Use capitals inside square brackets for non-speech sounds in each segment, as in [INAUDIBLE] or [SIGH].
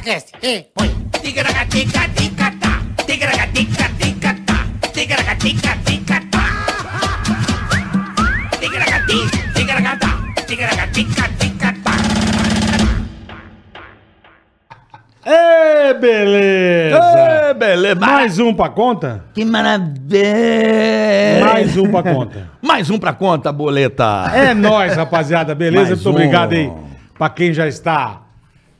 Podcast. E põe. Ticaracatica-ticatá. Ticaracatica-ticatá. Ticaracatica-ticatá. Ticaracati, ticaracatá. Ticaracatica-ticatá. Ê, É, beleza! É, beleza. Mais um pra conta? Que maravilha. Mais um pra conta. Mais um pra conta, boleta. É nóis, rapaziada, beleza? Mais Muito obrigado um. aí pra quem já está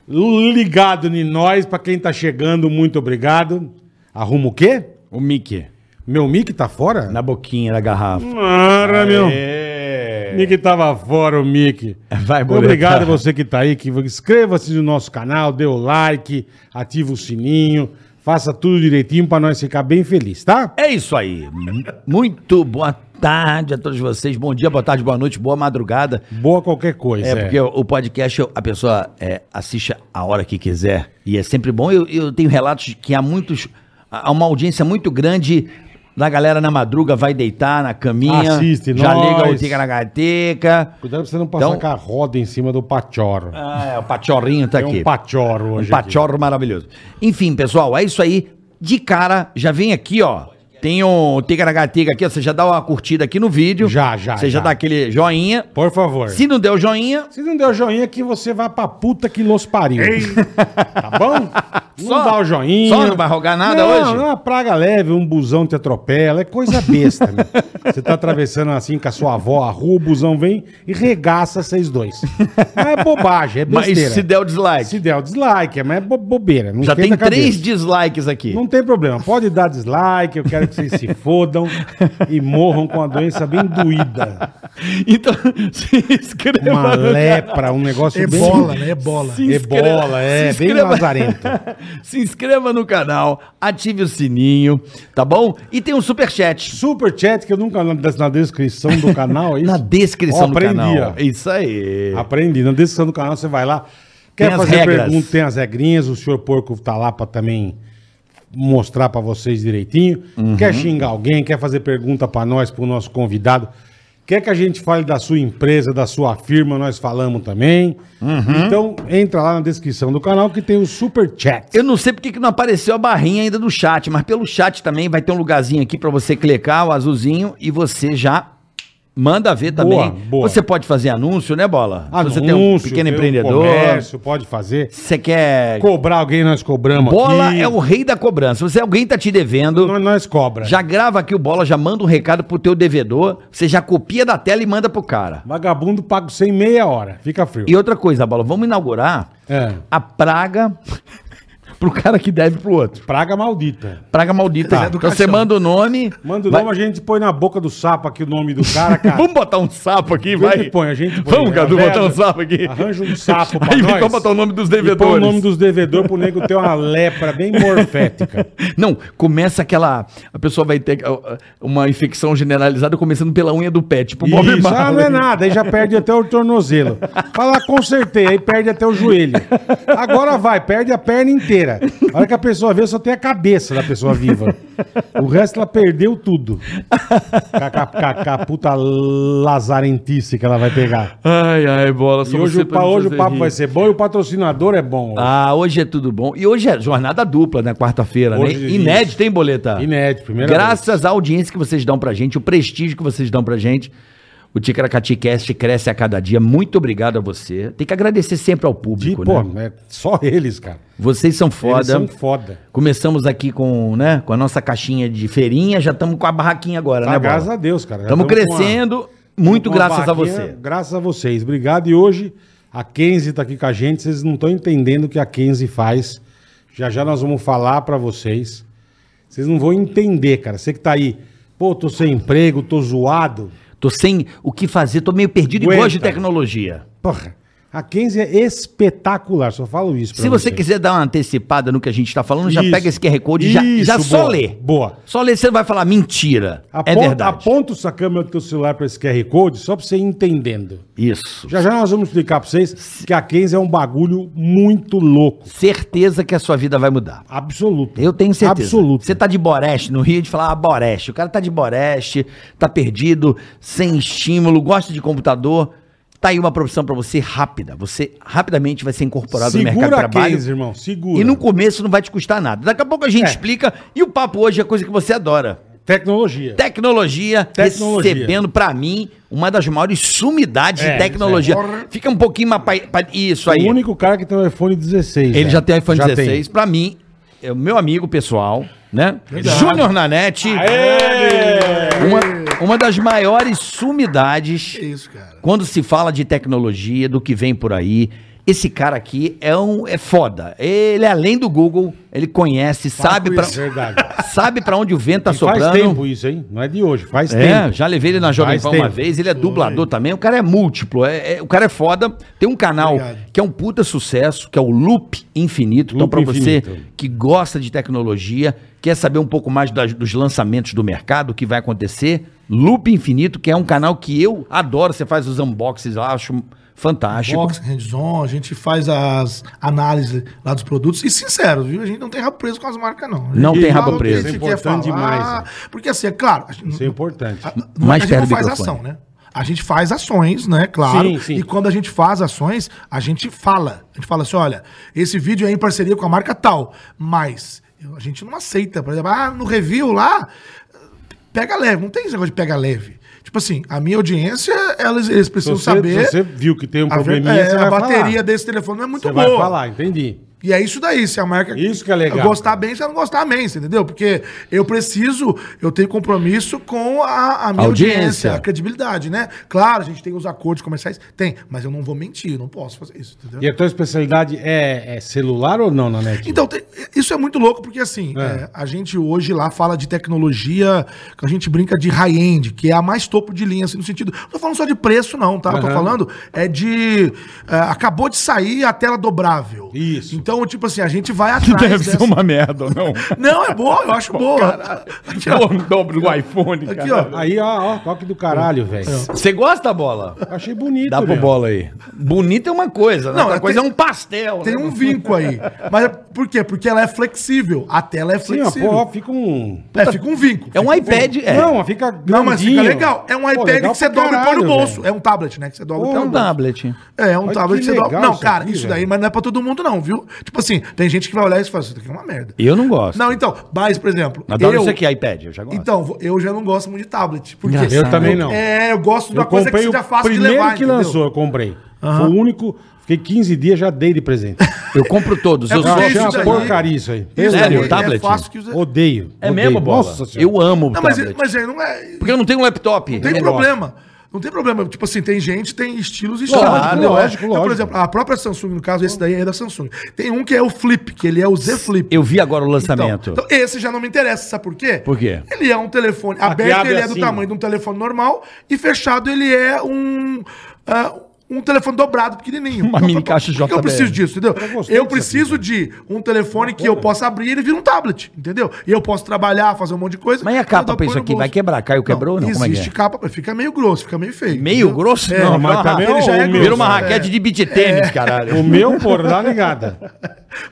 ligado em nós, pra quem tá chegando, muito obrigado. Arruma o quê? O Mickey. Meu mic tá fora? Na boquinha da garrafa. Mara, meu. É. Mickey tava fora, o Mickey. Vai, Muito boleta. Obrigado a você que tá aí, que inscreva-se no nosso canal, dê o like, ativa o sininho, faça tudo direitinho pra nós ficar bem feliz, tá? É isso aí. Muito boa tarde a todos vocês. Bom dia, boa tarde, boa noite, boa madrugada. Boa qualquer coisa. É, porque o o podcast, a pessoa é, assiste a hora que quiser. E é sempre bom. Eu, eu tenho relatos de que há muitos. Há uma audiência muito grande da galera na madruga, vai deitar na caminha. Assiste, já nós. liga o Tica na gateca. Cuidado pra você não passar Então- com a roda em cima do pachorro. Ah, é, o pachorrinho tá É aqui. um pachorro hoje. Um pachorro maravilhoso. Enfim, pessoal, é isso aí. De cara, já vem aqui, ó. Tem um Ticaragatiga aqui, ó. Você já dá uma curtida aqui no vídeo. Já, já, Você já, já. dá aquele joinha. Aqui. Por favor. Se Se... não der o joinha, não der o joinha que você vai pra puta que los pariu. tá [LAUGHS] bom? Só- não dá o joinha. só não vai rogar nada Não, hoje? Não, é uma praga leve, um busão te atropela, é coisa besta. né? Você tá atravessando assim com a sua avó a rua, o busão vem e regaça vocês dois. Mas é bobagem, é mas besteira. se der o dislike. Se der o dislike, é, mas é bo- bobeira. não já tem esquenta a cabeça. três dislikes aqui. Não tem problema, pode dar dislike, eu quero que vocês se fodam e morram com a doença bem doída. [LAUGHS] Então, se inscreva. Uma no- lepra, um negócio Ebola, bem... né? Ebola. Se inscreva- Ebola, é, se bem inscreva- lazarento. [LAUGHS] se inscreva no canal, ative o sininho, tá bom? E tem um superchat. Super chat que eu nunca na descrição do canal, é isso? Na descrição Ó, do aprendi, canal. ó. Isso aí. Aprendi, na descrição do canal você vai lá, quer as fazer regras. pergunta, tem as regrinhas, o senhor porco tá lá pra também mostrar pra vocês direitinho. Uhum. Quer xingar alguém, quer fazer pergunta pra nós, pro nosso convidado. Quer que a gente fale da sua empresa, da sua firma, nós falamos também. Uhum. Então, entra lá na descrição do canal que tem o super chat. Eu não sei porque que não apareceu a barrinha ainda do chat, mas pelo chat também vai ter um lugarzinho aqui pra você clicar, o azulzinho, e você já manda ver também. Boa, boa. Você pode fazer anúncio, né, Bola? Se Anúncio, você tem um pequeno empreendedor, comércio, pode fazer. se você quer... Cobrar alguém, nós cobramos Bola aqui. é o rei da cobrança. Se alguém tá te devendo... Nós, nós cobra. Já grava aqui o bola, já manda um recado pro teu devedor, você já copia da tela e manda pro cara. Vagabundo paga sem meia hora. Fica frio. E outra coisa, bola, vamos inaugurar É. a praga [LAUGHS] pro cara que deve pro outro. Praga maldita. Praga maldita. Tá. Então você manda o nome. Manda o vai- nome, a gente põe na boca do sapo aqui o nome do cara, cara. [LAUGHS] Vamos botar um sapo aqui, Vê vai. que põe, a gente põe. né? Vamos, Cadu, Arranja- botar um sapo aqui. arranja um sapo pra Aí nós. vamos botar o nome dos E põe o devedores. nome dos devedores pro nego ter uma lepra bem [LAUGHS] morfética. Não, começa aquela. A pessoa vai ter ah, uma infecção generalizada começando pela unha do pé, tipo o Bob Isso, ah, não Marley. é nada, aí já perde até o tornozelo. Fala, consertei, aí perde até o joelho. Agora vai, perde a perna inteira. A hora que a pessoa vê, só tem a cabeça da pessoa viva. O resto ela perdeu tudo. Com a- com a- com a- com a puta lazarentice que ela vai pegar. Ai, ai, bola. E hoje, o, pa- hoje o papo vai ser bom e o patrocinador é bom. Ah, hoje é tudo bom. E hoje é jornada dupla, né? Quarta-feira, né? Hoje- Inédito, hein, boleta? Inédito, primeira Ah. Graças à audiência que vocês dão pra gente, o prestígio que vocês dão pra gente, o Ticaracati Cast cresce a cada dia. Muito obrigado a você. Tem que agradecer sempre ao De, público, pô, né? é só eles, cara. Vocês são foda. Eles são foda. Começamos aqui com, né, com a nossa caixinha de feirinha, já estamos com a barraquinha agora, Tá, né, graças a Bola? Deus, cara. Já Estamos tamo com a- crescendo, muito com a graças a barraquinha, você. Graças a vocês. Obrigado. E hoje a Kenzie tá aqui com a gente. Vocês não estão entendendo o que a Kenzie faz. Já já nós vamos falar pra vocês. Vocês não vão entender, cara. Você que tá aí, pô, tô sem emprego, tô zoado. Tô sem o que fazer, tô meio perdido e Aguenta. gosto de tecnologia. Porra, a Kenzie é espetacular. Só falo isso pra Se você vocês. quiser dar uma antecipada no que a gente está falando, Então já Isso. pega esse QR Code e já, Isso, já só boa, lê. boa. Só lê, você não vai falar mentira. é Aponta, verdade. aponta sua câmera do teu celular pra esse QR Code só pra você ir entendendo. Isso. Já já nós vamos explicar pra vocês que a Kenzie é um bagulho muito louco. Certeza que a sua vida vai mudar. Absoluto. Eu tenho certeza. Absoluto. Você tá de Boreste no Rio, de falar, ah, Boreste. O cara tá de Boreste, tá perdido, sem estímulo, gosta de computador. Tá aí uma profissão pra você rápida. Você rapidamente vai ser incorporado no mercado de Segura a trabalho. Case, irmão. Segura. E no começo não vai te custar nada. Daqui a pouco a gente É. explica. E o papo hoje é coisa que você adora. Tecnologia. Tecnologia, Tecnologia. recebendo pra mim uma das maiores sumidades É, de tecnologia. isso aí. Fica um pouquinho mais pa- pa- isso Tá aí. O único cara que tem um iPhone 16. Ele né? já tem o iPhone Já 16. Pra mim, é o meu amigo pessoal, né? Verdade. Júnior Nanete, Aê! uma, uma das maiores sumidades É isso, cara. quando se fala de tecnologia, do que vem por aí. Esse cara aqui é um é foda. Ele além do Google, ele conhece, sabe com pra, isso. Verdade. sabe para onde o vento tá E faz soprando. tempo isso, hein? Não é de hoje, faz É, tempo. já levei ele na Jovem Faz Pan tempo. uma vez, ele é dublador também, o cara é múltiplo, é, é- o cara é foda, tem um canal Obrigado. que é um puta sucesso, que é o Loop Infinito, então Loop pra você Infinito. que gosta de tecnologia, quer saber um pouco mais das- dos lançamentos do mercado, o que vai acontecer, Loop Infinito, que é um canal que eu adoro, você faz os unboxings lá, acho fantástico. Box, hands-on, a gente faz as análises lá dos produtos. E sincero, viu? A gente não tem rabo preso com as marcas, não. A Não gente tem fala rabo o que a preso. gente Isso é quer importante falar, demais, Porque assim, é claro. a gente- Isso é importante. a- Mais a gente perto não do faz microfone. ação, né? A gente faz ações, né? Claro. Sim, sim. E quando a gente faz ações, a gente fala. A gente fala assim: olha, esse vídeo é em parceria com a marca tal, mas a gente não aceita. Por exemplo, ah, no review lá, pega leve. Não tem esse negócio de pega leve. Tipo assim, a minha audiência, elas, eles Se precisam você, saber. se você viu que tem um A, ver- probleminha, é, você a vai bateria falar. desse telefone não é muito Você boa. vai falar, entendi. E é isso daí, se a marca Isso que é legal. gostar bem, se ela não gostar amém, você entendeu? Porque eu preciso, eu tenho compromisso com a, a minha Audiência. audiência. a credibilidade, né? Claro, a gente tem os acordos comerciais, tem, mas eu não vou mentir, eu não posso fazer isso, entendeu? E a tua especialidade é, é celular ou não, Nanete? Então, tem- isso é muito louco, porque assim, é, a gente hoje lá fala de tecnologia, que a gente brinca de high-end, que é a mais topo de linha, assim, no sentido. Não tô falando só de preço, não, tá? Eu tô Aham. falando é de. é, acabou de sair a tela dobrável. Isso. Então, tipo assim, a [LAUGHS] gente vai atrás. dessa- merda, [LAUGHS] não. Não, é boa, eu acho boa. Aqui, ó. dobro do iPhone, Aqui, ó. Aí, ó, ó, toque do É. caralho, velho. Você gosta da bola? Achei bonito, Dá pro meu. bola aí. Bonita é uma coisa, né? Não, outra tem- coisa é um pastel. Tem né? um vinco aí. Mas é- por quê? Porque ela é flexível. A tela é Sim, ó, flexível. pô, ó, fica um... é, fica um vinco. É um iPad, é. Não, ó, fica Não, mas fica grandinho. legal. É um Pô, iPad legal que você pra dobra e põe no caralho, bolso. velho. É um tablet, né? Que você dobra e É põe um no bolso. tablet. É, é um Olha tablet que que você dobra. legal Não, isso cara, aqui, isso velho. daí, mas não é pra todo mundo, não, viu? Tipo assim, tem gente que vai olhar isso e fala, isso daqui é uma merda. Eu não gosto. Não, então, mas, por exemplo, Adoro eu- isso aqui, é iPad, eu já gosto. Então, eu já não gosto muito de tablet. Porque Engraçado. Eu também não. É, eu gosto de Eu uma coisa que comprei seja o fácil de primeiro levar. que entendeu? lançou, eu comprei. Foi o único... Fiquei 15 dias, já dei de [LAUGHS] presente. Então, Eu compro todos. É eu Eu porque sou assim, né? achei isso uma daí- porcaria isso aí. Isso Sério, daí tablet? É fácil que... usa- Odeio. um É odeio. mesmo, bola? Nossa senhora. eu amo o Não, mas, tablet. mas aí não é... Porque eu não tenho um laptop. Não tem Eu problema. Não tem problema. Tipo assim, tem gente, tem estilos e estilos. Lógico, entendeu? lógico, Então, por lógico. exemplo, a própria Samsung, no caso, esse daí é da Samsung. Tem um que é o Flip, que ele é o Z Flip. Eu vi agora o Então, lançamento. então, esse já não me interessa, sabe por quê? Por quê? Ele é um telefone que aberto, abre ele é assim. do tamanho de um telefone normal e fechado ele é um ah, um telefone dobrado pequenininho. Uma Então, mini pra- caixa por que Eu JBL. preciso disso, entendeu? Eu gostei Eu dessa preciso de um telefone que eu possa abrir e ele vira um tablet, entendeu? E eu posso trabalhar, fazer um monte de coisa. Mas e a eu capa pra dou põe isso no aqui? bolso. Vai quebrar? Caiu, quebrou ou não? Existe Como é que é? capa, fica meio grosso, fica meio feio. Meio entendeu? grosso? É, Não, mas também ele o- já é o meu- grosso. Vira uma raquete de beat tênis, O caralho. meu, tá pô, dá ligada.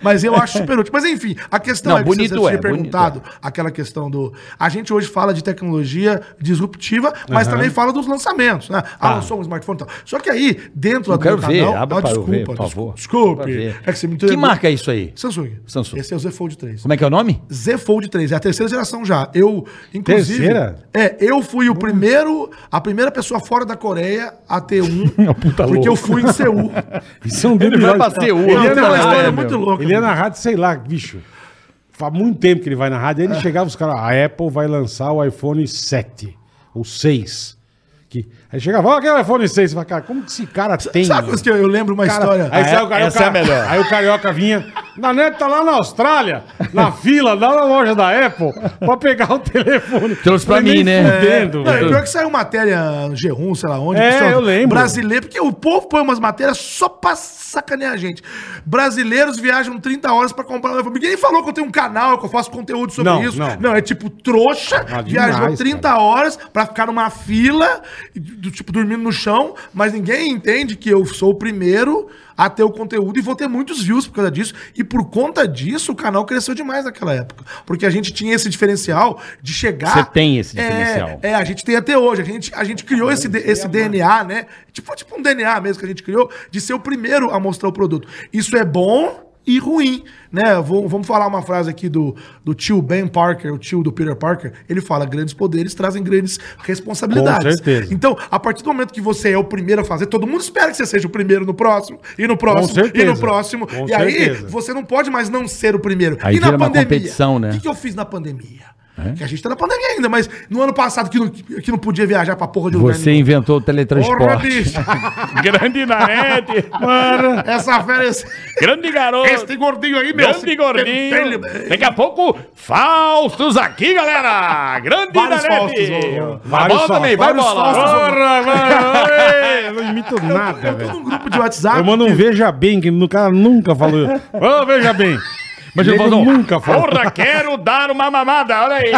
Mas eu acho super útil. Mas enfim, a questão Não, é bonito que você tinha é, perguntado, aquela questão do. A gente hoje fala de tecnologia disruptiva, mas também fala dos lançamentos, né? Ah, lançou um smartphone e tal. Só que aí, dentro Eu Tá. quero ver, canal- abre Ah, para eu ver, por desculpa, favor. Desculpe. Pra ver. É que você me Que marca é isso aí? Samsung. Samsung. Esse é o Z Fold 3. Como é que é o nome? Z Fold 3, é a terceira geração já. Eu, inclusive. Terceira? É, eu fui o primeiro, a primeira pessoa fora da Coreia a [LAUGHS] ter um. É porque eu fui em Seul. Isso é um dedo vai melhor de pra tá- Seul, Ele Não, ia tem na uma né? história rádio, muito louca. Ele é na rádio, sei lá, bicho. Faz muito tempo que ele vai na rádio. Aí É. ele chegava os caras, a Apple vai lançar o iPhone 7 ou 6. Que... Aí chegava, ó, que é o iPhone 6. Você fala, cara, como que esse cara tem? Sabe mano? coisa que eu, eu lembro uma Cara, história? Aí, saiu o essa carioca, é a melhor. aí o carioca vinha. Na neta tá lá na Austrália, na fila, lá na loja da Apple, pra pegar o telefone. Trouxe pra Falei, mim, nem né? fudendo, Não, é velho. pior que saiu matéria no G1, sei lá onde. É, pessoal eu lembro. Brasileiro, porque o povo põe umas matérias só pra sacanear a gente. Brasileiros viajam 30 horas pra comprar um iPhone. Ninguém falou que eu tenho um canal, que eu faço conteúdo sobre Não, isso. não. é tipo trouxa, Ah, demais, viajou 30 cara. horas pra ficar numa fila do tipo, dormindo no chão, mas ninguém entende que eu sou o primeiro a ter o conteúdo e vou ter muitos views por causa disso. E por conta disso, o canal cresceu demais naquela época. Porque a gente tinha esse diferencial de chegar. Você tem esse diferencial. É, é, a gente tem até hoje. A gente, a gente criou esse, D- esse DNA, né? Tipo, tipo um DNA mesmo que a gente criou, de ser o primeiro a mostrar o produto. Isso é bom e ruim, né? Vou- vamos falar uma frase aqui do, do tio Ben Parker, o tio do Peter Parker. Ele fala: grandes poderes trazem grandes responsabilidades. Com certeza. Então, a partir do momento que você é o primeiro a fazer, todo mundo espera que você seja o primeiro no próximo, e no próximo, e certeza. no próximo. Com e certeza. aí, você não pode mais não ser o primeiro. Aí e vira uma competição, né? O que, que eu fiz na pandemia? É? Que a gente tá na pandemia ainda, mas no ano passado que não, que não podia viajar pra porra de lugar Você nenhum. inventou o é Porra, teletransporte. [LAUGHS] [LAUGHS] bicho! Grande na net. Essa fera, esse, Grande garoto. esse gordinho aí, meu. Grande esse gordinho. pentelho- Daqui a pouco, Faustos aqui, galera. Grande Vários na Faustos, net. ô, ô. Vai Vários bola também, vai Faustos, bola. vários Faustos, Porra, mano. oi. Eu não imito Eu, nada, eu tô num velho. grupo de WhatsApp. Eu mando um veja bem, que o cara nunca falou. Ô, veja bem. Mas Nego eu vou nunca falou. Porra, quero dar uma mamada. Olha aí.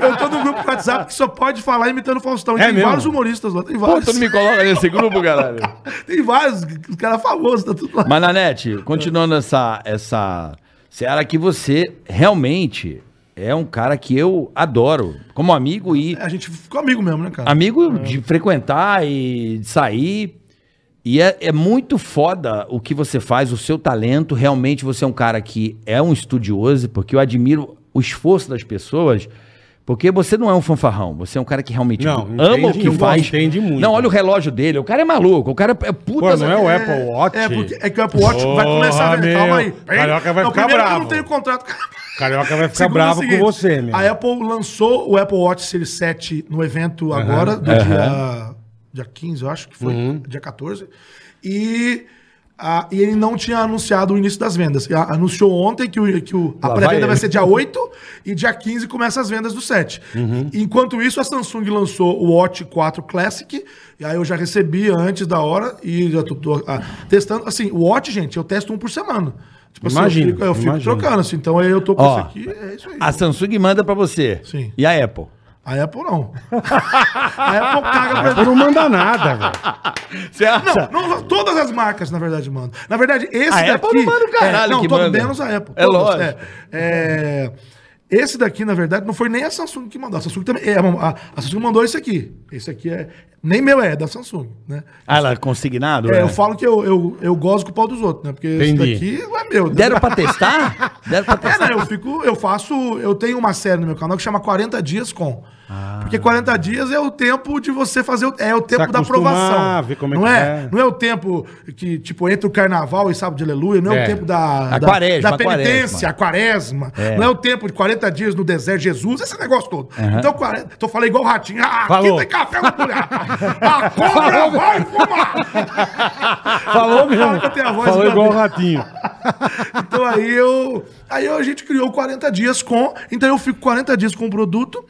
Eu tô num grupo de WhatsApp que só pode falar imitando o Faustão. E É tem mesmo? vários humoristas lá, tem Pô, vários. tu não me coloca nesse grupo, caralho. [LAUGHS] Tem vários, os caras famosos, tá tudo lá. Mas, Nanete, continuando essa, essa seara que você realmente é um cara que eu adoro, como amigo e É, A gente ficou amigo mesmo, né, cara? amigo de frequentar e de sair. E é, é muito foda o que você faz, o seu talento. Realmente você é um cara que é um estudioso, porque eu admiro o esforço das pessoas. Porque você não é um fanfarrão, você é um cara que realmente Não, ama o entende que muito, faz. entende muito. Não, olha o relógio dele, o cara é maluco, o cara é puta. Pô, não é o É, Apple Watch? É, porque é que o Apple Watch vai começar a Porra, ver. Calma aí. meu. Carioca vai Não, ficar primeiro que bravo. Eu não tenho contrato com Carioca vai ficar Segundo é o bravo seguinte, é com você, meu. A Apple lançou o Apple Watch Series 7 no evento agora, do dia, dia 15, eu acho que foi, Uhum. dia 14. E, ah, e ele não tinha anunciado o início das vendas. E a- Anunciou ontem que, o, que o, a Lá vai pré-venda vai ele. ser dia 8 e dia 15 começa as vendas do 7. Uhum. Enquanto isso, a Samsung lançou o Watch 4 Classic, e aí eu já recebi antes da hora e já tô, tô, ah, testando. Assim, o Watch, gente, eu testo um por semana. Tipo Imagino, assim, eu fico, eu fico imagino. trocando, assim, então aí eu tô com Ó, isso aqui, é isso aí. A Samsung manda pra você. Sim. E a Apple? A Apple não. [LAUGHS] a Apple um caga pra Apple não manda nada, velho. Você acha? [LAUGHS] Não, não, todas as marcas, na verdade, mandam. Na verdade, esse A daqui... Apple não manda o caralho é, Não, que todo manda. menos a Apple. É lógico. É, é, esse daqui, na verdade, não foi nem a Samsung que mandou. A Samsung também... é, a, a Samsung mandou esse aqui. Esse aqui é... Nem meu é, é da Samsung, né? Ah, ela é consignado? É, né? eu falo que eu, eu, eu gosto com o pau dos outros, né? Porque Entendi. esse daqui não é meu. né? Deram pra testar? Deram pra [LAUGHS] É, testar. não, eu fico, eu faço, eu tenho uma série no meu canal que chama 40 dias com. Ah. Porque 40 dias é o tempo de você fazer, o- é o tempo da acostumar, aprovação. ver como é não que é, é. não é o tempo que tipo entre o carnaval e sábado de aleluia, não é, É. o tempo da A da, quaresma, da a quaresma. penitência, a quaresma. Não é o tempo de 40 dias no deserto Jesus, esse negócio todo. Então 40, então eu falei igual o ratinho, ah, Falou. aqui tem café na colher. A cobra vai fumar. Falou mesmo. Fala que eu tenho a voz Falou do igual o Gabriel. ratinho. Então aí eu. Aí a gente criou 40 dias com. Então eu fico 40 dias com o produto.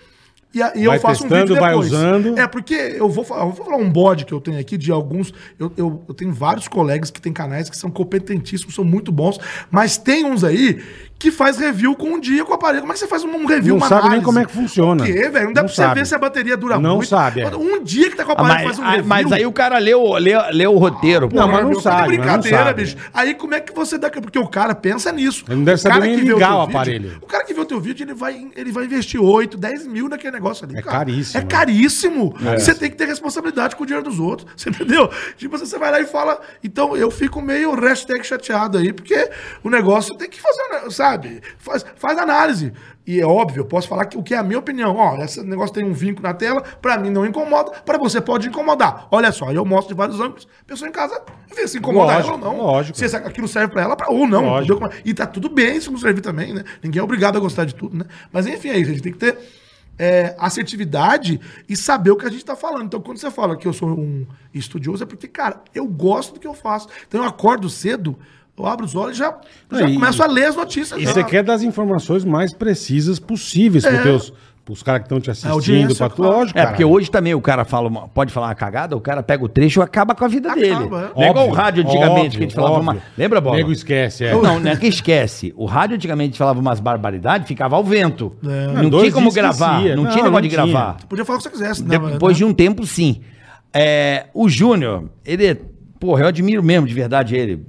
E, a- e Vai eu faço um testando, vídeo vai depois. usando. É, porque eu vou, falar, eu vou falar um bode que eu tenho aqui de alguns. Eu, eu, eu tenho vários colegas que têm canais que são competentíssimos, são muito bons, mas tem uns aí que faz review com um dia com o aparelho. Como é que você faz um review, Não uma sabe nem análise? como é que funciona. O quê, velho? Não dá Não pra você sabe. ver se a bateria dura Não muito. sabe, é. Um dia que tá com o Ah, mas, aparelho faz um ah, review. mas aí o cara leu, leu, leu o roteiro. pô. Não, mas não meu, tá sabe, de mas não brincadeira, sabe. bicho. Aí como é que você dá. Porque o cara pensa nisso. Ele não deve O cara saber nem que vê ligar teu o vídeo- aparelho. O cara que vê o teu vídeo, ele vai, ele vai investir 8, 10 mil naquele negócio ali. É cara. caríssimo. É caríssimo. É. Você tem que ter responsabilidade com o dinheiro dos outros. [LAUGHS] Você entendeu? Tipo, você vai lá e fala. Então eu fico meio hashtag chateado aí, porque o negócio tem que fazer, né, sabe? Faz, faz análise. E é óbvio, eu posso falar que, o que é a minha opinião. Ó, esse negócio tem um vinco na tela, pra mim não incomoda, pra você pode incomodar. Olha só, eu mostro de vários ângulos, a pessoa em casa vê se incomoda Lógico, ela ou não. lógico. Se essa- aquilo serve pra ela pra, ou não. Lógico. entendeu? E tá tudo bem se não servir também, né? Ninguém é obrigado a gostar de tudo, né? Mas enfim, é isso. A gente tem que ter é, assertividade e saber o que a gente tá falando. Então, quando você fala que eu sou um estudioso, é porque, cara, eu gosto do que eu faço. Então, eu acordo cedo, eu abro os olhos e já, já Não, e- começo a ler as notícias. E já. você quer é das informações mais precisas possíveis para teus, pros caras que estão te assistindo, É. audiência, pra tu, claro. lógico, É, cara. porque hoje também o cara fala, uma- pode falar uma cagada, o cara pega o trecho e acaba com a vida Acaba, dele. é. Não é igual o rádio antigamente que a gente falava uma. Lembra, Bola? Nego esquece, é. Não, não é que esquece. O rádio antigamente falava umas barbaridades, ficava ao vento. É. Não, Dois tinha como dias gravar, esquecia. não, Não, tinha negócio de não tinha. gravar. Podia falar o que você quisesse, né? Depois de um tempo, sim. É, o Júnior, ele, é- porra, eu admiro mesmo de verdade ele.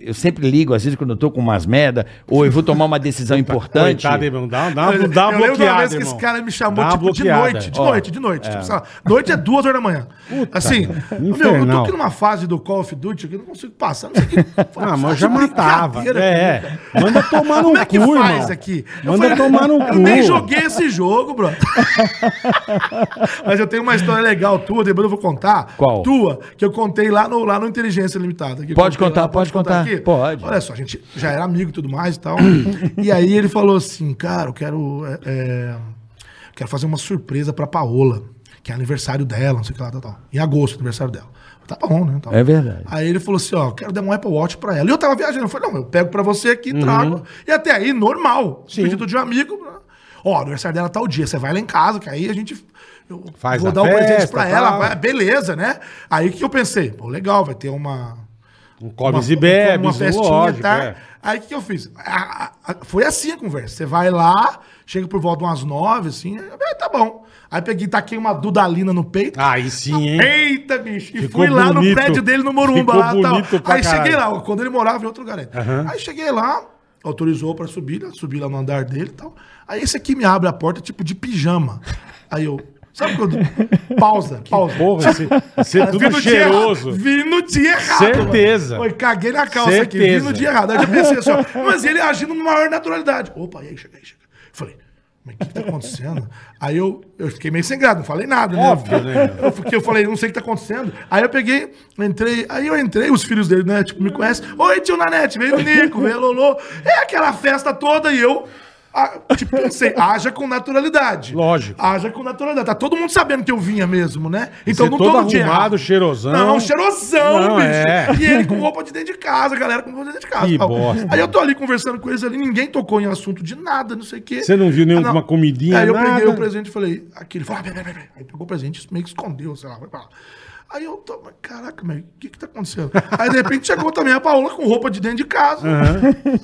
Eu sempre ligo, às vezes, quando eu tô com umas merda, ou eu vou tomar uma decisão importante. [LAUGHS] Coitado, irmão. Dá, dá, Eu uma- dá uma lembro de uma bloqueada, vez que irmão. esse cara me chamou, Dá uma tipo, de bloqueada. noite, de Ó, noite, de noite. Tipo, sei lá, noite é duas horas da manhã. assim, meu, eu tô infernal. aqui numa fase do Call of Duty que eu não consigo passar. Não sei o que. Ah, mas eu Faz já brincadeira matava. comigo. É, é. Manda tomar no Como é que cu, faz irmão. aqui? Eu Manda falei, tomar no cu. Eu nem joguei esse jogo, bro. [LAUGHS] Mas eu tenho uma história legal tua, depois eu vou contar. Qual? Tua, que eu contei lá no, lá no Inteligência Limitada. que eu Pode contei contar, pode contar. Pode. Olha só, a gente já era amigo e tudo mais e tal. [COUGHS] e aí ele falou assim, cara, eu quero, é, é, quero fazer uma surpresa pra Paola, que é aniversário dela, não sei o que lá, tal, tal. Em agosto, aniversário dela. Tá bom, né? tal. É verdade. Aí ele falou assim, ó, quero dar um Apple Watch pra ela. E eu tava viajando, eu falei, não, eu pego pra você aqui, Uhum. trago. E até aí, normal. Pedido de um amigo. Ó, o aniversário dela tá o dia, você vai lá em casa, que aí a gente... Eu Faz vou a dar um presente festa, pra tal. ela, vai- beleza, né? Aí o que eu pensei? Pô, legal, vai ter uma... Um Comes uma- e bebes, Uma festinha, lógico. tá? é. Aí o que, que eu fiz? A- a- a- foi assim a conversa. Você vai lá, chega por volta de umas nove, assim, é, tá bom. Aí peguei, taquei uma dudalina no peito. Aí sim, hein? Eita, bicho. E Ficou fui lá no bonito. prédio dele no Morumba. Ficou Lá, tal. bonito pra Aí caralho. cheguei lá, quando ele morava em outro lugar. né? Aí cheguei lá, autorizou pra subir, né? subi lá no andar dele e tal. Aí esse aqui me abre a porta, tipo de pijama. Aí eu. Sabe quando. Pausa, pausa. Porra, você, você Cara, vi tudo no dia cheiroso. erra- vi no dia errado. Certeza. mano. Oi, caguei na calça aqui. Vi Certeza. no dia errado. Aí eu pensei assim, ó, mas ele agindo numa maior naturalidade. Opa, e aí, chega aí, chega. Falei, mas o que, que tá acontecendo? Aí eu, eu fiquei meio sem grado, não falei nada, né? Óbvio, né? Eu, fiquei, eu falei, não sei o que tá acontecendo. Aí eu peguei, entrei, aí eu entrei, os filhos dele, né? Tipo, me conhecem. Oi, tio Nanete, veio o Nico, veio a Lolo. É aquela festa toda e eu. ah, tipo, pensei, haja com naturalidade. Lógico. Haja com naturalidade. Tá todo mundo sabendo que eu vinha mesmo, né? Então Você não todo todo dia. arrumado, cheirosão. Não, cheirosão, Não, bicho. é. E ele [LAUGHS] com roupa de dentro de casa, a galera com roupa de dentro de casa. Que tal. bosta. Aí eu tô ali conversando com eles ali, ninguém tocou em assunto de nada, não sei o quê. Você não viu nenhuma Ah, não. comidinha, Aí eu nada? peguei o presente e falei, aqui, ele falou, ah, peraí, peraí, peraí. Aí pegou o presente e meio que escondeu, sei lá, vai pra lá. Aí eu tô, mas caraca, mas o que que tá acontecendo? Aí de repente chegou também a Paola com roupa de dentro de casa.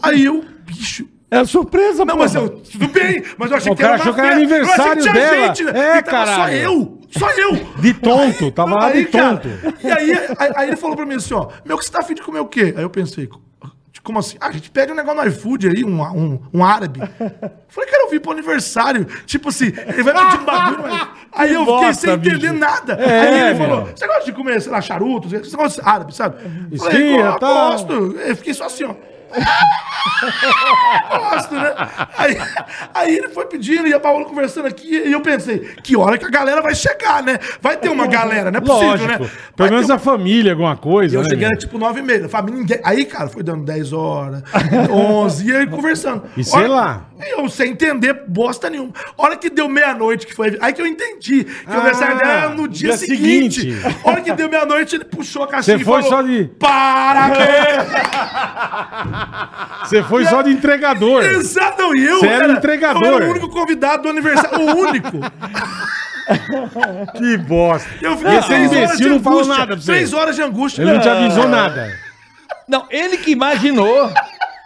Aí eu, bicho, É surpresa, não, mas eu. Tudo bem, mas eu achei O cara uma achou que era festa. aniversário eu achei que tinha dela. gente, né? É, E tava Só caralho. eu. Só eu. De tonto, tava lá de cara, tonto. e aí, aí, aí ele falou pra mim assim: ó, meu, que você tá afim de comer o quê? Aí eu pensei, como assim? Ah, a gente pede um negócio no iFood aí, um, um, um árabe. Falei, cara, eu vim pro aniversário. Tipo assim, ele vai pedir um bagulho. Mas... [LAUGHS] Aí eu fiquei bosta, sem entender bicho. nada. É, aí ele meu. falou: você gosta de comer, sei lá, charutos? Você gosta de árabe, sabe? Eu Esfirra, "Go- tal." gosto. Eu fiquei só assim, ó gosto, né? Aí, aí ele foi pedindo e a Paola conversando aqui e eu pensei, que hora que a galera vai chegar, né? Vai ter uma galera, não é possível, Lógico. né? Vai Pelo menos ter a família, alguma coisa, eu né? meu? cheguei, era tipo 9 e meia. Família, ninguém... Aí, cara, foi dando 10 horas, 11, e aí conversando. E sei Hora- lá. Eu sem entender bosta nenhuma. Hora que deu meia-noite, que foi. Aí que eu entendi que o aniversário dela era no dia, Ah, dia seguinte. seguinte. Hora que deu meia-noite, ele puxou a caixinha Você foi só de- Parabéns! Você foi só de entregador. Exato, não, e eu. Você era entregador. Eu era o único convidado do aniversário, o único. Que bosta. Eu fiquei Esse seis horas de imbecil não falou angústia. nada pra você. Seis horas de angústia. Ele não te avisou nada. Não, ele que imaginou.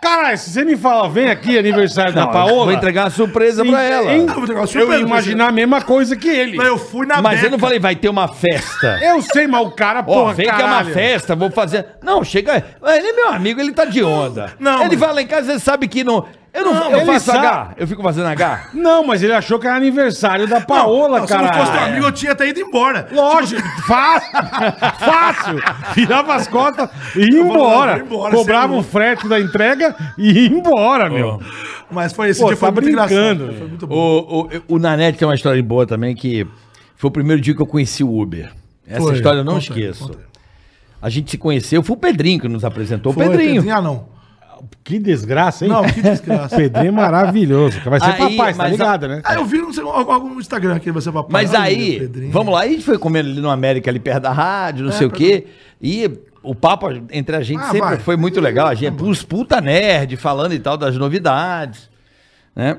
Caralho, se você me fala, vem aqui, aniversário da Não, Paola. Vou entregar uma surpresa pra ela. hein? Ah, vou entregar uma Eu surpresa ia pra imaginar a mesma coisa que ele. Mas eu fui na Mas eu Beca. não falei, vai ter uma [LAUGHS] festa. Eu sei, mas o cara, Ó, porra, vem que é uma caralho. festa, vou fazer. Não, chega. Ele é meu amigo, ele tá de onda. Não, ele mas- vai lá em casa, ele sabe que não. Eu não, Não, eu ele faço sabe. H. Eu fico fazendo H. Não, mas ele achou que era aniversário da Paola, Se cara. não fosse teu amigo, eu tinha até ido embora. Lógico, Tipo, fácil, [LAUGHS] fácil. Virava as costas e ia vou embora. lá, vou embora, Cobrava sem o lucro. frete da entrega e ia embora, meu. Mas foi esse Pô, dia, foi tá muito brincando, engraçado. velho. Foi muito [LAUGHS] bom. O, o, o Nanete tem uma história boa também, que foi o primeiro dia que eu conheci o Uber. Essa Foi, história eu não conta aí, esqueço. conta aí. A gente se conheceu, foi o Pedrinho que nos apresentou. Foi, o Pedrinho. Ah, não. Que desgraça, hein? Não, que desgraça. Pedrinho é maravilhoso. Vai ser Aí, papai, você tá mas ligado, né? Ah, eu vi não sei, algum, algum Instagram aqui, você vai Mas aí, vamos lá, a gente foi comendo ali no América, ali perto da rádio, não sei o quê. E o papo entre a gente É, Ah, sempre vai. Uhum. foi muito legal. A gente, os puta nerd, falando e tal das novidades, né?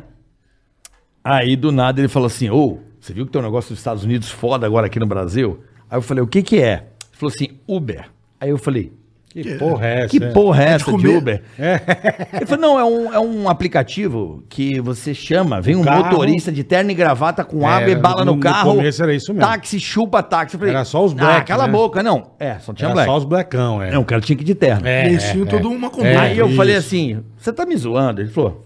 Aí, do nada, ele falou assim, ô, você viu que tem um negócio dos Estados Unidos foda agora aqui no Brasil? Aí eu falei, o que que é? Ele falou assim, Uber. Aí eu falei, Que porra é essa? Que é? porra é essa de comer. Uber? Ele falou, não, é um, é um aplicativo que você chama, vem um Carro. motorista de terno e gravata com É, água e bala no, no carro. começo era isso mesmo. Táxi, chupa táxi. Eu falei, Era só os black, Ah, cala né? a boca, não. É, só tinha Era black. só os blackão, é. Não, o cara tinha que ir de terno. É, Leitinho, é, um todo é. uma combina. Aí eu isso. falei assim, você tá me zoando? Ele falou,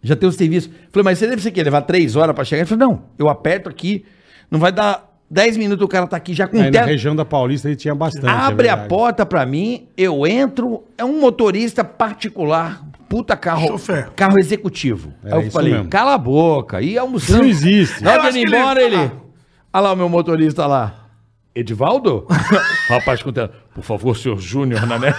já tem o serviço. Eu falei, mas você deve ser que levar três horas pra chegar? Ele falou, não, eu aperto aqui, não vai dar dez minutos, o cara tá aqui já com Aí na terno. região da Paulista ele tinha bastante. é Abre a verdade. porta pra mim, eu entro, é um motorista particular, puta carro, Chofer. carro executivo. É Aí eu isso falei, mesmo. cala a boca, e almoçando. Não existe. Na Eu hora acho de ir que ele- embora, ele, Ah. olha lá o meu motorista lá, [LAUGHS] Edivaldo? Rapaz, contando. Por favor, senhor Júnior, na né?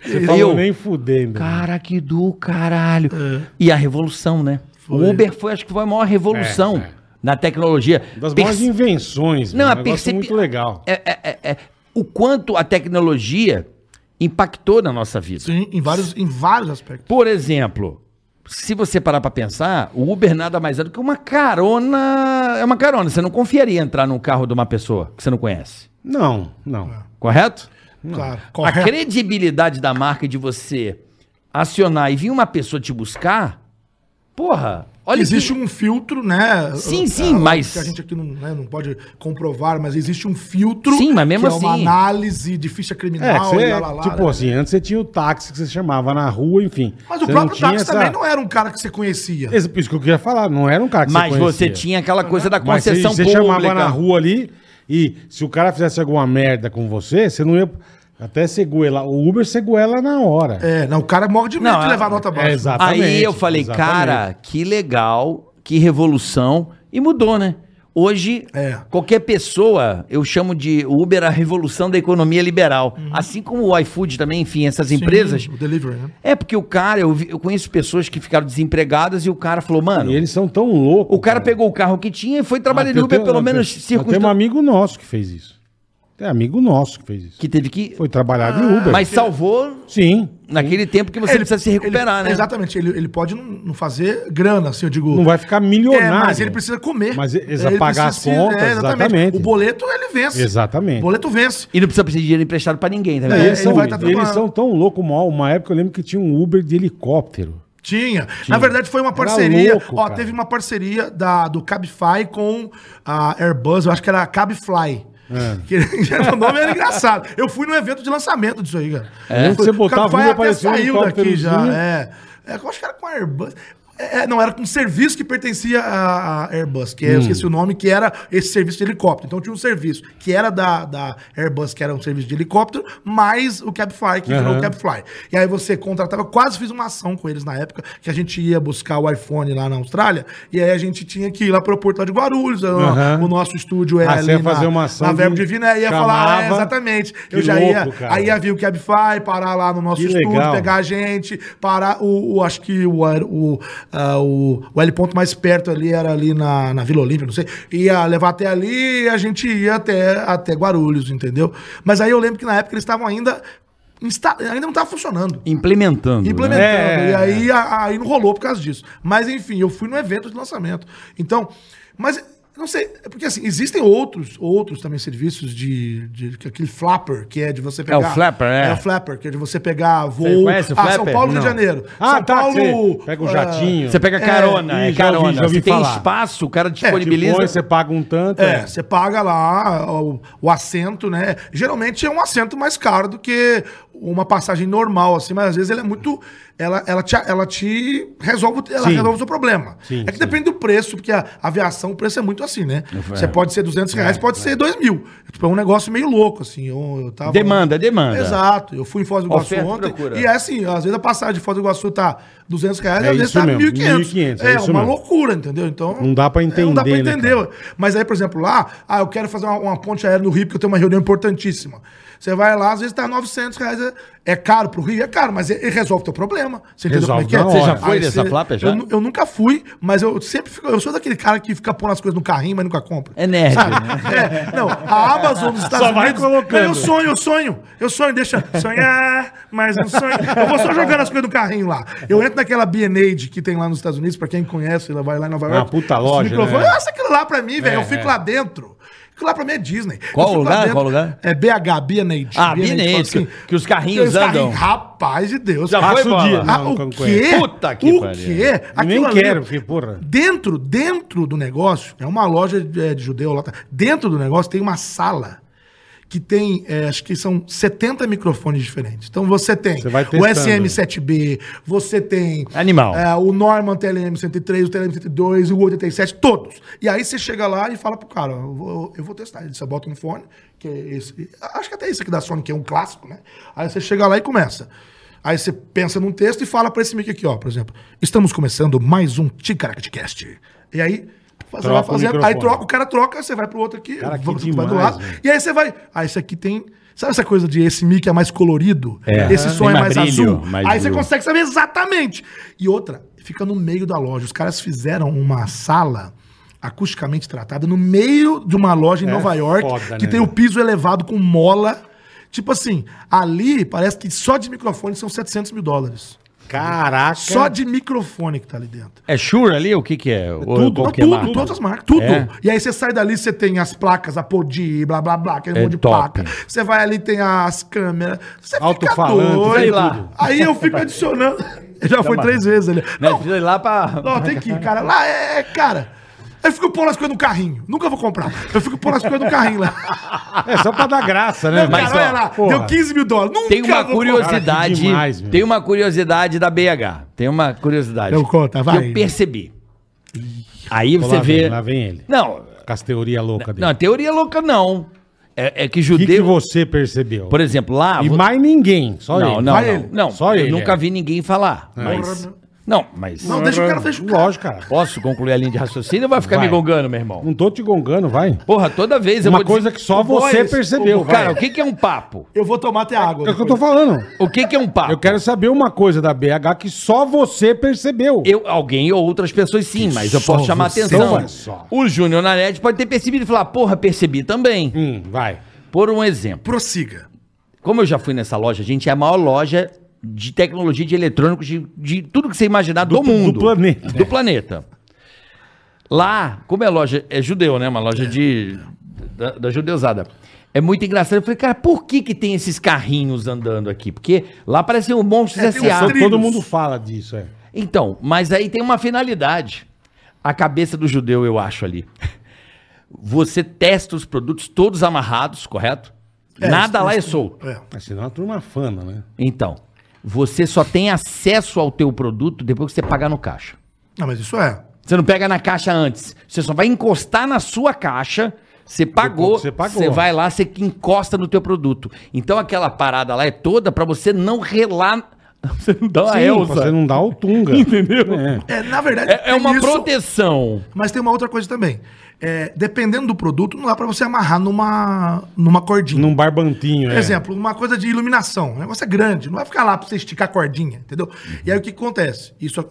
Você falou Eu- nem fudendo. Cara, que do caralho. É. E a revolução, né? O Uber foi, acho que foi a maior revolução É, é. na tecnologia. Das maiores Perce- invenções. Não, mano, a um negócio percep... muito legal. É, é, é, é. O quanto a tecnologia impactou na nossa vida. Sim, em vários, em vários aspectos. Por exemplo, se você parar pra pensar, o Uber nada mais é do que uma carona. É uma carona. Você não confiaria em entrar num carro de uma pessoa que você não conhece. Não, É. não. Correto? Claro. A Correto. credibilidade da marca de você acionar e vir uma pessoa te buscar, porra, olha Existe que- um filtro, né? Sim, Ah, sim, mas- que A gente aqui não, né, não pode comprovar, mas existe um filtro. Sim, mas mesmo que é uma assim- análise de É, ficha que criminal você, e lá, lá, lá, tipo né? assim, antes você tinha o táxi que você chamava na rua, enfim. Mas o Você próprio tinha táxi essa- também não era um cara que você conhecia. Esse- Isso que eu queria falar, não era um cara que mas conhecia. você tinha aquela coisa da Mas concessão você, você pública. chamava na rua ali e se o cara fizesse alguma merda com você, você não ia até ser goela. O Uber você goela na hora. É, não, o cara morre de medo Não, de é- levar nota baixa. é, exato. Aí eu Exatamente, falei, exatamente. cara, que legal, que revolução. E mudou, né? Hoje, É. qualquer pessoa, eu chamo de Uber a revolução da economia liberal. Assim como o iFood também, enfim, essas Uhum. Sim, empresas. O delivery, né? É porque o cara, eu, vi- eu conheço pessoas que ficaram desempregadas e o cara falou, mano, E eles são tão loucos. O cara pegou o carro que tinha e foi trabalhar Ah, Eu no Uber, tenho- pelo eu menos tenho- eu Tem um circunstância. amigo nosso que fez isso. Tem amigo nosso que fez isso. Que teve que. Foi trabalhar de Uber. Mas salvou Sim. naquele tempo que você Ele- precisa se recuperar, ele- né? Exatamente, ele, ele pode não, não fazer grana, assim, eu digo. Não vai ficar milionário. É, mas ele precisa comer. Mas ele precisa É, pagar precisa- as contas, exatamente. O boleto, ele vence. Exatamente. O boleto vence. E não precisa pedir dinheiro emprestado pra ninguém, tá E vendo? É, eles, ele são, vai tá tudo eles lá. são tão loucos. Uma, uma época eu lembro que tinha um Uber de helicóptero. Tinha. Na verdade, foi uma Era parceria. louco, ó, cara. teve uma parceria da, do Cabify com a Airbus, eu acho que era a Cabifly. É. Que, [LAUGHS] o nome era engraçado. Eu fui num evento de lançamento disso aí, cara. É? Eu fui- Você botava o Cabify um, até aparecia um saiu daqui já. helicópterozinho. É. É, eu acho que era com a Airbus. É, não, era com um serviço que pertencia à à Airbus, que é, Hum. eu esqueci o nome, que era esse serviço de helicóptero. Então tinha um serviço que era da, da Airbus, que era um serviço de helicóptero, mais o Cabify, que virou o Cabify. E aí você contratava, eu quase fiz uma ação com eles na época, que a gente ia buscar o iPhone lá na Austrália, e aí a gente tinha que ir lá pro aeroporto lá de Guarulhos, então, Aham. o nosso estúdio era Ah, você ali ia fazer na, uma ação na Verbo de- Divina, aí ia falar, é, chamava. exatamente. Que eu já ia, louco, cara. aí ia vir o Cabify, parar lá no nosso Que estúdio, legal. pegar a gente para o, o- acho que o, aer- o, ah, o, o L ponto mais perto ali era ali na, na Vila Olímpia, não sei. Ia levar até ali e a gente ia até, até Guarulhos, entendeu? Mas aí eu lembro que na época eles estavam ainda. insta- ainda não estava funcionando. Implementando. né? Implementando. É, e aí, a- aí não rolou por causa disso. Mas enfim, eu fui no evento de lançamento. Então, mas não sei, é porque assim, existem outros, outros também serviços de, de, que aquele flapper, que é de você pegar. o flapper, é. É o flapper, que é de você pegar voo. conhece o ah, São flapper? Paulo, Rio de Não. Janeiro. Ah, São tá, Paulo. você pega o ah, jatinho. Você pega carona, Ih, é, já ouvi, carona. já ouvi Se tem falar. É, espaço, o cara Depois disponibiliza. você paga um tanto. É, você paga lá o, o assento, né? Geralmente é um assento mais caro do que uma passagem normal, assim, mas às vezes ele é muito. Ela, ela, te, ela te resolve, o- ela Sim. resolve o seu problema. Sim, é que sim. depende do preço, porque a aviação, o preço é muito assim, né? Você pode ser 200 reais, pode ser 2 mil. Tipo, é um negócio meio louco, assim. Eu, eu tava- Demanda, demanda. Exato. Eu fui em Foz do Iguaçu Oferta e ontem. procura. E é assim, às vezes a passagem de Foz do Iguaçu tá 200 reais, É às vezes isso tá mesmo, 1.500. 1.500, É, é isso uma mesmo. loucura, entendeu? Então. Não dá pra Não dá pra entender, né, entender. cara? Mas aí, por exemplo, lá, ah, eu quero fazer uma, uma ponte aérea no Rio porque eu tenho uma reunião importantíssima. Você vai lá, às vezes tá 900 reais. É, é caro pro Rio? É caro, mas ele resolve o teu problema. Você entendeu Resolve como é na que é? hora. Você já foi Aí nessa você- flapa já? Eu, nu- eu nunca fui, mas eu sempre fico. Eu sou daquele cara que fica pondo as coisas no carrinho, mas nunca compra. É nerd. [LAUGHS] É, não, a Amazon dos Estados Só vai Unidos. colocando. Eu sonho, eu sonho. Eu sonho, deixa sonhar, mas não sonho. Eu vou só jogando as coisas do carrinho lá. Eu entro naquela Bienade que tem lá nos Ah, Estados Unidos, pra quem conhece, ela vai lá em Nova Uma York. puta Os loja, microfones, né? Nossa, aquilo lá pra mim, velho. É, eu fico é. lá dentro. Porque lá pra mim é Disney. Eu Qual fico lá lugar? dentro- Qual lugar? É BH, Bianeide. Ah, Bianeide, assim. que- que os carrinhos andam. Rapaz de Deus. Já cara. foi, Passa o bola. dia. Ah, Não, o não quê? conheço. Puta que o pariu. quê? Nem Aquilo ali- quero, porque, porra. Dentro, dentro do negócio, é uma loja de, eh, de judeu lá. tá? Dentro do negócio tem uma sala que tem, eh, acho que são 70 microfones diferentes. Então você tem Você vai o testando. SM7B, você tem Animal. eh, o Norman TLM103, o TLM102, o 87, todos. E aí você chega lá e fala pro cara, ó, eu vou, eu vou testar. Ele Você bota um fone, que é esse. Acho que até esse aqui da Sony, que é um clássico, né? Aí você chega lá e começa. Aí você pensa num texto e fala pra esse mic aqui, ó, por exemplo. Estamos começando mais um Ticaracatecast. E aí, você Troca vai o fazendo. microfone. Aí troca, o cara troca, você vai pro outro aqui, Cara, que vamos vai do demais, lado. velho. E aí você vai. Ah, esse aqui tem. Sabe essa coisa de esse mic é mais colorido? É. Esse som Tem é mais mais brilho, azul. mais aí você brilho. consegue saber exatamente. E outra, fica no meio da loja. Os caras fizeram uma sala acusticamente tratada no meio de uma loja em É Nova York foda, que né, tem o velho? piso elevado com mola. Tipo assim, ali parece que só de microfone são 700 mil dólares. Caraca. É. Só de microfone que tá ali dentro. É Shure ali? O que que é? Ou Tudo, qual não, que é tudo, marca? todas as marcas, tudo. É? E aí você sai dali, você tem as placas, a Podi, blá blá blá, aquele É monte de top. placa. Você vai ali, tem as câmeras. Você fica Alto-falante, doido. sei lá. Aí eu fico adicionando. Eu já fui três vezes ali. Né? Não, Fiz lá pra... não, tem que ir, cara. Lá é, é, cara. Eu fico pondo as coisas no carrinho. Nunca vou comprar. Eu fico pondo as coisas no carrinho lá. [LAUGHS] É só pra dar graça, né? Não, velho? cara, olha lá. Porra. Deu 15 mil dólares. Nunca Tem uma vou Cara, curiosidade. que demais, meu. Então tem uma curiosidade da BH. Tem uma curiosidade. Eu conta, vai. Que eu percebi. Aí Lá você vem, vê. lá vem ele. Não, Com as teorias loucas dele. não, a teoria é louca não. É, é que O que, que judeu. você percebeu? Por exemplo, lá. e vo- mais ninguém, só não, ele. não, Vai não, ele. não. Só eu ele, nunca é. vi ninguém falar. Mas. Não, mas. Não, deixa o cara, deixa o cara. Lógico, cara. Posso concluir a linha de raciocínio ou vai ficar Vai. me gongando, meu irmão? Não tô te gongando, vai. Porra, toda vez Uma vou coisa dizer- que só o boy você é esse- percebeu, vai. Cara, o que, que é um papo? Eu vou tomar até água. É o que eu tô falando. O que, que é um papo? Eu quero saber uma coisa da BH que só você percebeu. Eu, alguém ou outras pessoas sim, mas eu posso só chamar você, atenção. olha só. O Júnior Nanete pode ter percebido e falar, porra, percebi também. Hum, vai. Por um exemplo, Prossiga. como eu já fui nessa loja, gente, é a maior loja de tecnologia de eletrônicos, de, de tudo que você imaginar do, Do- do mundo. planeta. Do planeta. Lá, como é loja, é judeu, né? Uma loja de, da, da judeusada. É muito engraçado. Eu falei, cara, por que que tem esses carrinhos andando aqui? Porque lá parecem um monstros É, tem uns S.A. Só trilhos. todo mundo fala disso, é. Então, mas aí tem uma finalidade. A cabeça do judeu, eu acho ali. Você testa os produtos todos amarrados, correto? É, Nada isso- lá é isso- solto. É. Mas senão a turma fana, né? Então, você só tem acesso ao teu produto depois que você pagar no caixa. Não, mas isso é. Você não pega na caixa antes. Você só vai encostar na sua caixa. Você pagou, que você pagou. você vai lá, você que encosta no teu produto. Então aquela parada lá é toda pra você não relar. [LAUGHS] Você não dá uma Sim, Elsa. você não dá o tunga. Ah, é, Entendeu? É. É, na verdade. É, é uma isso- proteção. Mas tem uma outra coisa também. É, dependendo do produto, não dá pra você amarrar numa, numa cordinha. Num barbantinho, Por é. exemplo, uma coisa de iluminação. O negócio é grande, não vai ficar lá pra você esticar a cordinha, entendeu? Uhum. E aí o que que acontece? Isso,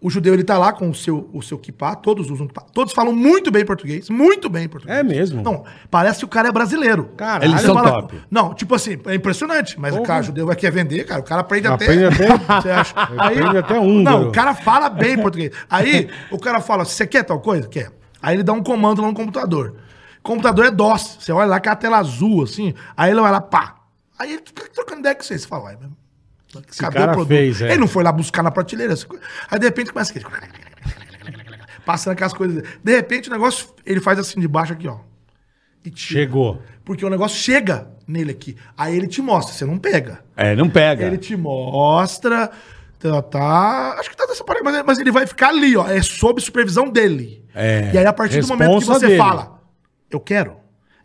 o judeu ele tá lá com o seu, o seu kippah, todos usam kippah. Todos falam muito bem português, muito bem português. É mesmo? Então, parece que o cara é brasileiro. Caralho. Eles Você são top. Não, tipo assim, é impressionante, mas o cara judeu vai querer vender, cara, o cara aprende, Aprende até- [LAUGHS] Você acha? [LAUGHS] Aí, Aprende até húngaro. Não, o cara fala bem português. Aí o cara fala, você quer tal coisa? Quer. Aí ele dá um comando lá no computador. Computador é DOS. Você olha lá que é a tela azul, assim. Aí ele vai lá, pá. Aí ele fica trocando ideia com você. Você fala, "Ué, meu, cadê cara fez, é. Ele não foi lá buscar na prateleira. essa coisa. Aí de repente começa aquele... Passando aquelas coisas. De repente o negócio, ele faz assim de baixo aqui, ó. E tira. Chegou. Porque o negócio chega nele aqui. Aí ele te mostra, você não pega. É, não pega. Ele te mostra. Tá, tá. Acho que tá dessa parada, mas, mas ele vai ficar ali, ó. É sob supervisão dele. É. E aí, a partir do momento que Responsa você dele. fala, eu quero.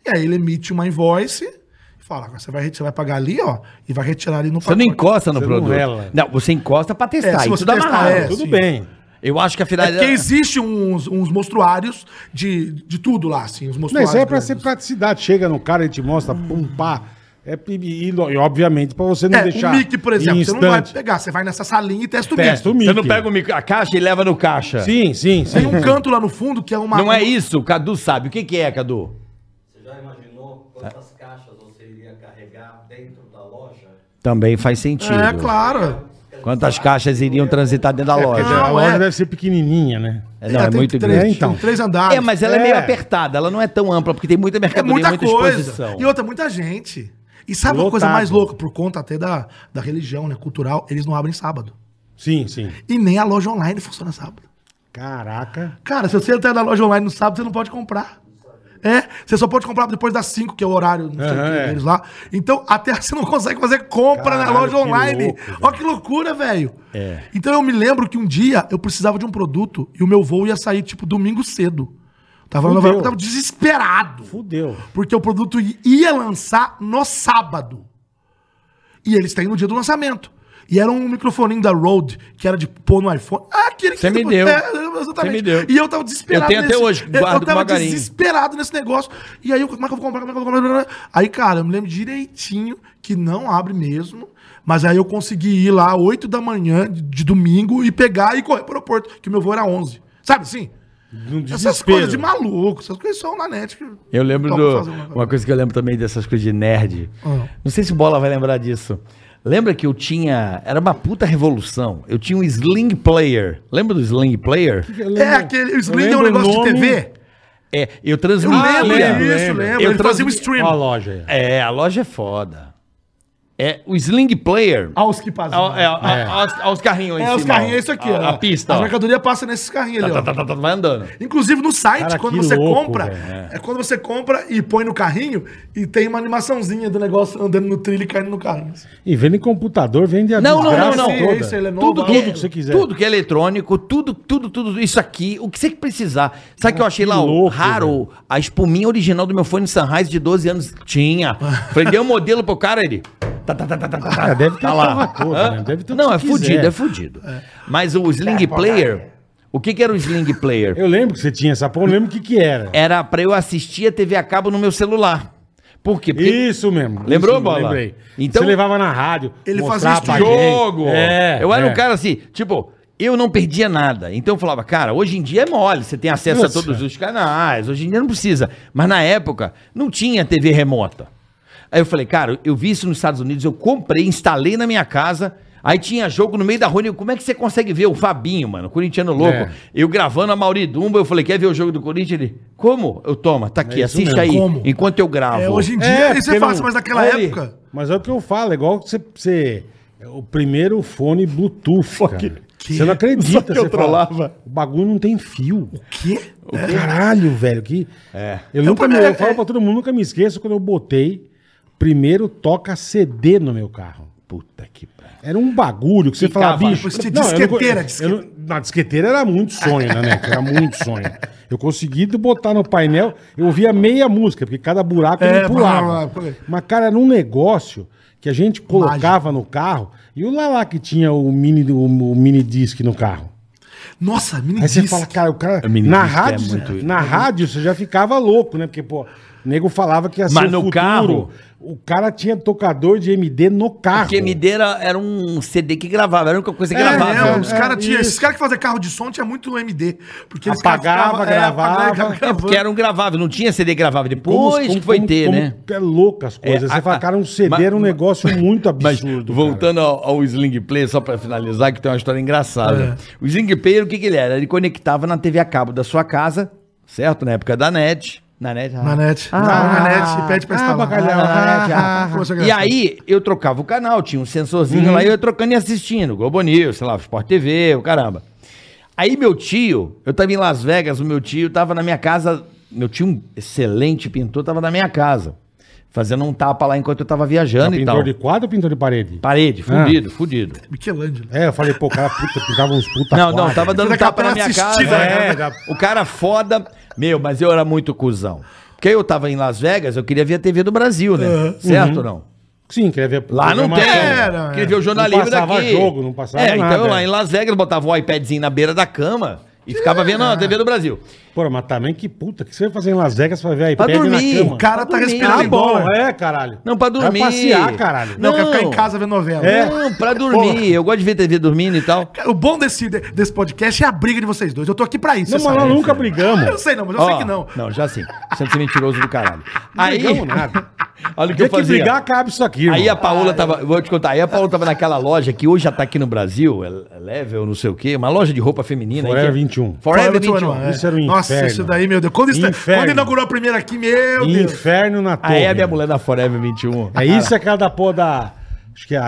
E aí ele emite uma invoice e fala: "Agora você vai, você vai pagar ali, ó, e vai retirar ali no Você não encosta no Você não produto. rela. Não, você encosta pra É, testar. se isso você dá testar, amarrado. é. Tudo sim. bem. Eu acho que a É porque finalidade. existe uns, uns mostruários de, de tudo lá, assim, os Mas mostruários. isso é pra ser grandes. praticidade. Chega no cara, ele te mostra, pum, pá. É, e, e- e, obviamente, pra você não é, deixar. o mic, por exemplo, em você não vai instante. pegar, você vai nessa salinha e testa o Testa o mic. mic. é, Você não pega o micro- a caixa e leva no caixa. Sim, sim, sim. Tem um canto lá no fundo que é uma. Não é isso, o Cadu sabe. O que, que é, Cadu? Você já imaginou quantas caixas você iria carregar dentro da loja? Também faz sentido. É, claro. Quer Quantas caixas iriam transitar dentro da Quer dizer, loja? a Não, loja é. deve ser pequenininha, né? É, não, É, é tem muito três, É, grande. então. tem Três andares. É, mas ela é, É. meio apertada, ela não é tão ampla, porque tem muita É mercadoria, muita coisa. exposição. E outra, muita gente. E sabe uma coisa Lotado. mais louca? Por conta até da, da religião, né? Cultural, eles não abrem sábado. Sim, sim. E nem a loja online funciona sábado. Caraca. Cara, se você entrar na loja online no sábado, você não pode comprar. É, você só pode comprar depois das 5, que é o horário não sei o Aham, que é. deles lá. Então, até [LAUGHS] você não consegue fazer compra na Caralho, loja que online. louco, velho. É. Ó que loucura, velho. Então, eu me lembro que um dia eu precisava de um produto e o meu voo ia sair, tipo, domingo cedo. Tava lá, Fudeu. eu tava desesperado. Fudeu. Porque o produto ia lançar no sábado. E eles têm no dia do lançamento. E era um microfoninho da Rode, que era de pôr no iPhone. Ah, aquele que Você me depois- deu. É, exatamente. Você me deu. E eu tava desesperado Eu tenho até hoje, Eu, guardo eu com tava maior carinho. desesperado nesse negócio. E aí, eu, como é que eu vou comprar? Como é que eu vou comprar? Aí, cara, eu me lembro direitinho que não abre mesmo. Mas aí eu consegui ir lá 8 da manhã de- de domingo e pegar e correr pro aeroporto, que meu voo era 11. Sabe assim? No Essas desespero. coisas de maluco, essas coisas são na net. que- Eu lembro Então, do. vou fazer uma- Uma coisa que eu lembro também dessas coisas de nerd. Ah. Não sei se o Bola vai lembrar disso. Lembra que eu tinha. Era uma puta revolução. Eu tinha um Sling Player. Lembra do Sling Player? Eu lembro- É, aquele. O eu Sling é um lembro o negócio de nome. TV? É, eu Eu transmitia. lembro lembro, disso, lembro. lembro. Eu Ele fazia um transmi- stream. Ó a loja aí. É, a loja é foda. É, o Sling Player. Aos que passam. Ó, é, ó, ó, ó, ó, os carrinhos aí É, em os cima, carrinhos, ó. é isso aqui, a, ó. A pista, A ó. mercadoria passa nesses carrinhos ali, Tá, ó. tá, tá, tá, vai andando. Inclusive no site, Cara, quando que você louco, compra, velho. é quando você compra e põe no carrinho e tem uma animaçãozinha do negócio andando no trilho e caindo no carrinho. E vende computador, vende a Não, não, desgraça não, não. toda. Isso, ele é novo, Tudo que, tudo que você quiser. Tudo que é eletrônico, tudo, tudo, tudo, isso aqui, o que você precisar. Sabe que eu achei que lá o louco, raro? velho. A espuminha original do meu fone Sunrise de 12 anos tinha. Falei, dei um modelo pro cara, ele. Tá, tá, tá, tá, tá, tá, tá. Ah, deve ter Tá a lá. porra toda, né? Deve ter o Não, que é quiser. fudido, é fudido. Mas o Tá, Sling Player, o que que era o Sling Player? Eu lembro que você tinha essa porra, eu lembro o que que era. Era pra eu assistir a TV a cabo no meu celular. Por quê? Porque Isso mesmo. Lembrou, isso mesmo, Bola? Lembrei. Então- você levava na rádio. Ele mostrava fazia pra isso de gente. jogo. É, eu era é. um cara assim, tipo, eu não perdia nada. Então eu falava, cara, hoje em dia é mole, você tem acesso Nossa. a todos os canais, hoje em dia não precisa. Mas na época não tinha TV remota. Aí eu falei, cara, eu vi isso nos Estados Unidos, eu comprei, instalei na minha casa. Aí tinha jogo no meio da rua, eu, como é que você consegue ver o Fabinho, mano, o corintiano louco? É. Eu gravando a Mauri Dumba, eu falei, quer ver o jogo do Corinthians? Ele, como? Eu, toma, tá aqui, É isso assiste mesmo. aí, Como? enquanto eu gravo. É, hoje em dia É, isso porque é fácil, não- mas naquela Olha aí. época. Mas é o que eu falo, é igual que você, você- O primeiro fone Bluetooth, cara. que- Você não Só acredita. que você eu fala, trollava. o bagulho não tem fio. Que? O Caralho, velho. Que... É. Eu, Eu nunca me- também- é, eu falo pra todo mundo, nunca me esqueço quando eu botei primeiro toca CD no meu carro. Puta que pariu. Era um bagulho que você falava, cavalo. bicho. não, Você eu não- disqueteira, eu não- Na disqueteira era muito sonho, né, Neco? Era muito sonho. Eu consegui botar no painel, eu via meia música, porque cada buraco É, ele pulava. blá, blá, blá. Mas, cara, era um negócio que a gente colocava no carro e o Lala que tinha o mini, o, o mini disc no carro. Nossa, mini Aí você disc. fala, cara, o cara. É, mini Na disc é rádio, muito- na rádio você já ficava louco, né? Porque, pô, o nego falava que ia ser Mas o no carro- O cara tinha tocador de MD no carro. Porque MD era, era um CD que gravava, era a única coisa que É, gravava. É, é, os caras tinham. isso. Esses caras que faziam carro de som tinha muito MD. Porque eles Apagava, gravava. É, É porque era um gravável, não tinha CD gravável depois Como- como- que foi como- ter, como né? É louco as coisas. É, Você a- fala, a- cara, um CD mas- era um negócio [LAUGHS] muito Mas absurdo. cara. voltando ao, ao Sling Play, só pra finalizar, que tem uma história engraçada. É. O Sling Play, o que, que ele era? Ele conectava na TV a cabo da sua casa, certo? Na época da net. Na net. ah. Na net. Ah, na net, pede pra ah, instalar. bacalhau. Ah, Ah, ah, ah. E aí, eu trocava o canal, tinha um sensorzinho lá, eu ia trocando e assistindo. Globo News, sei lá, Sport TV, o caramba. Aí meu tio, eu tava em Las Vegas, o meu tio tava na minha casa, meu tio, um excelente pintor, tava na minha casa, fazendo um tapa lá enquanto eu tava viajando e pintor tal. de quadro ou pintor de parede? Parede, fudido, fudido. Michelangelo. É, eu falei, pô, o cara puta, pintava uns puta Não, não, quadro. tava dando Daqui a tapa na pouco minha assistindo, cara. né? É, da- o cara foda. Meu, mas eu era muito cuzão. Porque eu tava em Las Vegas, eu queria ver a TV do Brasil, né? Certo ou não? Sim, queria ver. Lá não tem. programação. não, Queria ver o jornalismo Não passava daqui. jogo, não passava é, nada, Então eu lá é. em Las Vegas botava o iPadzinho na beira da cama e ficava vendo a TV do Brasil. Pô, mas também que puta, o que você vai fazer em Las Vegas pra ver iPad dormir, na cama? O Pra cara tá dormir. respirando Ah, cara é bom, igual, é, caralho. Não, pra dormir. Vai passear, caralho. Não, quer Não. ficar em casa vendo novela. É. Não, pra dormir. Eu gosto de ver TV dormindo e tal. Cara, O bom desse, desse podcast é a briga de vocês dois. Eu tô aqui pra isso. Não, você mas sabe. Ah, nós nunca Eu brigamos. sei não, mas eu sei Ó, que não. Não, já sim. Você é um mentiroso do caralho. Não Aí, brigamos nada. [LAUGHS] Olha o que Tem eu que fazia. brigar, cabe isso aqui, Aí a irmão. Paola Ah, tava, é. vou te contar, aí a Paola tava naquela loja que hoje já tá aqui no Brasil, é Level, não sei o quê, uma loja de roupa feminina. aí Forever que- é 21. Forever 21. é. Isso era um Nossa, inferno. isso daí, meu Deus. Quando, isso- Inferno. quando inaugurou a primeira aqui, meu Deus. Inferno na torre. Aí a minha mulher da Forever 21. É isso é aquela da porra da. Acho que é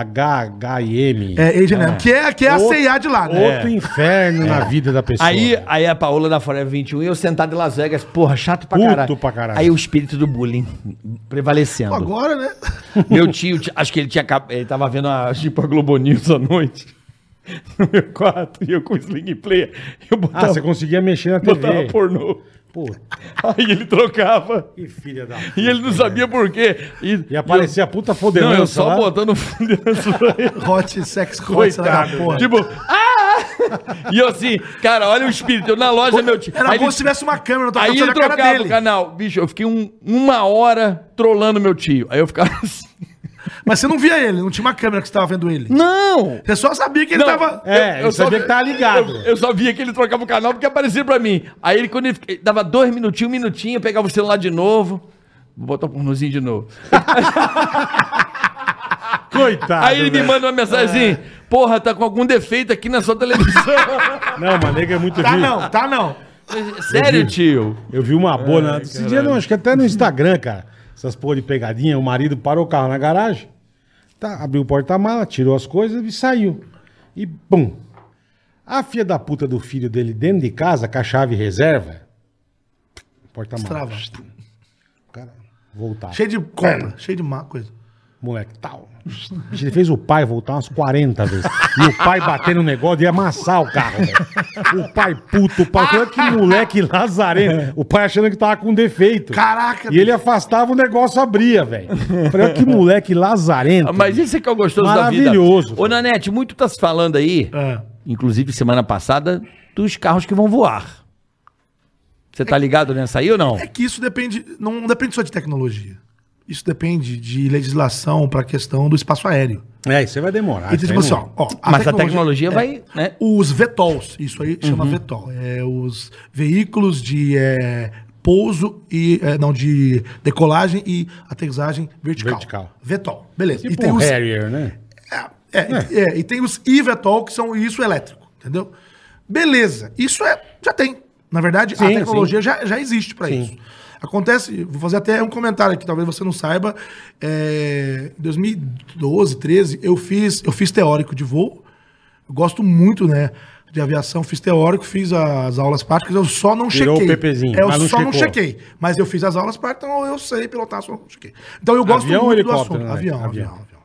HHM. É, Age Name, que é, que é a Outro- CIA de lá, né? Outro inferno na vida da pessoa. É. Aí, aí a Paola da Forever 21 e um, eu sentado em Las Vegas, porra, chato pra Puto caralho. pra caralho. Aí o espírito do bullying prevalecendo. Agora, né? [LAUGHS] Meu tio, ti- acho que ele tinha acab- ele tava vendo a tipo a Globo News à noite. [LAUGHS] No meu quarto, e eu com o Sling Player. Ah, Eu botava, você conseguia mexer na então, botava TV. pornô. Puta, Aí ele trocava. que filha da. E ele não sabia por quê. E, é. E aparecia a puta foderança Não, eu só lá. botando [LAUGHS] fuderança aí. Hot sex hot, sei lá, Coitado, porra. Tipo, ah! E eu assim, cara, olha o espírito. Eu na loja, meu tio. Era Aí como ele- se tivesse uma câmera, eu tava Aí ele a cara trocava o dele. canal. Bicho, eu fiquei um- uma hora trollando meu tio. Aí eu ficava [LAUGHS] assim. Mas você não via ele, não tinha uma câmera que você tava vendo ele. Não! Você só sabia que ele Não, tava. É, eu, eu só sabia vi- que tava ligado. Eu, eu só via que ele trocava o canal porque aparecia pra mim. Aí ele, quando ele, ele dava dois minutinhos, um minutinho, eu pegava o celular de novo. Vou botar o pornozinho de novo. Coitado. Aí ele me velho. manda uma mensagem assim: Porra, tá com algum defeito aqui na sua televisão. Não, mas nego é muito Tá vivo. não, tá não. Sério, tio? Eu vi uma boa na... Esse dia não, acho que até no Instagram, cara. Essas porra de pegadinha, o marido parou o carro na garagem, tá, abriu o porta-mala, tirou as coisas e saiu. E pum! A filha da puta do filho dele dentro de casa, com a chave reserva, porta-mala. Trava. O cara voltava. Cheio de É. cobra, cheio de má coisa. Moleque, tal. Bicho, Ele fez o pai voltar umas 40 vezes. E o pai bater no negócio e amassar o carro, velho. O pai puto, o pai. Olha que moleque lazarento. O pai achando que tava com defeito. Caraca, E ele afastava, o negócio abria, velho. Falei, olha que moleque lazarento. Mas isso é que é o gostoso da vida. Maravilhoso. Ô, Nanete, muito tá se falando aí, É. inclusive semana passada, dos carros que vão voar. Você tá ligado nessa aí ou não? É que isso depende, não depende só de tecnologia. Isso depende de legislação para a questão do espaço aéreo. É, isso aí vai demorar. então, isso aí tipo assim, não- ó, ó, Ah, é Mas a tecnologia vai, né? Uhum. Os VETOLs, isso aí chama VETOL. É, os veículos de é, pouso e. é, não, de decolagem e aterrissagem vertical. Vertical. VETOL, beleza. Tipo e tem um os. Harrier, né? É, é, é, e tem os eVTOL, que são isso elétrico, entendeu? Beleza, isso é, já tem. Na verdade, a Sim, tecnologia já, já existe para isso. Acontece, vou fazer até um comentário aqui, talvez você não saiba. é, Em 2012, 13, eu fiz, eu fiz teórico de voo. Eu gosto muito, né? De aviação, fiz teórico, fiz as aulas práticas, eu só não Virou chequei. o PPzinho, É, eu mas não só não checou. chequei. Mas eu fiz as aulas práticas, então eu sei pilotar, só não chequei. Então eu gosto Avião ou muito do helicóptero, assunto. né? Avião, Avião. avião, avião.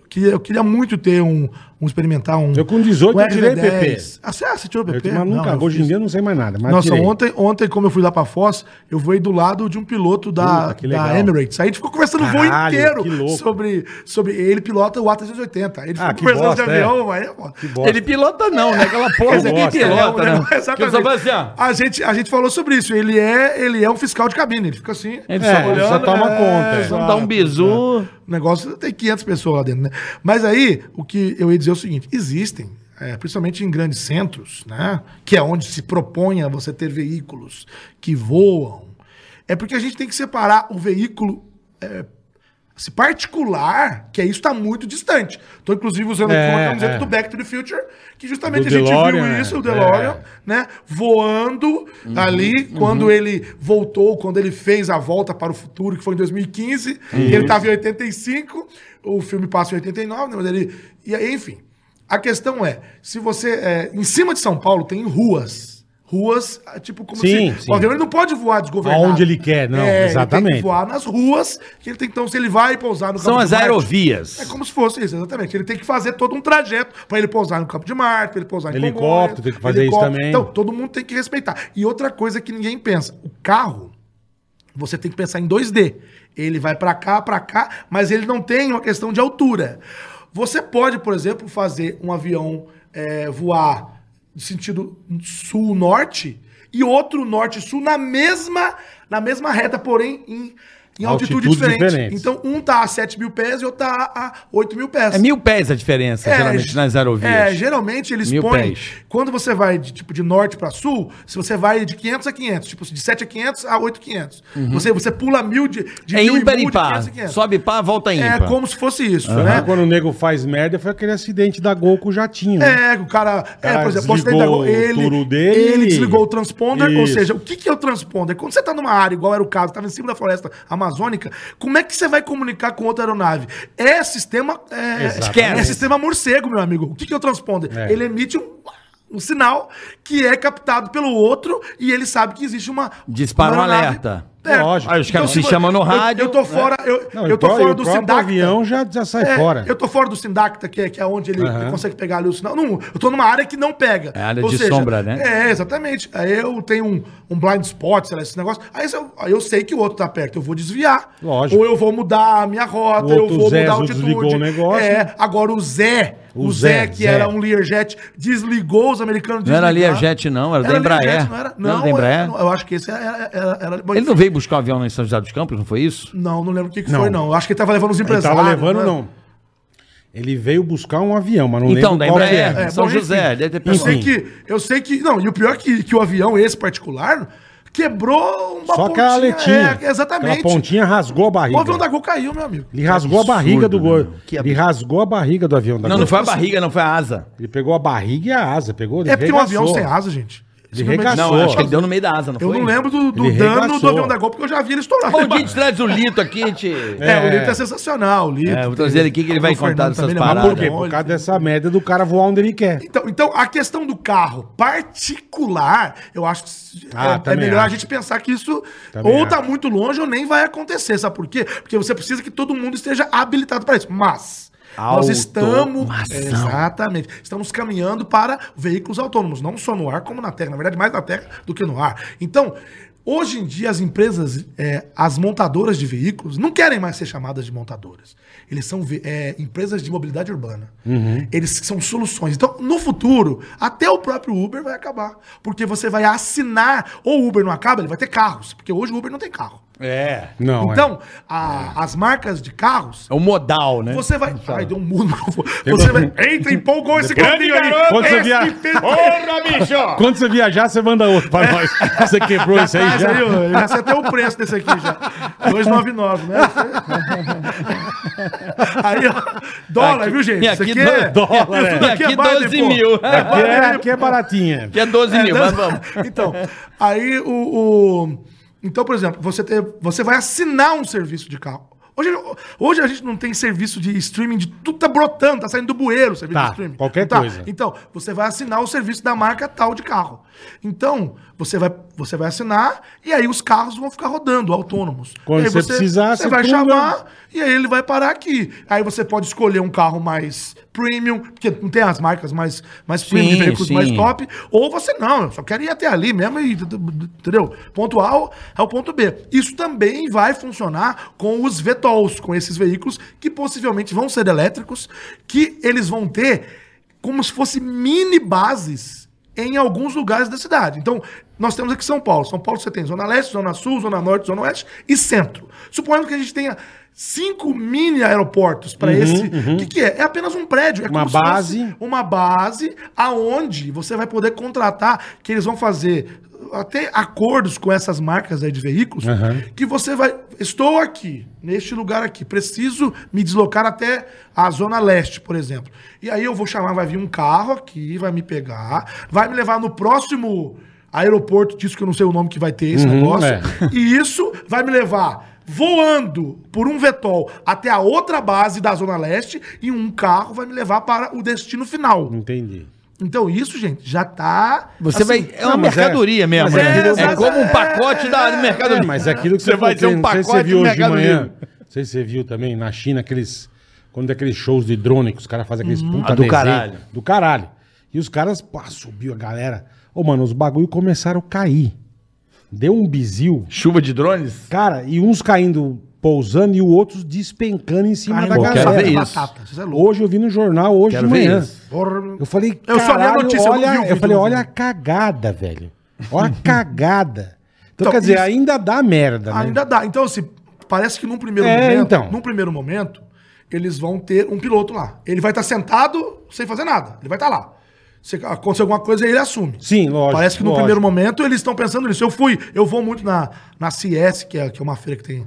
Eu queria, eu queria muito ter um, um experimentar um. Eu com 18 um eu tirei RV10. Ah, você, ah, você tirou Eu, PP? mas nunca, eu hoje em fiz. dia eu não sei mais nada. Mas Nossa, tirei. ontem, ontem, como eu fui lá pra Foz, eu voei do lado de um piloto da, Puta, que legal. da Emirates. Aí a gente ficou conversando Caralho, o voo que inteiro louco. sobre, sobre. Ele pilota o A380. Aí Ele ficou Ah, que conversando bosta, de é. avião, mas é, pô. Bosta. Ele pilota não, né? Aquela Quer porra dizer, que que é, pilota, né? [LAUGHS] né? Que eu só falo assim, ó. A gente, a gente falou sobre isso. Ele é, ele é um fiscal de cabine. Ele fica assim. Ele É, só ele só olhando, toma né? conta. é. Só dá um bizu. O negócio tem 500 pessoas lá dentro, né? Mas aí, o que eu ia dizer é o seguinte: existem, é, principalmente em grandes centros, né? Que é onde se propõe a você ter veículos que voam. É porque a gente tem que separar o veículo é, assim, particular, que é isso está muito distante. Estou, inclusive, usando aqui uma É, camiseta é. do Back to the Future, que justamente Do a gente DeLorean, viu né? isso, o DeLorean, É. né? Voando ali, Uhum, quando ele voltou, quando ele fez a volta para o futuro, que foi em 2015, e ele estava em 85, o filme passa em 89, né? Mas ele. E aí, enfim. A questão é: se você. é, em cima de São Paulo tem ruas. Ruas, ah, tipo, como Sim, se. sim. O avião ele não pode voar desgovernado. É, Aonde ele quer, não, ele tem que exatamente. voar nas ruas, que ele tem. Então, se ele vai pousar no São campo as de Marte- é aerovias. como se fosse isso, exatamente. Ele tem que fazer todo um trajeto para ele pousar no campo de Marte, para ele pousar em Helicóptero, Congonhas, tem que fazer isso helicóptero. também. Então, todo mundo tem que respeitar. E outra coisa que ninguém pensa, o carro, você tem que pensar em 2D. Ele vai para cá, para cá, mas ele não tem uma questão de altura. Você pode, por exemplo, fazer um avião eh, voar de sentido sul-norte e outro norte-sul na mesma, na mesma reta, porém em em altitude, Altitudes diferente. diferentes. Então, um tá a 7 mil pés e outro tá a 8 mil pés. É mil pés a diferença, geralmente, ge- nas aerovias. É, geralmente eles Mil põem. pés. Quando você vai de, tipo, de norte pra sul, se você vai de 500 a 500, tipo de 7 a 500 a 8 a 500. Você, você pula mil de, de Uhum. é mil ímpar mil e par. Sobe par, volta É ímpar. como se fosse isso, Né? né? Quando o nego faz merda, foi aquele acidente da Gol com o Jatinho. né? É, o cara. É, cara por exemplo, o acidente desligou da- o ele, touro dele. ele desligou o transponder, ou Isso. seja, o que, que é o transponder? Quando você tá numa área, igual era o caso, tava em cima da floresta amazônica, como é que você vai comunicar com outra aeronave? É sistema. É, Esquece. é sistema morcego, meu amigo. O que, que é o transponder? É. Ele emite um. um sinal que é captado pelo outro e ele sabe que existe uma. Dispara um uma aeronave- alerta. É. Lógico. Aí os caras se Então, for- chamam no eu- rádio. Eu, tô fora, eu, Não, eu tô o pró- fora o do próprio Sindacta. avião já, já sai É, fora. Eu tô fora do Sindacta, que é, que é onde ele Aham. consegue pegar ali o sinal. Não, eu tô numa área que não pega. É área de sombra, né? É, exatamente. Aí eu tenho um, um blind spot, sei lá, esse negócio. Aí eu, aí eu sei que o outro tá perto, eu vou desviar. Lógico. Ou eu vou mudar a minha rota, O eu outro vou Zé mudar a desligou altitude. o negócio. É, agora o Zé, O o, Zé, Zé, que Zé. era um Learjet, desligou os americanos. Não era desligaram. Learjet, não, era da Embraer. não era? Não Não, é, era da Embraer? Eu, eu acho que esse era... era- era- Ele não veio buscar o avião em São José dos Campos, não foi isso? Não, não lembro o que, que Não. foi, não. Eu Acho que ele tava levando os Ele empresários. tava levando, né? não. Ele veio buscar um avião, mas não então, da lembro qual que Embraer, é. É, São bom, enfim. José, deve ter Eu sei pensado. que. Eu sei que. Não, e o pior é que, que o avião, esse particular, quebrou uma Só que a aletinha. É, exatamente. é A pontinha rasgou a barriga. O avião da Gol caiu, meu amigo. Ele rasgou absurdo, a barriga do meu. gordo. Que ab- Ele rasgou a barriga do avião da Não, Gol. não foi a barriga, não foi a asa. Ele pegou a barriga e a asa. Pegou, ele É porque um avião regaçou. sem asa, gente. Ele Simplesmente- regaçou. Não, Passou. acho que ele deu no meio da asa, não Eu foi? não lembro do, do Ele dano regaçou. do avião da Gol, porque eu já vi ele estourar. Bom, gente, traz o Lito aqui, gente. É, o Lito é sensacional, o Lito. É, vou trazer ele aqui que ele vai O Fernando contar dessas também, ele é paradas. Mas por quê? bom, Por ele- causa dessa merda do cara voar onde ele quer. Então, então, a questão do carro particular, eu acho que se- Ah, é, é também melhor a acho. gente pensar que isso Também ou tá acho. muito longe ou nem vai acontecer. Sabe por quê? Porque você precisa que todo mundo esteja habilitado para isso. Mas. Nós estamos. Automação. Exatamente. Estamos caminhando para veículos autônomos, não só no ar como na terra. Na verdade, mais na terra do que no ar. Então, hoje em dia, as empresas, é, as montadoras de veículos, não querem mais ser chamadas de montadoras. Eles são ve- é, empresas de mobilidade urbana. Uhum. Eles são soluções. Então, no futuro, até o próprio Uber vai acabar. Porque você vai assinar, ou o Uber não acaba, ele vai ter carros. Porque hoje o Uber não tem carro. É. Não, é. então, a- as marcas de carros É o modal, né? você vai. Ai, deu um mudo no microfone. Você vai. Entra, empolgou esse gordinho ali. Quando você Esse via- pedaço Porra, bicho! Quando você viajar, você manda outro pra nós. Você quebrou isso aí atrás já. aí, ó, Eu já sei até o preço desse aqui já. 2,99, [LAUGHS] né? Aí, ó. Dólar, Aqui- viu, gente? e aqui do- dólar, Isso daqui é. E é aqui Biden, 12 pô. mil. É Aqui é, Biden, aqui é baratinha. Que é 12 mil, É, mas não- vamos. Então, aí o, o- Então, por exemplo, você, ter, você vai assinar um serviço de carro. Hoje, hoje a gente não tem serviço de streaming de tudo tá brotando, tá saindo do bueiro o serviço Tá, de streaming. qualquer Não tá? coisa. Então, você vai assinar o serviço da marca tal de carro. Então, você vai, você vai assinar e aí os carros vão ficar rodando, autônomos. Quando E aí você precisar, você você vai pluga. chamar e aí ele vai parar aqui. Aí você pode escolher um carro mais premium, porque não tem as marcas mais, mais premium, Sim, de veículos sim. mais top top, ou você não, eu só quero ir até ali mesmo, e, entendeu? Ponto A ao- ao ponto B. Isso também vai funcionar com os VTOLs, com esses veículos que possivelmente vão ser elétricos, que eles vão ter como se fossem mini bases em alguns lugares da cidade. Então, nós temos aqui São Paulo. São Paulo você tem Zona Leste, Zona Sul, Zona Norte, Zona Oeste e Centro. Suponhamos que a gente tenha cinco mini aeroportos para esse. O que, que é? É apenas um prédio. É Uhum, Uma como se fosse base. uma base aonde você vai poder contratar, que eles vão fazer até acordos com essas marcas aí de veículos, Aham. que você vai, estou aqui, neste lugar aqui, preciso me deslocar até a zona leste, por exemplo. E aí eu vou chamar, vai vir um carro aqui, vai me pegar, vai me levar no próximo aeroporto, disso que eu não sei o nome que vai ter esse Uhum, negócio. é. E isso vai me levar voando por um vetol até a outra base da Zona Leste e um carro vai me levar para o destino final. Entendi. Então isso, gente, já tá... Você vai. É uma não, mas é- mercadoria mesmo. mas é- né? É, mas como um é- pacote da Mercado É, Livre. mas é aquilo que você, Você vai ter falou, um não sei se você pacote viu no hoje de Mercado manhã. Livre. Não sei se você viu também na China, aqueles. Quando tem aqueles shows de drone que os caras fazem aqueles puta Ah, do desenho, caralho. Do caralho. E os caras, pá, subiu a galera. Ô, mano, os bagulho começaram a cair. Deu um bizil. Chuva de drones? Cara, e uns caindo, pousando, e o outros despencando em cima da pô, quero galera. ver isso. batata, isso é louco. Hoje eu vi no jornal, hoje Quero de ver manhã. isso. Porra. Eu falei, Eu só li a caralho, notícia, eu não olha, vi o eu, vídeo, falei, mas olha eu a cagada, velho. Olha a cagada. Então, Então, quer dizer, isso- ainda dá merda, né? Ainda dá. Então, assim, Parece que num primeiro É, momento, então. num primeiro momento, eles vão ter um piloto lá. Ele vai estar sentado sem fazer nada. Ele vai estar lá. Se acontecer alguma coisa, ele assume. Sim, lógico, Parece que no lógico. primeiro momento eles estão pensando nisso. Eu fui, eu vou muito na, na CES, que é, que é uma feira que tem,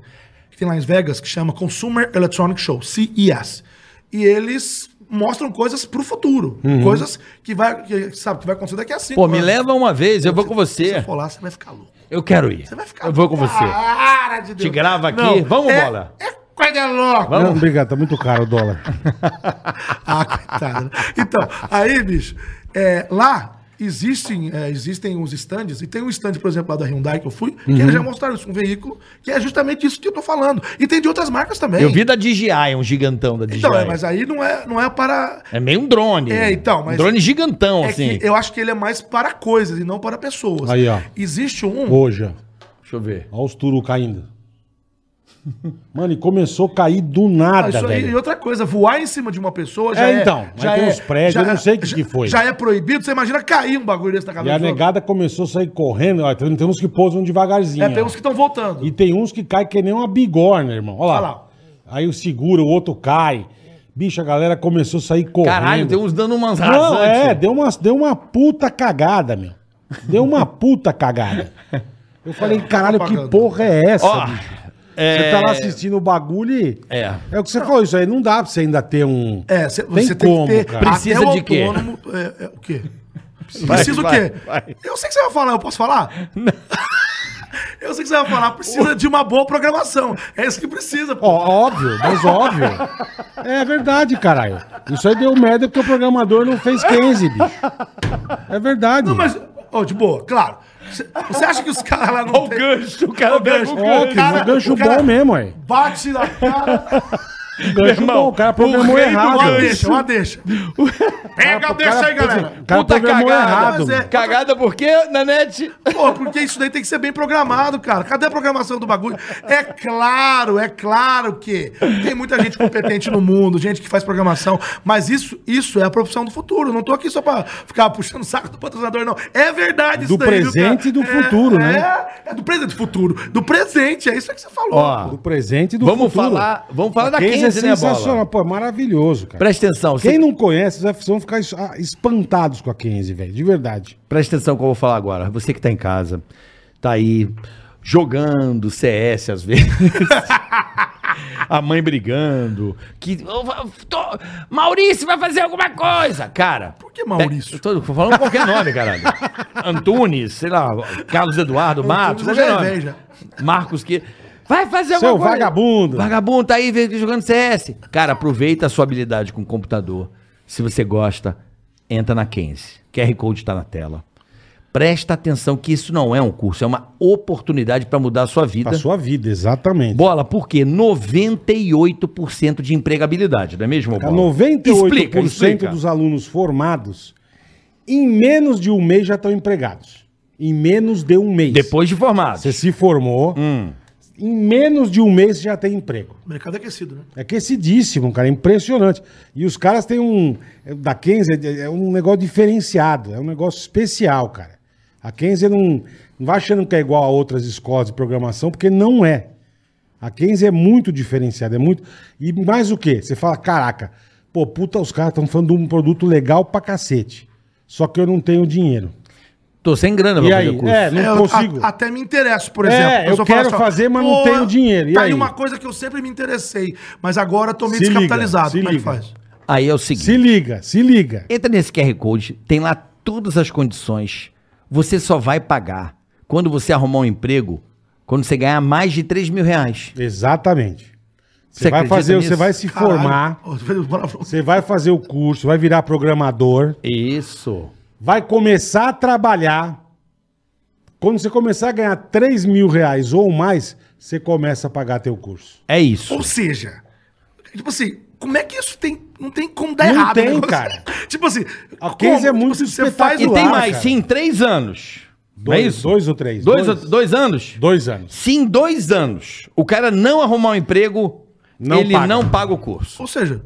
que tem lá em Vegas, que chama Consumer Electronic Show, CES. E eles mostram coisas pro futuro. Coisas que vai, que, sabe, que vai acontecer daqui a cinco Uhum. Pô, me anos. leva uma vez, eu vou com Se você você. for lá, você vai ficar louco. Eu quero ir. Você vai ficar Eu vou com você. Cara de Deus. Te grava aqui. Vamos, é, bola. É coisa louca. Não, obrigado, tá muito caro o dólar. Ah, coitado. Então, aí, bicho, é, lá existem, é, existem os stands, e tem um stand, por exemplo, lá da Hyundai que eu fui, que eles já Uhum. mostraram isso, um veículo, que é justamente isso que eu tô falando. E tem de outras marcas também. Eu vi da DJI, um gigantão da DJI. Então, é, mas aí não é, não é para... É meio um drone. É, então, mas- Um drone gigantão, É assim. que eu acho que ele é mais para coisas e não para pessoas. Aí, ó. Existe [LAUGHS] um... Hoje, ó. Deixa eu ver. Olha os turu caindo. Mano, e começou a cair do Ah, nada, isso aí, e velho. outra coisa, voar em cima de uma pessoa já É, é... então, mas já tem uns prédios, eu não sei o que já- que foi. é Já é proibido, você imagina cair um bagulho desse na E cabeça a do outro. negada começou a sair correndo. Ó, tem, tem uns que pousam devagarzinho. É, tem assim, ó. uns que estão voltando. E tem uns que caem que nem uma bigorna, irmão. Olha lá. Olha lá. Aí o segura, o outro cai. Bicho, a galera começou a sair correndo. Caralho, tem uns dando umas Não, é, rasantes. deu uma, deu uma puta cagada, meu. Deu [LAUGHS] uma puta cagada. Eu falei, caralho, que É, propaganda. porra é essa, Ó, bicho? Você é- tá lá assistindo o bagulho e... É. É o que você falou, isso aí não dá pra você ainda ter um... É, cê- Tem você tem como, que ter. cara. até Precisa o de quê? autônomo- é, é, o quê? Precisa, Vai, o vai, quê? vai. Eu sei que você vai falar, eu posso falar? eu sei que você vai falar, precisa de uma boa programação. É isso que precisa. pô. Ó, óbvio, mas óbvio. É verdade, caralho. Isso aí deu merda porque o programador não fez 15, bicho. É verdade. Não, mas, ô, de boa, claro. Cê- Você acha que os caras lá não. Ó o tem- gancho, o cara Ó o pega gancho. o Ó, que cara- gancho o cara- bom mesmo, aí. Bate na cara. Gancho bom, o cara programou rei do errado. Uma gancho. deixa, uma deixa. Pega, O deixa cara- aí, galera. O cara Puta programou cagada, errado. mas é- meu. Cagada por quê, Nanete? Pô, porque isso daí tem que ser bem programado, cara. Cadê a programação do bagulho? É claro, é claro que tem muita gente competente no mundo, gente que faz programação, mas isso, isso é a profissão do futuro. Eu Não tô aqui só pra ficar puxando o saco do patrocinador, não. É verdade Do presente e do futuro, né? É, é do presente, futuro. Do presente, é isso que você falou. Ó. Do presente e do Ah. Vamos futuro. falar- vamos falar da Case 15, né, é sensacional, Bola? pô, é maravilhoso, cara. Presta atenção. você- Quem não conhece, vocês vão ficar es- ah, espantados com a 15, velho, de verdade. Presta atenção no que eu vou falar agora. Você que tá em casa, tá aí jogando CS às vezes. [LAUGHS] A mãe brigando. Que. Eu fa- tô- Maurício vai fazer alguma coisa! Cara. Por que Maurício? Tô tô falando qualquer nome, [LAUGHS] caralho. Antunes, sei lá, Carlos Eduardo, Matos. Antunes já qualquer é nome. velho, Marcos que. Vai fazer Seu alguma coisa. vagabundo. Vagabundo tá aí vem- jogando CS. Cara, aproveita a sua habilidade com o computador. Se você gosta, entra na Kense. QR Code tá na tela. Presta atenção que isso não é um curso, é uma oportunidade para mudar a sua vida. Pra sua vida, exatamente. Bola, por quê? 98% de empregabilidade, não é mesmo, Cara, Bola? 98% Explica, explica. dos alunos formados, em menos de um mês já estão empregados. Em menos de um mês. Depois Hum. de formado. Você se formou, em menos de um mês você já tem emprego. O mercado é aquecido, né? É aquecidíssimo, cara, é impressionante. E os caras têm um. é, Da Kenzie é- é um negócio diferenciado, é um negócio especial, cara. A Kenzie não, não vai achando que é igual a outras escolas de programação, porque não é. A Kenzie é muito diferenciada, é muito. E mais o quê? Você fala, caraca, pô, puta, os caras estão falando de um produto legal pra cacete. Só que eu não tenho dinheiro. Tô sem grana E pra aí? fazer o curso. É, não É, eu consigo. a- até me interesso, por É, exemplo. eu só falo quero fazer, mas não "Pô, tenho dinheiro." E Tá aí? aí uma coisa que eu sempre me interessei, mas agora eu tô meio Se liga, descapitalizado. se Como é que liga. faz? Aí é o seguinte. Se liga, se liga. Entra nesse QR Code, tem lá todas as condições. Você só vai pagar quando você arrumar um emprego, quando você ganhar mais de 3 mil reais. Exatamente. Você, Você vai acredita fazer, nisso? você vai se Caralho. formar. Ô, tu fez um palavrão. Você vai fazer o curso, vai virar programador, Isso. vai começar a trabalhar. Quando você começar a ganhar 3 mil reais ou mais, você começa a pagar teu curso. É isso. Ou seja, tipo assim, como é que isso tem. Não tem como dar Não errado, tem, o negócio. cara. [LAUGHS] tipo assim, A como? case é Tipo muito assim, você faz E o espetacular. tem ar. mais, cara. sim, três anos. não é Dois- isso? dois ou três? Dois, Dois. ou- dois anos? Dois anos. Se em dois anos o cara não arrumar um emprego, Não ele paga. não paga o curso. Ou seja,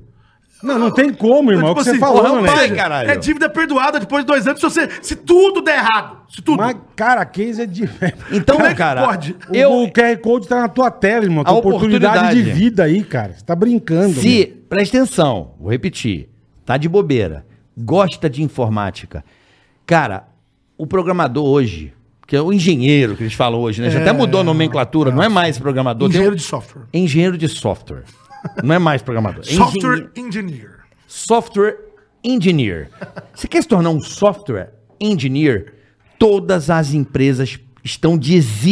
Não, não tem como, irmão. É o que Tipo você assim, falou, porra, né? pai, Vai, caralho. É dívida perdoada depois de dois anos se, você, se tudo der errado. Se tudo. Mas, cara, a case é de. [LAUGHS] Então, Como é que cara, pode? O- eu, O QR Code tá na tua tela, irmão. Tua A oportunidade. de oportunidade. vida aí, cara. Você tá brincando. Se, meu. presta atenção, vou repetir, tá de bobeira, gosta de informática. Cara, o programador hoje, que é o engenheiro que eles falam hoje, né? Já até mudou a nomenclatura, não é mais programador. É, Engenheiro tem de software. um- engenheiro de software. Não é mais programador. [LAUGHS] é Software engenhe- engineer. software engineer. Você quer se tornar um software engineer? Todas as empresas estão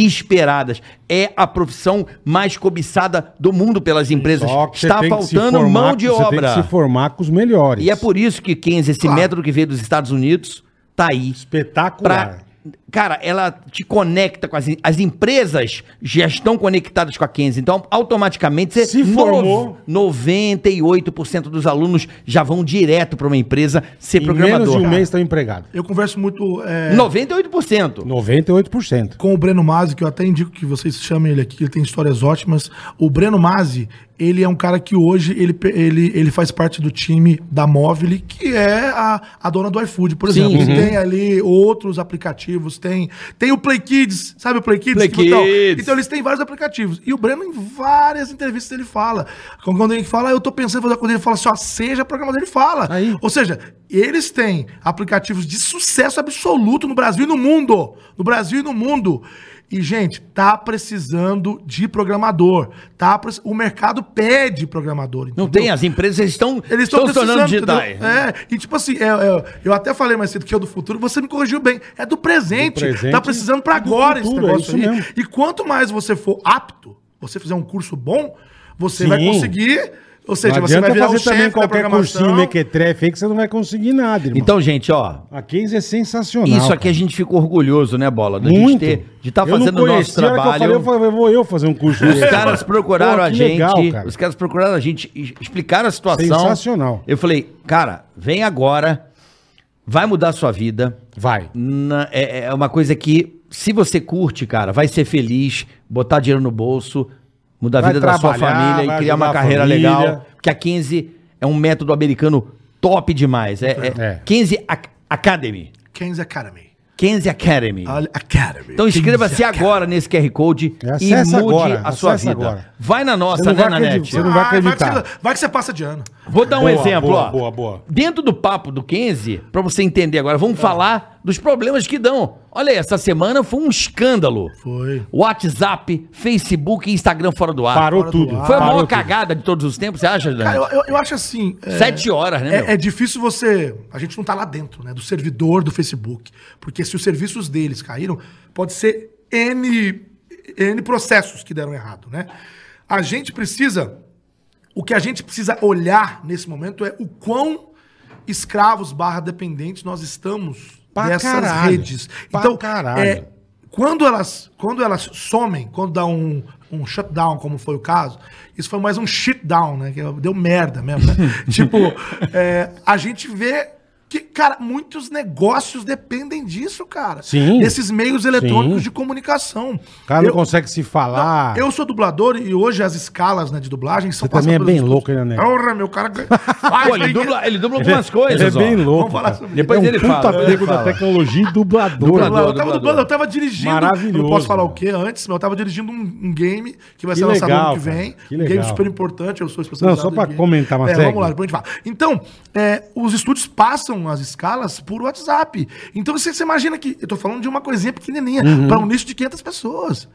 desesperadas. É a profissão mais cobiçada do mundo pelas empresas. Só Então, que você Está tem que se faltando formar mão com- de Você tem que obra. se formar com os melhores. E é por isso que Keynes, esse Claro. método que veio dos Estados Unidos, tá aí. Espetacular. Pra, cara, ela te conecta com as, as empresas já estão conectadas com a Keynes. Então, automaticamente, você Se formou. no- 98% dos alunos já vão direto para uma empresa ser Em menos de programador. um mês estão empregados. Eu converso muito é, 98%. 98%. com o Breno Masi, que eu até indico que vocês chamem ele aqui, ele tem histórias ótimas. O Breno Masi, ele é um cara que hoje ele, pe- ele, ele faz parte do time da Mobile, que é a, a dona do iFood, por exemplo. uhum. E Tem ali outros aplicativos, tem, tem o Play Kids, sabe o Play Kids? Play Que- então, Kids. então eles têm vários aplicativos. E o Breno, em várias entrevistas, ele fala. Quando ele fala, "Ah, eu tô pensando em fazer uma coisa, ele fala assim, ó, seja programador, ele fala. Aí. Ou seja, eles têm aplicativos de sucesso absoluto no Brasil e no mundo. No Brasil e no mundo. E, gente, tá precisando de programador. Tá, preci- o mercado pede programador. Não entendeu? tem, as empresas estão, Eles estão estão se tornando digitais. entendeu? né? É, e tipo assim, é, é, eu até falei mais cedo que é do futuro, você me corrigiu bem. É do presente. Do presente tá precisando pra e do agora futuro, é esse negócio isso aí. mesmo. E quanto mais você for apto, você fizer um curso bom, você Sim. vai conseguir. Ou seja, não você vai adianta virar o fazer também chefe da qualquer programação. cursinho né, mequetrefe aí que você não vai conseguir nada, irmão. Então, gente, ó, a case é sensacional. isso aqui cara. a gente ficou orgulhoso, né, Bola? Da gente Muito. ter, de estar Eu não fazendo o nosso conhecia, a hora que trabalho. Eu, falei, eu falei, vou eu fazer um curso Os desse. caras procuraram Pô, a que gente. legal, cara. Os caras procuraram a gente, e explicaram a situação. Sensacional. Eu falei, cara, vem agora, vai mudar a sua vida. Vai. Na- é, é uma coisa que, se você curte, cara, vai ser feliz, botar dinheiro no bolso, mudar a Vai vida da sua trabalhar, família e vai criar uma ajudar a carreira família. legal. Porque a 15 é um método americano top demais. É, é, É. 15 Ac- Academy. Keynes Academy. 15 Academy. Olha, Academy. Então inscreva-se é Keynes Academy. agora nesse QR Code e Acessa mude agora, a sua acessa vida. agora. Vai na Você nossa, não né, vai Nanete? acreditar. Você não vai Ai, que acreditar. você- vai que você passa de ano. Vou dar um Boa, exemplo, boa, ó. boa, boa. Dentro do papo do 15, pra você entender agora, Ah. vamos falar dos problemas que dão. Olha aí, essa semana foi um escândalo. Foi. WhatsApp, Facebook e Instagram fora do ar. Parou Fora do tudo. ar. Foi a parou maior tudo. cagada de todos os tempos, você acha, Cara, Dani? eu, eu- eu acho assim. é- Sete horas, né, meu? É, é difícil você. A gente não tá lá dentro, né? Do servidor do Facebook. Porque se os serviços deles caíram, pode ser N, N processos que deram errado, né? A gente precisa. O que a gente precisa olhar nesse momento é o quão escravos barra dependentes nós estamos Pra dessas caralho. redes. Pra então, caralho. é, quando elas, quando elas somem, quando dá um, um shutdown, como foi o caso, isso foi mais um shutdown, né? Que deu [LAUGHS] merda mesmo, né? tipo, é, a gente vê que, cara, muitos negócios dependem disso, cara. Sim. Desses meios eletrônicos Sim. de comunicação. O cara não Eu- consegue se falar. eu sou dublador e hoje as escalas né, de dublagem Você são também é passadas bem pelos louco, estúdios. né, Neco? Porra, meu [LAUGHS] cara. ganha- Faz, Pô, ele tem- dubla, ele dubla algumas coisas, Ele é bem ó. louco. falar cara. sobre Ele isso. Depois é um ele puta fala, ele amigo da fala. tecnologia e dublador. Dublador. um Eu tava dublando, eu tava dirigindo. Maravilhoso, Eu não posso falar o cara. que antes, mas eu tava dirigindo um, um game que vai Que ser lançado legal, ano que cara. vem. Que um game legal. super importante, eu sou especialista. Não, só pra comentar, mas É, segue. vamos lá, depois a gente fala. Então, é, os estúdios passam as escalas por WhatsApp. Então, você, você imagina que eu tô falando de uma coisinha pequenininha, Uhum. pra um nicho de 500 pessoas.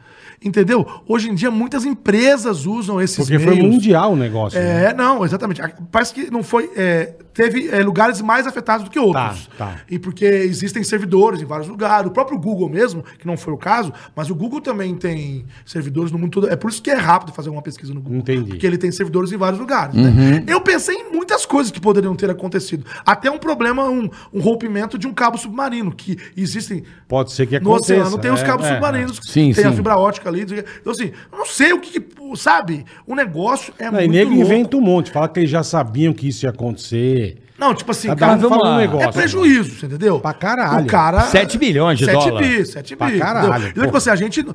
Entendeu? Hoje em dia, muitas empresas usam esses Porque foi um mundial o negócio. né? é, não, exatamente. A- Parece que não foi. é, teve é, lugares mais afetados do que outros. tá. E porque existem servidores em vários lugares. O próprio Google mesmo, que não foi o caso, mas o Google também tem servidores no mundo todo. É por isso que é rápido fazer uma pesquisa no Google. Entendi. Uhum. Porque ele tem servidores em vários lugares. né? Eu pensei em muitas coisas que poderiam ter acontecido. Até um problema, um, um rompimento de um cabo submarino, que existem. Pode ser que No aconteça. oceano assim, tem os é, cabos é, submarinos, Sim, tem a sim. fibra ótica ali. não sei o quê. Então, assim, eu não sei o que, que- sabe? O negócio é Não, e muito nego louco. inventa um monte. Fala que eles já sabiam que isso ia acontecer. Não, tipo assim, Cada cara, um fala um lá. negócio. é prejuízo, você entendeu? Pra caralho. O cara... 7 bilhões de 7 dólar. bi, 7 Pra bi. caralho, entendeu? Então, tipo porra. assim, a gente...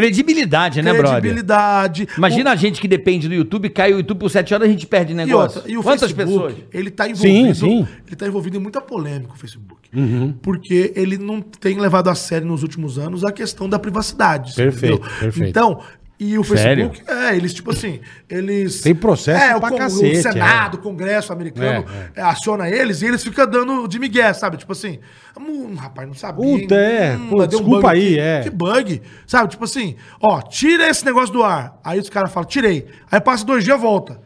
Credibilidade, né, brother? credibilidade. Imagina a gente que depende do YouTube, cai o YouTube por 7 horas, a gente perde E, negócio. outra, e o Quantas Facebook, pessoas? ele tá envolvido, Sim, Uhum. sim. ele tá envolvido em muita polêmica o Facebook. Porque ele não tem levado a sério nos últimos anos a questão da privacidade. você Perfeito, entendeu? perfeito. Então, e o Sério? Facebook, é, eles tipo assim, eles Tem processo é, o, pra con- o cacete, Senado, o Congresso americano É, é, aciona eles e eles ficam dando de migué, sabe? Tipo assim, hum, rapaz, não sabia. um Puta, é, pô, deu desculpa bug aí, aqui. é. Que bug, sabe? Tipo assim, ó, tira esse negócio do ar. Aí os caras falam, tirei. Aí passa dois dias, volta.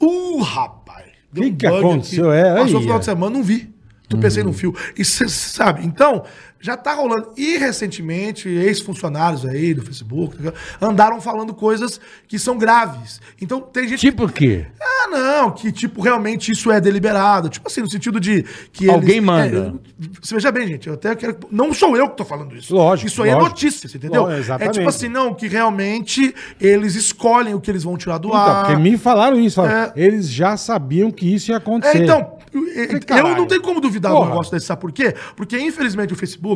Uh, rapaz. deu Que um que bug aconteceu? É, aí, Passou o final é. Uhum. de semana, não vi. Tu pensei no fio. E cê sabe, então, já tá rolando. E recentemente, ex-funcionários aí do Facebook tá ligado? andaram falando coisas que são graves. Então tem gente Tipo o quê? ah, não, que tipo, realmente isso é deliberado. Tipo assim, no sentido de que Alguém eles- manda. É, eu- você veja bem, gente, eu até quero. Não sou eu que tô falando isso. Lógico, Isso aí lógico. é notícia, você entendeu? Lógico, exatamente. É tipo assim, não, que realmente eles escolhem o que eles vão tirar do Então, ar. porque me falaram isso. falaram, Ah, É. Eles já sabiam que isso ia acontecer. É, então, eu- eu caralho. não tenho como duvidar Porra. do negócio desse, sabe por quê? Porque, infelizmente, o Facebook,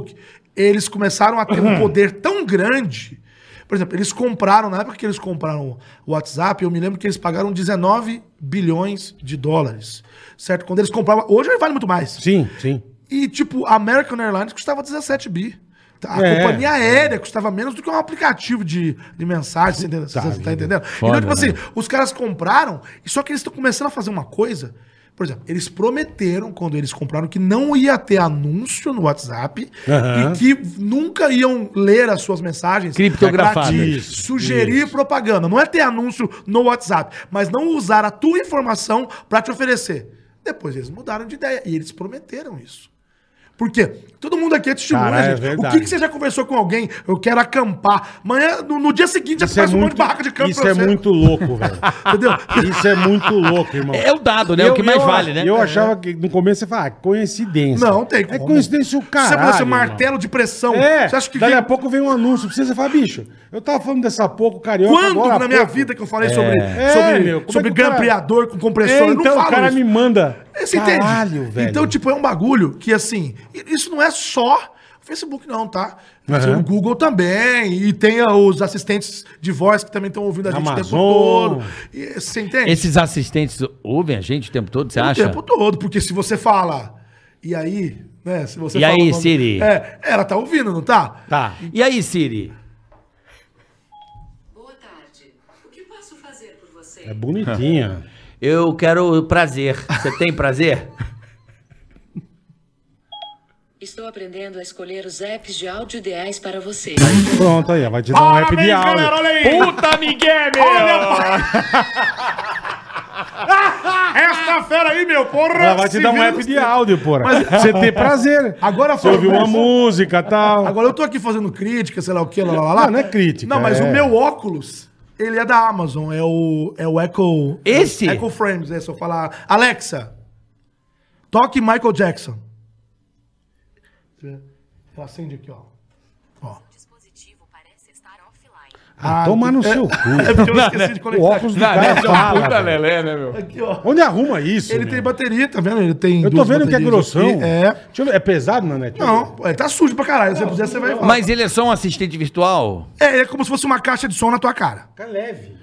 eles começaram a ter Uhum. um poder tão grande. Por exemplo, eles compraram, na época que eles compraram o WhatsApp, eu me lembro que eles pagaram 19 bilhões de dólares. Certo? Quando eles compravam. Hoje vale muito mais. Sim, sim. E, tipo, a American Airlines custava 17 bi. A É. companhia aérea custava menos do que um aplicativo de, de mensagem, você entende- você tá, vida. entendendo? então, tipo né? assim, os caras compraram, só que eles estão começando a fazer uma coisa. Por exemplo, eles prometeram, quando eles compraram, que não ia ter anúncio no WhatsApp Aham. e que nunca iam ler as suas mensagens. Criptografadas. pra te Isso, sugerir propaganda. Não é ter anúncio no WhatsApp, mas não usar a tua informação pra te oferecer. Depois eles mudaram de ideia e eles prometeram isso. Por quê? Todo mundo aqui é testemunha, Caralho, é gente. o verdade. que, que você já conversou com alguém? Eu quero acampar. Amanhã, no, no dia seguinte, já Isso é faz um monte muito, de barraca de campo isso é você. muito louco, velho. [LAUGHS] Entendeu? Isso é muito louco, irmão. É o dado, né? é o que mais vale, né? Eu achava que no começo você fala, ah, coincidência. Não, tem É coincidência o Você caralho. fala assim, irmão. martelo de pressão. É, Você acha que daqui vem- a pouco vem um anúncio pra você, você fala, bicho, eu tava falando dessa pouco carioca Quando agora há na minha pouco. vida que eu falei sobre, É, sobre, meu, como é sobre que o cara- grampeador com compressor? É, eu então o falo cara isso. me manda. Você Caralho, entende? velho. Então, tipo, é um bagulho que, assim, i- isso não é só o Facebook, não, tá? Mas Aham. O Google também, e tem ah, os assistentes de voz que também estão ouvindo a gente o tempo Amazon. todo. E, você entende? Esses assistentes ouvem a gente o tempo todo, você o acha? tempo todo, porque se você fala, e aí, né? Se você E fala aí, o nome- Siri? É, ela tá ouvindo, não tá? Tá. E aí, Siri? Boa tarde. O que posso fazer por você? É bonitinha. Eu quero prazer. Você tem prazer? Estou aprendendo a escolher os apps de áudio ideais para você. Pronto, aí, ó, vai te dar um app de áudio. olha aí. Puta Miguel, meu. Esta fera aí, meu, porra! Ela vai te se dar um vira app nos de áudio, porra. [LAUGHS] Você tem prazer. Agora Você ouviu uma falando- música e tal. Agora eu tô aqui fazendo crítica, sei lá o que, lá, lá, lá, lá. Não, não é crítica, Não, mas é. o meu óculos, ele é da Amazon, é o, é o Echo... Esse? Echo Frames, é, se eu falar... Alexa, toque Michael Jackson. Eu acende [LAUGHS] aqui, ó. Ó. O dispositivo parece estar offline. Ah, Toma no seu É cu. porque eu esqueci de O conectar. óculos do cara fala, velho. lelé, né, meu? Aqui, ó. Onde arruma isso? Ele meu? tem bateria, tá vendo? Ele tem Eu tô duas vendo que é baterias aqui. grossão. É. Deixa eu ver, É pesado, Nanete? Não, ele tá sujo pra caralho. Se você puser, você vai... Mas ele é só um assistente virtual? É, ele é como se fosse uma caixa de som na tua cara. Fica leve.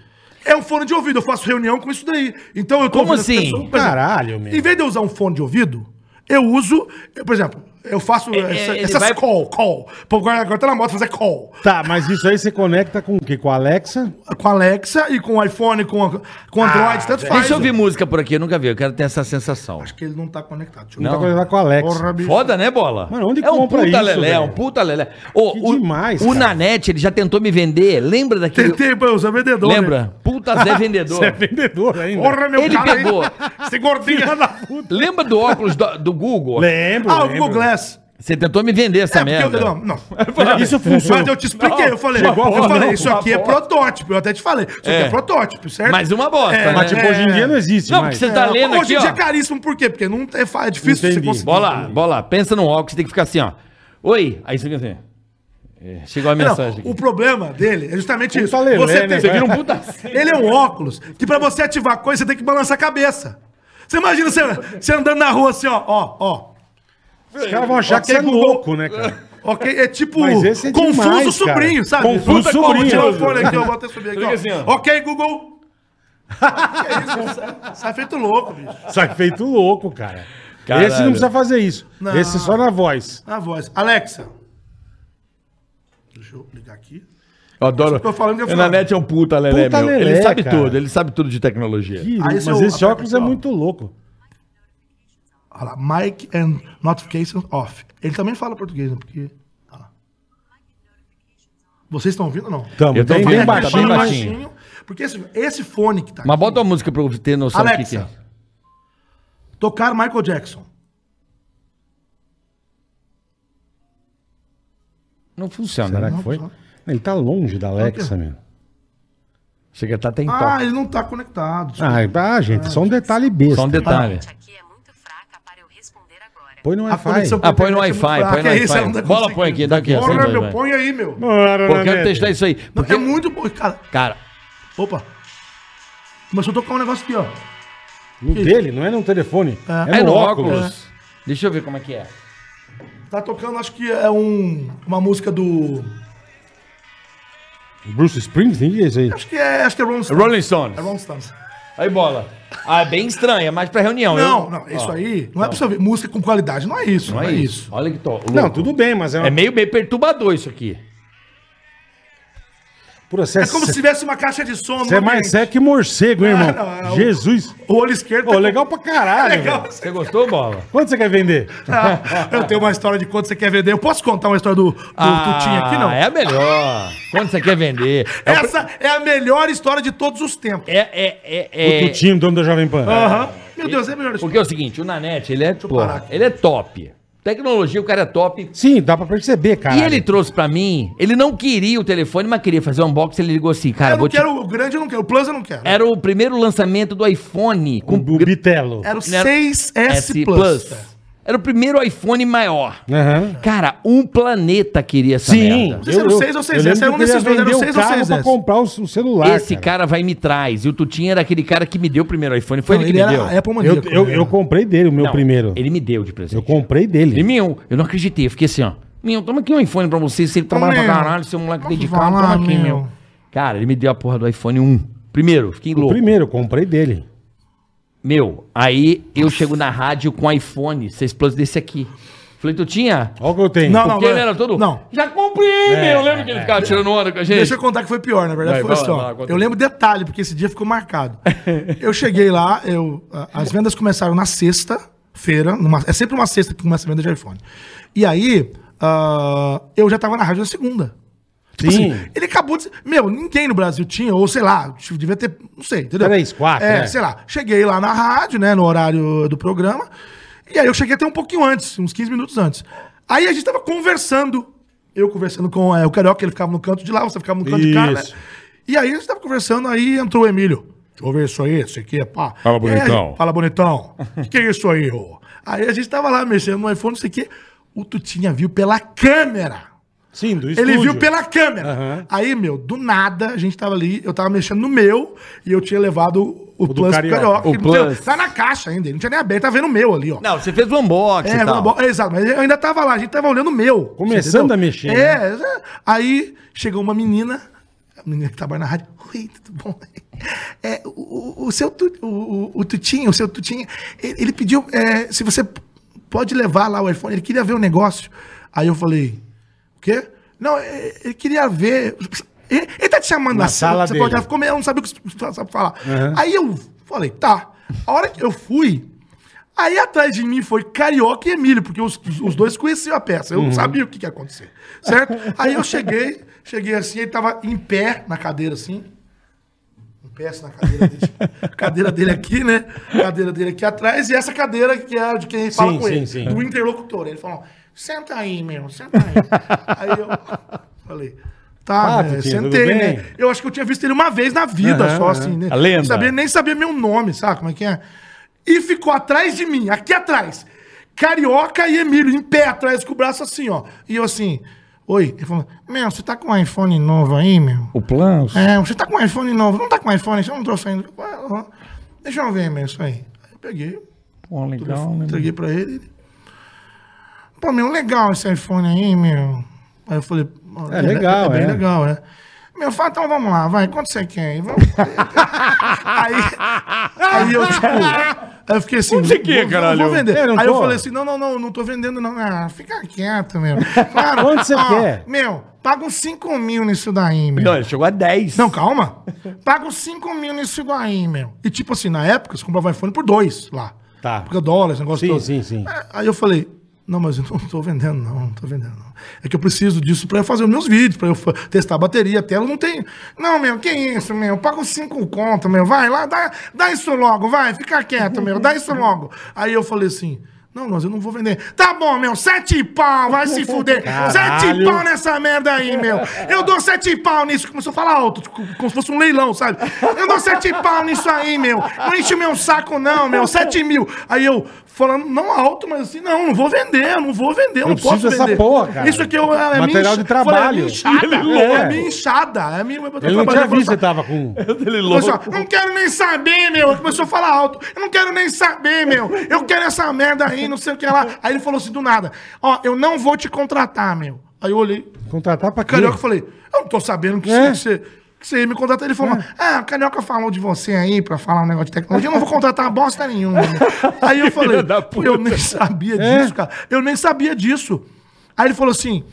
É um fone de ouvido, eu faço reunião com isso daí. Então eu tô Como ouvindo as assim? pessoas- por exemplo, Caralho, meu. Em vez de eu usar um fone de ouvido, eu uso, eu, por exemplo, eu faço essa- ele essas vai- call, call. Pô, agora, agora tá na moto fazer call. Tá, mas isso aí você conecta com o quê? Com a Alexa? Com a Alexa e com o iPhone, com, a- com o Android, tanto faz. Ah, um. Deixa eu ouvir música por aqui, eu nunca vi, eu quero ter essa sensação. Acho que ele não tá conectado. Deixa eu Não. Tá Não. conectado com a Alexa. Porra, bicho. Foda, né, bola? Mano, onde é um compra puta isso, lelé, velho? é um puta lelé. Ô, Que o, demais, O cara. Nanete, ele já tentou me vender, lembra daquele... Tentei, pô, eu sou vendedor. né? Lembra? Puta Zé [LAUGHS] Vendedor. Você é vendedor ainda. Porra, meu Ele cara, hein? pegou. [LAUGHS] Esse gordinho da puta. Lembra do óculos do, do Google? Lembro, Ah, o lembro. Google Glass. Você tentou me vender essa É, porque eu, merda. não, [LAUGHS] não. Isso funciona. Mas eu te expliquei, eu falei, chegou a eu falar, falei, não, isso aqui é protótipo, eu até te falei, isso aqui é protótipo, certo? É, Mas uma bosta, né? Mas tipo, hoje em dia não existe Não, mais. porque você tá lendo Hoje aqui, em dia ó. é caríssimo, por quê? Porque não é, fa- é difícil Entendi. você conseguir. Bola, bola, pensa num óculos, tem que ficar assim, ó. Oi. Aí você fica assim. É, chegou a Não, mensagem o aqui. problema é dele é justamente Puta isso. lelé, você né? tem, Você vira um puta- Ele é um óculos que pra você ativar coisa, você tem que balançar a cabeça. Você imagina você, você andando na rua assim, ó, ó, ó. Os caras vão achar que você é louco, né, cara? Ok? É tipo Mas esse é confuso demais, cara. sobrinho, sabe? Confuso Puta, como sobrinho. tirar o fone aqui, eu vou até subir aqui, ó. Fica assim, ó. Ok, Google. que é isso? Sai- Sai feito louco, bicho. Sai é feito louco, cara. Caralho. Esse não precisa fazer isso. Não. Esse é só na voz. Na voz. Alexa. Deixa eu ligar aqui. Eu adoro. Eu tô falando, eu falo. Nanete é um puta lelé, Puta meu. lelé, ele sabe cara. tudo, ele sabe tudo de tecnologia. Ih, Aí mas seu- esse óculos é aperta aqui, ó. muito louco. Olha lá. Mic and notifications off. Ele também fala português, né? Porque. Olha lá. Vocês estão ouvindo ou não? Tamo, Eu tô bem, bem vendo, tá baixinho. bem baixinho. Porque esse, esse fone que tá Mas bota uma música pra eu ter noção do que, que é. Alexa. Tocar Michael Jackson. Não funciona, Será né? que foi? só. Ele tá longe da Alexa, meu. Chega tá até em Ah, toque. ele não tá conectado. Ah, ah, gente, só um detalhe besta. Só um detalhe. Ah, aqui é muito fraca para eu responder agora. Põe no A Wi-Fi. conexão Ah, põe no com a internet Wi-Fi, é muito põe no fraca. É isso, Wi-Fi. eu não tô Bola, conseguindo. põe aqui, dá aqui, ó, Porra, sempre meu, vai. põe aí, meu. Bora, Pô, eu quero Nanete. testar isso aí. Não, Porque, É muito... bom, Cara, cara, opa. Começou a tocar um negócio aqui, ó. No dele, não é no telefone. É. É, no, óculos. Deixa eu ver como é que é. Tá tocando, acho que é um... Uma música do... Bruce Springsteen, o que é isso aí? Acho que é... Acho que é Rolling Stones. Rolling Stones. É Rolling Stones. Aí, bola. Ah, é bem estranha, mas pra reunião. Não, eu- não. Ó, Isso aí... Não, é pra você ouvir música com qualidade. Não é isso. Não é isso. Olha que to... louco. Não, tudo bem, mas é, um É meio bem perturbador isso aqui. É processo. como se tivesse uma caixa de som. Você é no mais ambiente. seco que morcego, hein, irmão. Ah, não, é o- Jesus. O olho esquerdo... Pô, tá- legal pra caralho, Legal. velho. Você gostou, bola? Quanto você quer vender? [LAUGHS] Eu tenho uma história de quanto você quer vender. Eu posso contar uma história do, do Tutinha aqui, não? É a melhor. Quando você quer vender. É, o pre- Essa é a melhor história de todos os tempos. é, é, é, é- O Tutinho, dono da Jovem Pan. Aham. Meu Deus, é a melhor história. Porque é o seguinte, o Nanete, ele é, porra, parar aqui. ele é top. Tecnologia, o cara é top. Sim, dá pra perceber, cara. E ele tá trouxe pra mim, ele não queria o telefone, mas queria fazer um unboxing, ele ligou assim, cara, Eu não vou te... É quero um o grande, eu não quero. O Plus eu não quero. Era o primeiro lançamento do iPhone O com É. o Bitelo. Era o Era- 6S S Plus. Né? Plus. Era o primeiro iPhone maior. Aham. Cara, um planeta queria essa Sim. merda. sei se era o seis ou seis S, era um desses dois, era o o seis ou carro seis né? pra S. comprar o o celular, Esse cara. vai e me traz. E o Tutinho era aquele cara que me deu o primeiro iPhone. Foi Não, ele que ele me era deu. a Apple Eu, Maníaco. eu, né? eu comprei dele, o meu é Não, primeiro. Ele me deu de presente. Eu comprei Ele dele. me deu. Eu não acreditei. Eu fiquei assim, ó. Meu, toma aqui um iPhone pra você. Você trabalha pra meu, caralho, seu moleque vamos dedicado. falar, Toma aqui, meu. meu. Cara, ele me deu a porra do iPhone 1. Primeiro, fiquei O louco. primeiro, eu comprei dele. Meu, aí eu chego na rádio com iPhone 6 Plus desse aqui. Falei, Tutinha, Olha o que eu tenho. Não, não. porque ele era todo... Não. Já comprei, É, meu. Lembra que ele ficava tirando onda com a gente? Deixa eu contar que foi pior, na verdade. Vai, vai foi lá, assim, ó. vai lá, conta. eu lembro detalhe, porque esse dia [LAUGHS] ficou marcado. eu cheguei lá, eu, a- as vendas começaram na sexta-feira. numa- É sempre uma sexta que começa a venda de iPhone. E aí, ah, eu já tava na rádio na segunda. Tipo Sim. assim, ele acabou de. Meu, ninguém no Brasil tinha, ou sei lá, tipo, devia ter, não sei, entendeu? Três, quatro, É, né? sei lá. Cheguei lá na rádio, né, no horário do programa. E aí eu cheguei até um pouquinho antes, uns 15 minutos antes. Aí a gente tava conversando. Eu conversando com é, o Carioca, ele ficava no canto de lá, você ficava no canto de cá, né? Isso. E aí a gente tava conversando, aí entrou o Emílio. Deixa eu ver isso aí, isso aqui, pá. Fala, E aí a gente- bonitão. Fala, bonitão. O que, que é isso aí, ô? Aí a gente tava lá mexendo no iPhone, não sei o quê. O Tutinha viu pela câmera. Sim, do Ele estúdio. viu pela câmera. Aham. Aí, meu, do nada, a gente tava ali, eu tava mexendo no meu e eu tinha levado o, do Plus pro Carioca. Carioca. O que não tinha- Plus. Tá na caixa ainda, ele não tinha nem aberto, tá vendo o meu ali, ó. Não, você fez o unboxing É, e tal. bom, é, exato, mas eu ainda tava lá, a gente tava olhando o meu. Começando entendeu? a mexer, né? É, é. aí chegou uma menina, a menina que trabalha na rádio, oi, tudo bom? [LAUGHS] É, o, o- o seu tu, o, o- o Tutinho, o seu Tutinho, ele, ele pediu é, se você p- pode levar lá o iPhone, ele queria ver o negócio. Aí eu falei, o quê? Não, é, ele queria ver. Ele, ele tá te chamando Na sala você dele. pode- ela ficou meio, ela é, não sabia o que sabe falar. Aí eu falei, tá. A hora que eu fui, Aí atrás de mim foi Carioca e Emílio, porque os, os dois conheciam a peça. Uhum. Eu não sabia o que, que ia acontecer. Certo? Aí eu cheguei, cheguei assim, ele tava em pé na cadeira, assim. Em pé assim, na cadeira dele. [LAUGHS] cadeira dele aqui, né? Cadeira dele aqui atrás, e essa cadeira que é de quem fala Sim, com sim, ele. sim. Do interlocutor. Ele falou: senta aí, meu, senta aí. aí eu [LAUGHS] falei. Tá, Ah, né, Tutinha, tudo sentei, bem? né? Eu acho que eu tinha visto ele uma vez na vida, Aham, só aham. assim, né? A lenda. Não sabia, nem sabia meu nome, sabe como é que é? E ficou atrás de mim, aqui atrás. Carioca e Emílio, em pé atrás, com o braço assim, ó. E eu assim, oi. Ele falou, meu, você tá com um iPhone novo aí, meu? O Plus. "Ah, É, você tá com um iPhone novo. Não tá com um iPhone, você não trouxe ainda. Ué, ó, Deixa eu ver, meu, isso aí. peguei, Pô, legal, né? entreguei pra ele. ele, Pô, meu, legal esse iPhone aí, meu. Aí eu falei, "Ó, É legal, é bem é. legal, é. Meu, fala, então vamos lá, vai, quanto você quer? aí? [LAUGHS] Vamos- aí, aí eu, tipo, aí eu fiquei assim, Onde que é, vou- caralho? vou vender. É, não aí eu tô. falei assim, não, não, não, não tô vendendo não. Ah, fica quieto, meu. Claro, [LAUGHS] Quanto você ó, quer? Meu, paga uns 5 mil nisso daí, meu. Não, ele chegou a 10. Não, calma. Paga uns 5 mil nisso daí, meu. E tipo assim, na época, você comprava iPhone por dois lá. Tá. Porque dólar, esse negócio Sim, todo. sim, sim. É, Aí eu falei, não, mas eu não tô vendendo, não, não tô vendendo, não. É que eu preciso disso pra eu fazer os meus vídeos, pra eu fa- testar a bateria, a tela, não tem. Não, meu, que isso, meu? Paga uns 5 conto, meu, vai lá, dá, dá isso logo, vai, fica quieto, meu, dá isso logo. Aí eu falei assim. Não, mas eu não vou vender. Tá bom, meu, sete pau, vai se fuder. Sete Caralho. pau nessa merda aí, meu. Eu dou sete pau nisso. Começou a falar alto, tipo, como se fosse um leilão, sabe? Eu dou sete pau nisso aí, meu. Não enche o meu saco, não, meu. Sete mil. Aí eu, falando, não alto, mas assim, não, não vou vender, eu não vou vender, eu não preciso posso dessa vender. porra, cara. Isso aqui é, o- é a minha Material incha- de trabalho. Falei, é a minha Ele [LAUGHS] é louco. inchada, é a minha inchada. É a minha, eu tô Ele não tá trabalhando, tinha eu visto falo que assim, você tava com. Ele Falou assim, louco. ó, não quero nem saber, meu. Ele Começou a falar alto. Eu não quero nem saber, meu. Eu quero essa merda aí, não sei o que lá. Aí ele falou assim do nada: Ó, eu não vou te contratar, meu. Aí eu olhei, Contratar pra quê? Carioca, eu falei: Eu não tô sabendo que, É. você, que você ia me contratar. Ele falou: Ah, o Carioca falou de você aí pra falar um negócio de tecnologia. Eu não vou contratar [LAUGHS] bosta nenhuma. meu. Aí eu falei: filha da puta. Eu nem sabia É. disso, cara. Eu nem sabia disso. Aí ele falou assim.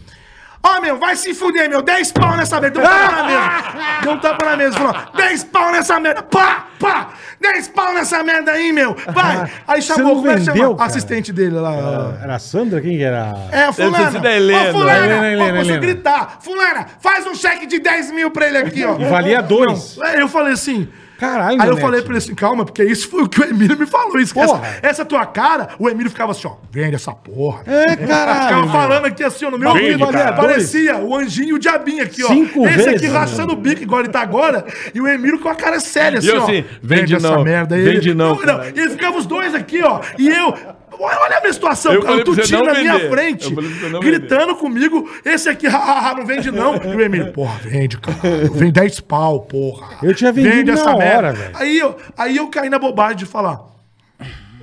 Ó, meu, vai se fuder, meu. 10 pau nessa merda. Deu [LAUGHS] um tapa na mesa. Deu um tapa na mesa. Falou, 10 pau nessa merda. Pá, pá. 10 pau nessa merda aí, meu. [LAUGHS] Vai. Aí Você chamou, não como é que chama? vendeu, cara? Assistente dele lá. Era a Sandra? Quem que era? É, Eu fulana. preciso da Helena. Ô, fulana, Helena, Helena, eu consigo Helena. gritar. Fulana, faz um cheque de 10 mil pra ele aqui, ó. E valia dois. Aí eu falei assim... Caralho, Aí eu Nanete. falei pra ele assim, calma, porque isso foi o que o Emílio me falou. Isso, essa, Porra. essa tua cara, o Emílio ficava assim, ó, vende essa porra. É, caralho, Ficava meu. falando aqui assim, ó, no meu Vende, ouvido. cara. Parecia o anjinho e o diabinho aqui, ó. Cinco Esse aqui vezes, rachando o bico, igual ele tá agora. E o Emílio com a cara séria, assim, eu ó. assim, vende não, essa merda aí. vende não, não. E ficava os dois aqui, ó. E eu... Olha a minha situação, Eu cara. falei O pra você Tutinho não na minha vender. frente, Eu falei pra você não gritando comigo. Esse aqui, [LAUGHS] "Ha, ha, ha, não vende não. E o Emílio, porra, vende, cara. Vende 10 pau, porra. Eu tinha vendido na hora, velho. Aí eu, aí eu caí na bobagem de falar.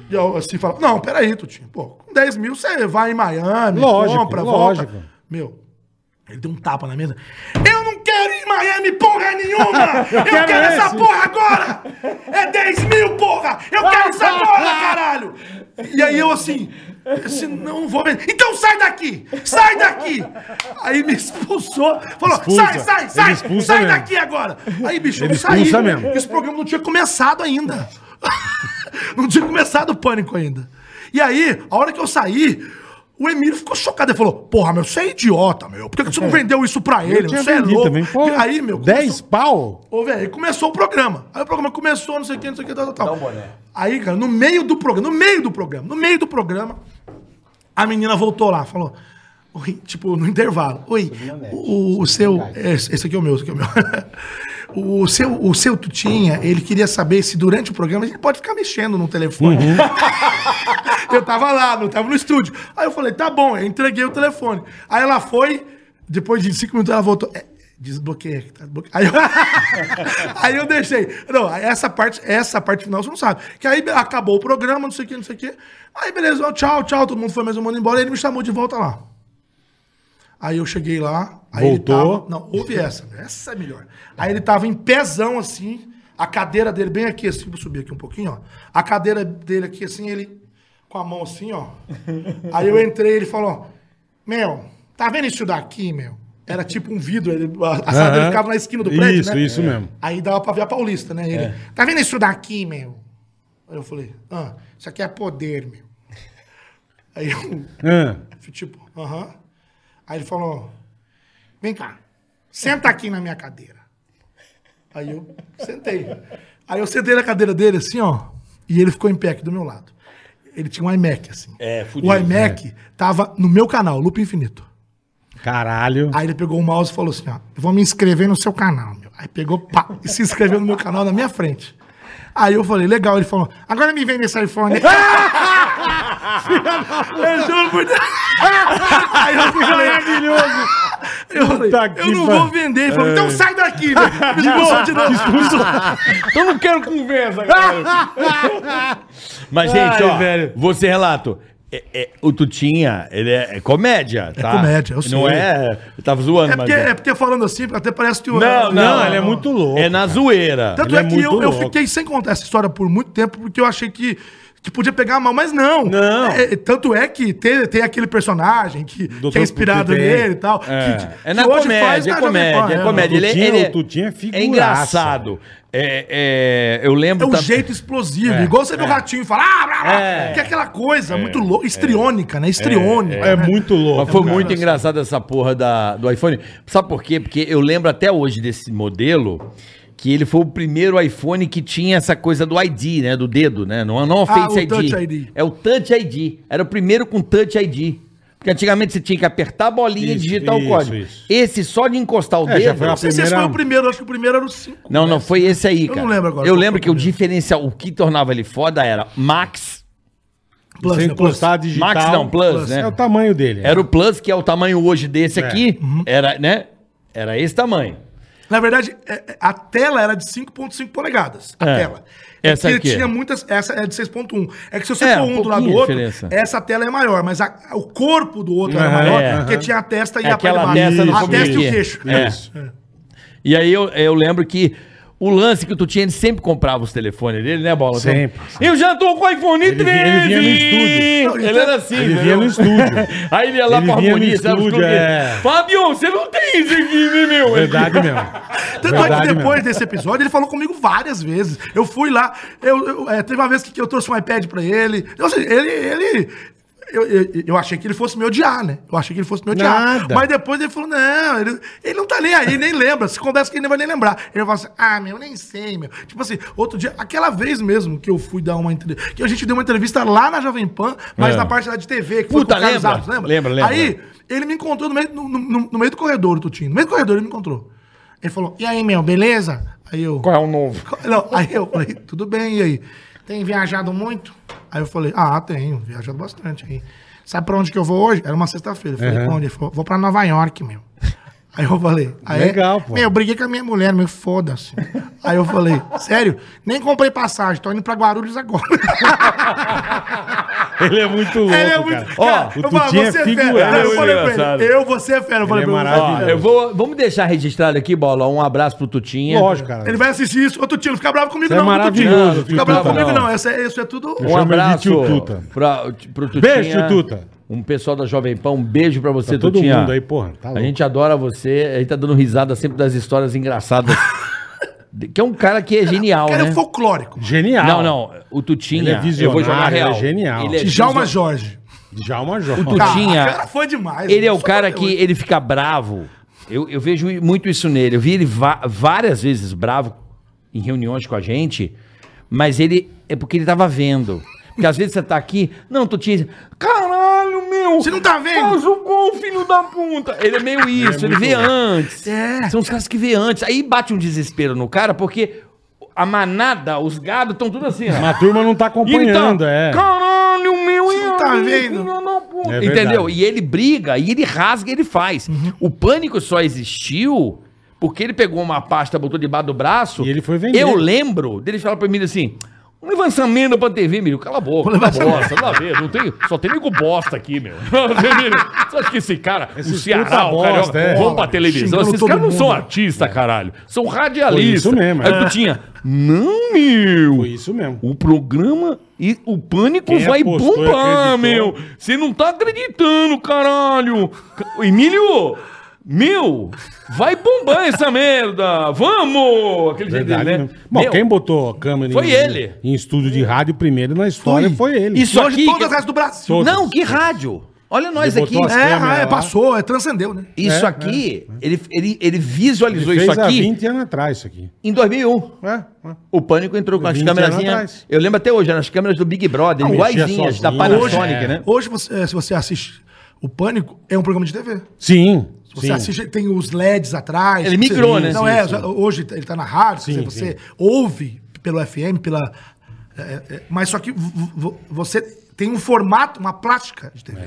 E eu assim falo, não, peraí, Tutinho, pô, com 10 mil você vai em Miami, Lógico, compra, lógico. volta. Meu, ele deu um tapa na mesa. Eu não quero ir em Miami porra [LAUGHS] nenhuma! Eu quero, quero essa esse. porra agora! É 10 mil, porra! Eu quero isso agora, caralho! E aí eu assim, se não não vou vender. Então sai daqui! Sai daqui! Aí me expulsou, falou: Expulsa. sai, sai, Ele sai! expulsa Sai mesmo. daqui agora! Aí, bicho, eu Ele saí. expulsa mesmo. Esse programa não tinha começado ainda. [LAUGHS] não tinha começado o pânico ainda. E aí, a hora que eu saí, o Emílio ficou chocado. Ele falou: Porra, meu, você é idiota, meu. Por que que você não vendeu isso pra ele? É. tinha Você é vendido louco. também, pô. E aí, meu. Dez pau? Ô, velho, aí começou o programa. Aí o programa começou, não sei o que, não sei o que, tal, tal, tal. Aí, cara, no meio do programa, no meio do programa, no meio do programa, a menina voltou lá, falou. Oi, tipo, no intervalo. Oi, o, o seu. Esse, esse aqui é o meu, esse aqui é o meu. [LAUGHS] O seu, o seu Tutinha, ele queria saber se durante o programa ele pode ficar mexendo no telefone. eu tava lá, não tava no estúdio. Aí eu falei, tá bom, eu entreguei o telefone. Aí ela foi, depois de cinco minutos ela voltou. É, desbloqueia aqui, tá desbloqueado. Aí eu, [LAUGHS] aí eu deixei. Não, aí essa parte, essa parte final você não sabe. Que aí acabou o programa, não sei o que, não sei o que. Aí beleza, ó, tchau, tchau, todo mundo foi mais ou menos embora. Ele me chamou de volta lá. Aí eu cheguei lá, aí ele Voltou. tava... Não, houve essa, essa é melhor. Aí ele tava em pezão assim, a cadeira dele bem aqui assim, vou subir aqui um pouquinho, ó. A cadeira dele aqui assim, ele com a mão assim, [LAUGHS] ó. Aí eu entrei, ele falou: "Meu, tá vendo isso daqui, meu?" Era tipo um vidro, ele, a a sala dele Aham. ficava na esquina do prédio, Isso, né? isso mesmo. É. Aí dava pra ver a Paulista, né? Ele, tá vendo isso daqui, meu? Aí eu falei, ah, isso aqui é poder, meu. Aí eu, Ah, Fui Tipo, aham. Aí ele falou: vem cá, senta aqui na minha cadeira. Aí eu sentei. Aí eu sentei na cadeira dele assim, ó, e ele ficou em pé aqui do meu lado. Ele tinha um iMac, assim. É, fudido, O iMac tava no meu canal, Loop Infinito. caralho. Aí ele pegou o mouse e falou assim: ó, eu vou me inscrever no seu canal, meu. Aí pegou pá, e se inscreveu no meu canal na minha frente. Aí eu falei, legal, ele falou, agora me vende [LAUGHS] esse iPhone. Eu juro por Deus. [LAUGHS] Aí eu falei, é Maravilhoso. Eu, falei, Puta eu que É. não par- vou vender. Ele falou, então sai [LAUGHS] daqui, velho. Me expulsou de novo. Então Eu não quero conversa, cara. [LAUGHS] Mas, gente, Ai, ó, velho. você relato. é- é, o Tutinha, ele é, é comédia, tá? comédia, eu Não sei. é. Eu tava zoando, É porque, é né? mas. porque falando assim, até parece que... o- Não, não, Não, ele é muito louco. É na zoeira. Tanto Ele é é, que muito eu, eu louco. fiquei sem contar essa história por muito tempo, porque eu achei que, que podia pegar mal, mas não. Não. É, tanto é que tem, tem aquele personagem que, que Dr. é inspirado Putin. nele e tal. que- É, que- é na que hoje comédia, faz é na Jovem comédia, Pan, é né? comédia. O Ele, Tutinha- ele é, o Tutinha é é figuraça. engraçado. É, é, eu É lembro... um tam- jeito explosivo. Igual você vê o ratinho e fala, ah, blá, blá, que é aquela coisa muito louca, estriônica, né? Estriônica. É né? muito Mas louco. foi cara. assim. muito engraçado essa porra da, do iPhone. Sabe por quê? Porque eu lembro até hoje desse modelo que ele foi o primeiro iPhone que tinha essa coisa do ID, né? Do dedo, né? Não, não a Ah, Face o ID. Touch ID. É o Touch ID. Era o primeiro com Touch ID. Porque antigamente você tinha que apertar a bolinha e Isso, digitar isso, o código. isso. Esse só de encostar o É, já dedo. foi uma Não sei se esse foi o primeiro, acho que o primeiro era o 5. Não, não, foi esse aí, cara. não lembro agora Eu qual lembro foi o que o primeiro. diferencial, o que tornava ele foda era Max. Plus, Sem né? Plus. encostar digital. Max não, Plus, né? É o tamanho dele. Era o Plus, que é o tamanho hoje desse aqui. Era, né? Era esse tamanho. Na verdade, é- é- a tela era de 5.5 polegadas. A É. tela. Essa que aqui. tinha muitas. Essa é de 6.1. É que se você É, for um um do lado do pouquinho a outro, diferença. essa tela é maior, mas a- o corpo do outro era Aham, maior, é. porque tinha a testa e É a parte aquela de baixo. testa no A testa e começo. o queixo. É. Isso. E aí eu, eu lembro que o lance que o Tutinha ele sempre comprava os telefones dele, né, Bola? Sempre. Eu já tô com o iPhone Ele 13! vinha- ele vinha no estúdio. Ele era assim, Ele entendeu? vinha no estúdio. [LAUGHS] Aí ele ia lá Ele pra vinha no harmonia, sabe? os estúdio, clubes. é. Fábio, você não tem isso aqui, né, meu? Verdade mesmo. Tanto é Verdade que depois mesmo. desse episódio, ele falou comigo várias vezes. Eu fui lá, eu, eu- é, teve uma vez que, que eu trouxe um iPad pra ele. Ou seja, ele. ele eu, eu, eu achei que ele fosse me odiar, né? Eu achei que ele fosse me odiar. Nada. Mas depois ele falou: não, ele, ele não tá nem aí, nem lembra. Se conversa que ele nem vai nem lembrar. Ele fala assim: ah, meu, nem sei, meu. Tipo assim, outro dia, aquela vez mesmo que eu fui dar uma entrevista. Que a gente deu uma entrevista lá na Jovem Pan, mas É. na parte lá de TV, que Puta, com o Carlos lembra? Alves, lembra? Lembra, lembra. Aí, ele me encontrou no meio, no, no- no meio do corredor, o Tutinho. No meio do corredor ele me encontrou. Ele falou, e aí, meu, beleza? Aí eu. é o novo? Não, aí eu falei, tudo bem, e aí? Tem viajado muito? Aí eu falei, ah, tenho, viajado bastante. Aí, sabe pra onde que eu vou hoje? Era uma sexta-feira. Eu falei, pra onde? Ele falou, vou pra Nova York, meu. Aí eu falei, aí, Legal, pô. Meu, eu briguei com a minha mulher, meu, foda-se. Aí eu falei, sério, nem comprei passagem, tô indo pra Guarulhos agora. [LAUGHS] Ele é muito louco. Ele é muito. Ó, Cara, o eu falava, Tutinha é você é fera. figuraça. Eu falei pra Engraçado. ele, eu, você é fera. Eu falei Ele pra é você, maravilhoso. Eu vou, vamos deixar registrado aqui, Bola, um abraço pro Tutinha. Lógico, cara. Ele vai assistir isso. Ô, Tutinho, não fica bravo comigo, Você é não. viu, Tutinho? maravilhoso, Não fica bravo Tuta. comigo, Não. não. Essa, isso é tudo. Um chamo ele de abraço tio Tuta. Pra, pro Tutinha. Beijo, tio Tuta. Um pessoal da Jovem Pan, um beijo pra você, Tá todo Tutinha. mundo aí, porra. Tá A louco. gente adora você, a gente tá dando risada sempre das [LAUGHS] histórias engraçadas. que é um cara que é genial, Cara, né? é folclórico. Genial. Não, não, o Tutinha, um Ele é eu vou jogar visionário, ele é real. genial. Djalma visio- Jorge. Djalma Jorge. Tutinha. Tinha. cara foi demais. Ele é mano. o Só cara pra que Deus. ele fica bravo. Eu, eu vejo muito isso nele. Eu vi ele va- várias vezes bravo em reuniões com a gente, mas ele é porque ele tava vendo. Porque às vezes você tá aqui, não, Tutinha, caralho, meu! Você não tá vendo? Faz o gol, filho da puta! Ele é [LAUGHS] meio isso, ele, muito vê louco. antes. É. São os caras que vê antes. Aí bate um desespero no cara, porque a manada, os gados, estão tudo assim, ó. Mas a turma não tá E ele tá, acompanhando, é. Caralho, meu Você não tá hein, vendo? filho da puta." É verdade. Uhum. Entendeu? E ele briga, e ele rasga, e ele faz. O pânico só existiu porque ele pegou uma pasta, botou debaixo do braço. E ele foi vender. Eu lembro dele falar pra mim assim. Um levantamento pra TV, Emílio. Cala a boca, Um cala a bosta, nada a ver. Não tem, só tem nego bosta aqui, meu. [LAUGHS] Emílio, você acha que esse cara, o Esses Ceará, puta o bosta, Carioca, é. vão pra Bola, televisão. xingando Esses todo caras não são mundo. artistas, caralho. São radialistas. Foi isso mesmo, Aí é. tu tinha, não, meu. Foi isso mesmo. O programa e o pânico Quem vai apostou e bombar, acreditou. meu. Você não tá acreditando, caralho. Ca- Emílio, meu, vai bombar essa [LAUGHS] merda. Vamos! Aquele jeito Verdade, dele, né? Bom, Meu, quem botou a câmera Foi em, ele. em estúdio de rádio primeiro na história foi, ele. Isso Hoje aqui... todas que- as rádios do Brasil. Todas. Não, que rádio. Olha nós Ele aqui. botou as É, câmeras é, lá. passou, é, transcendeu, né? Isso É, aqui, Ele, ele, ele visualizou Ele fez isso há aqui 20 anos atrás isso aqui. em 2001. É, é. O Pânico entrou com as 20 anos câmerazinhas. atrás. Eu lembro até hoje, eram as câmeras do Big Brother, Não, mexia iguaizinhas, da sozinho. Panasonic, Hoje, é. né? Hoje, você- é, se você assiste O Pânico, é um programa de TV. Sim, Você sim. assiste, tem os LEDs atrás. Ele migrou, Sim, né? Não, Sim, é, sim. hoje ele tá na rádio, Sim, você, você ouve pelo FM, pela. é, é, mas só que vo- vo- você tem um formato, uma plástica de TV.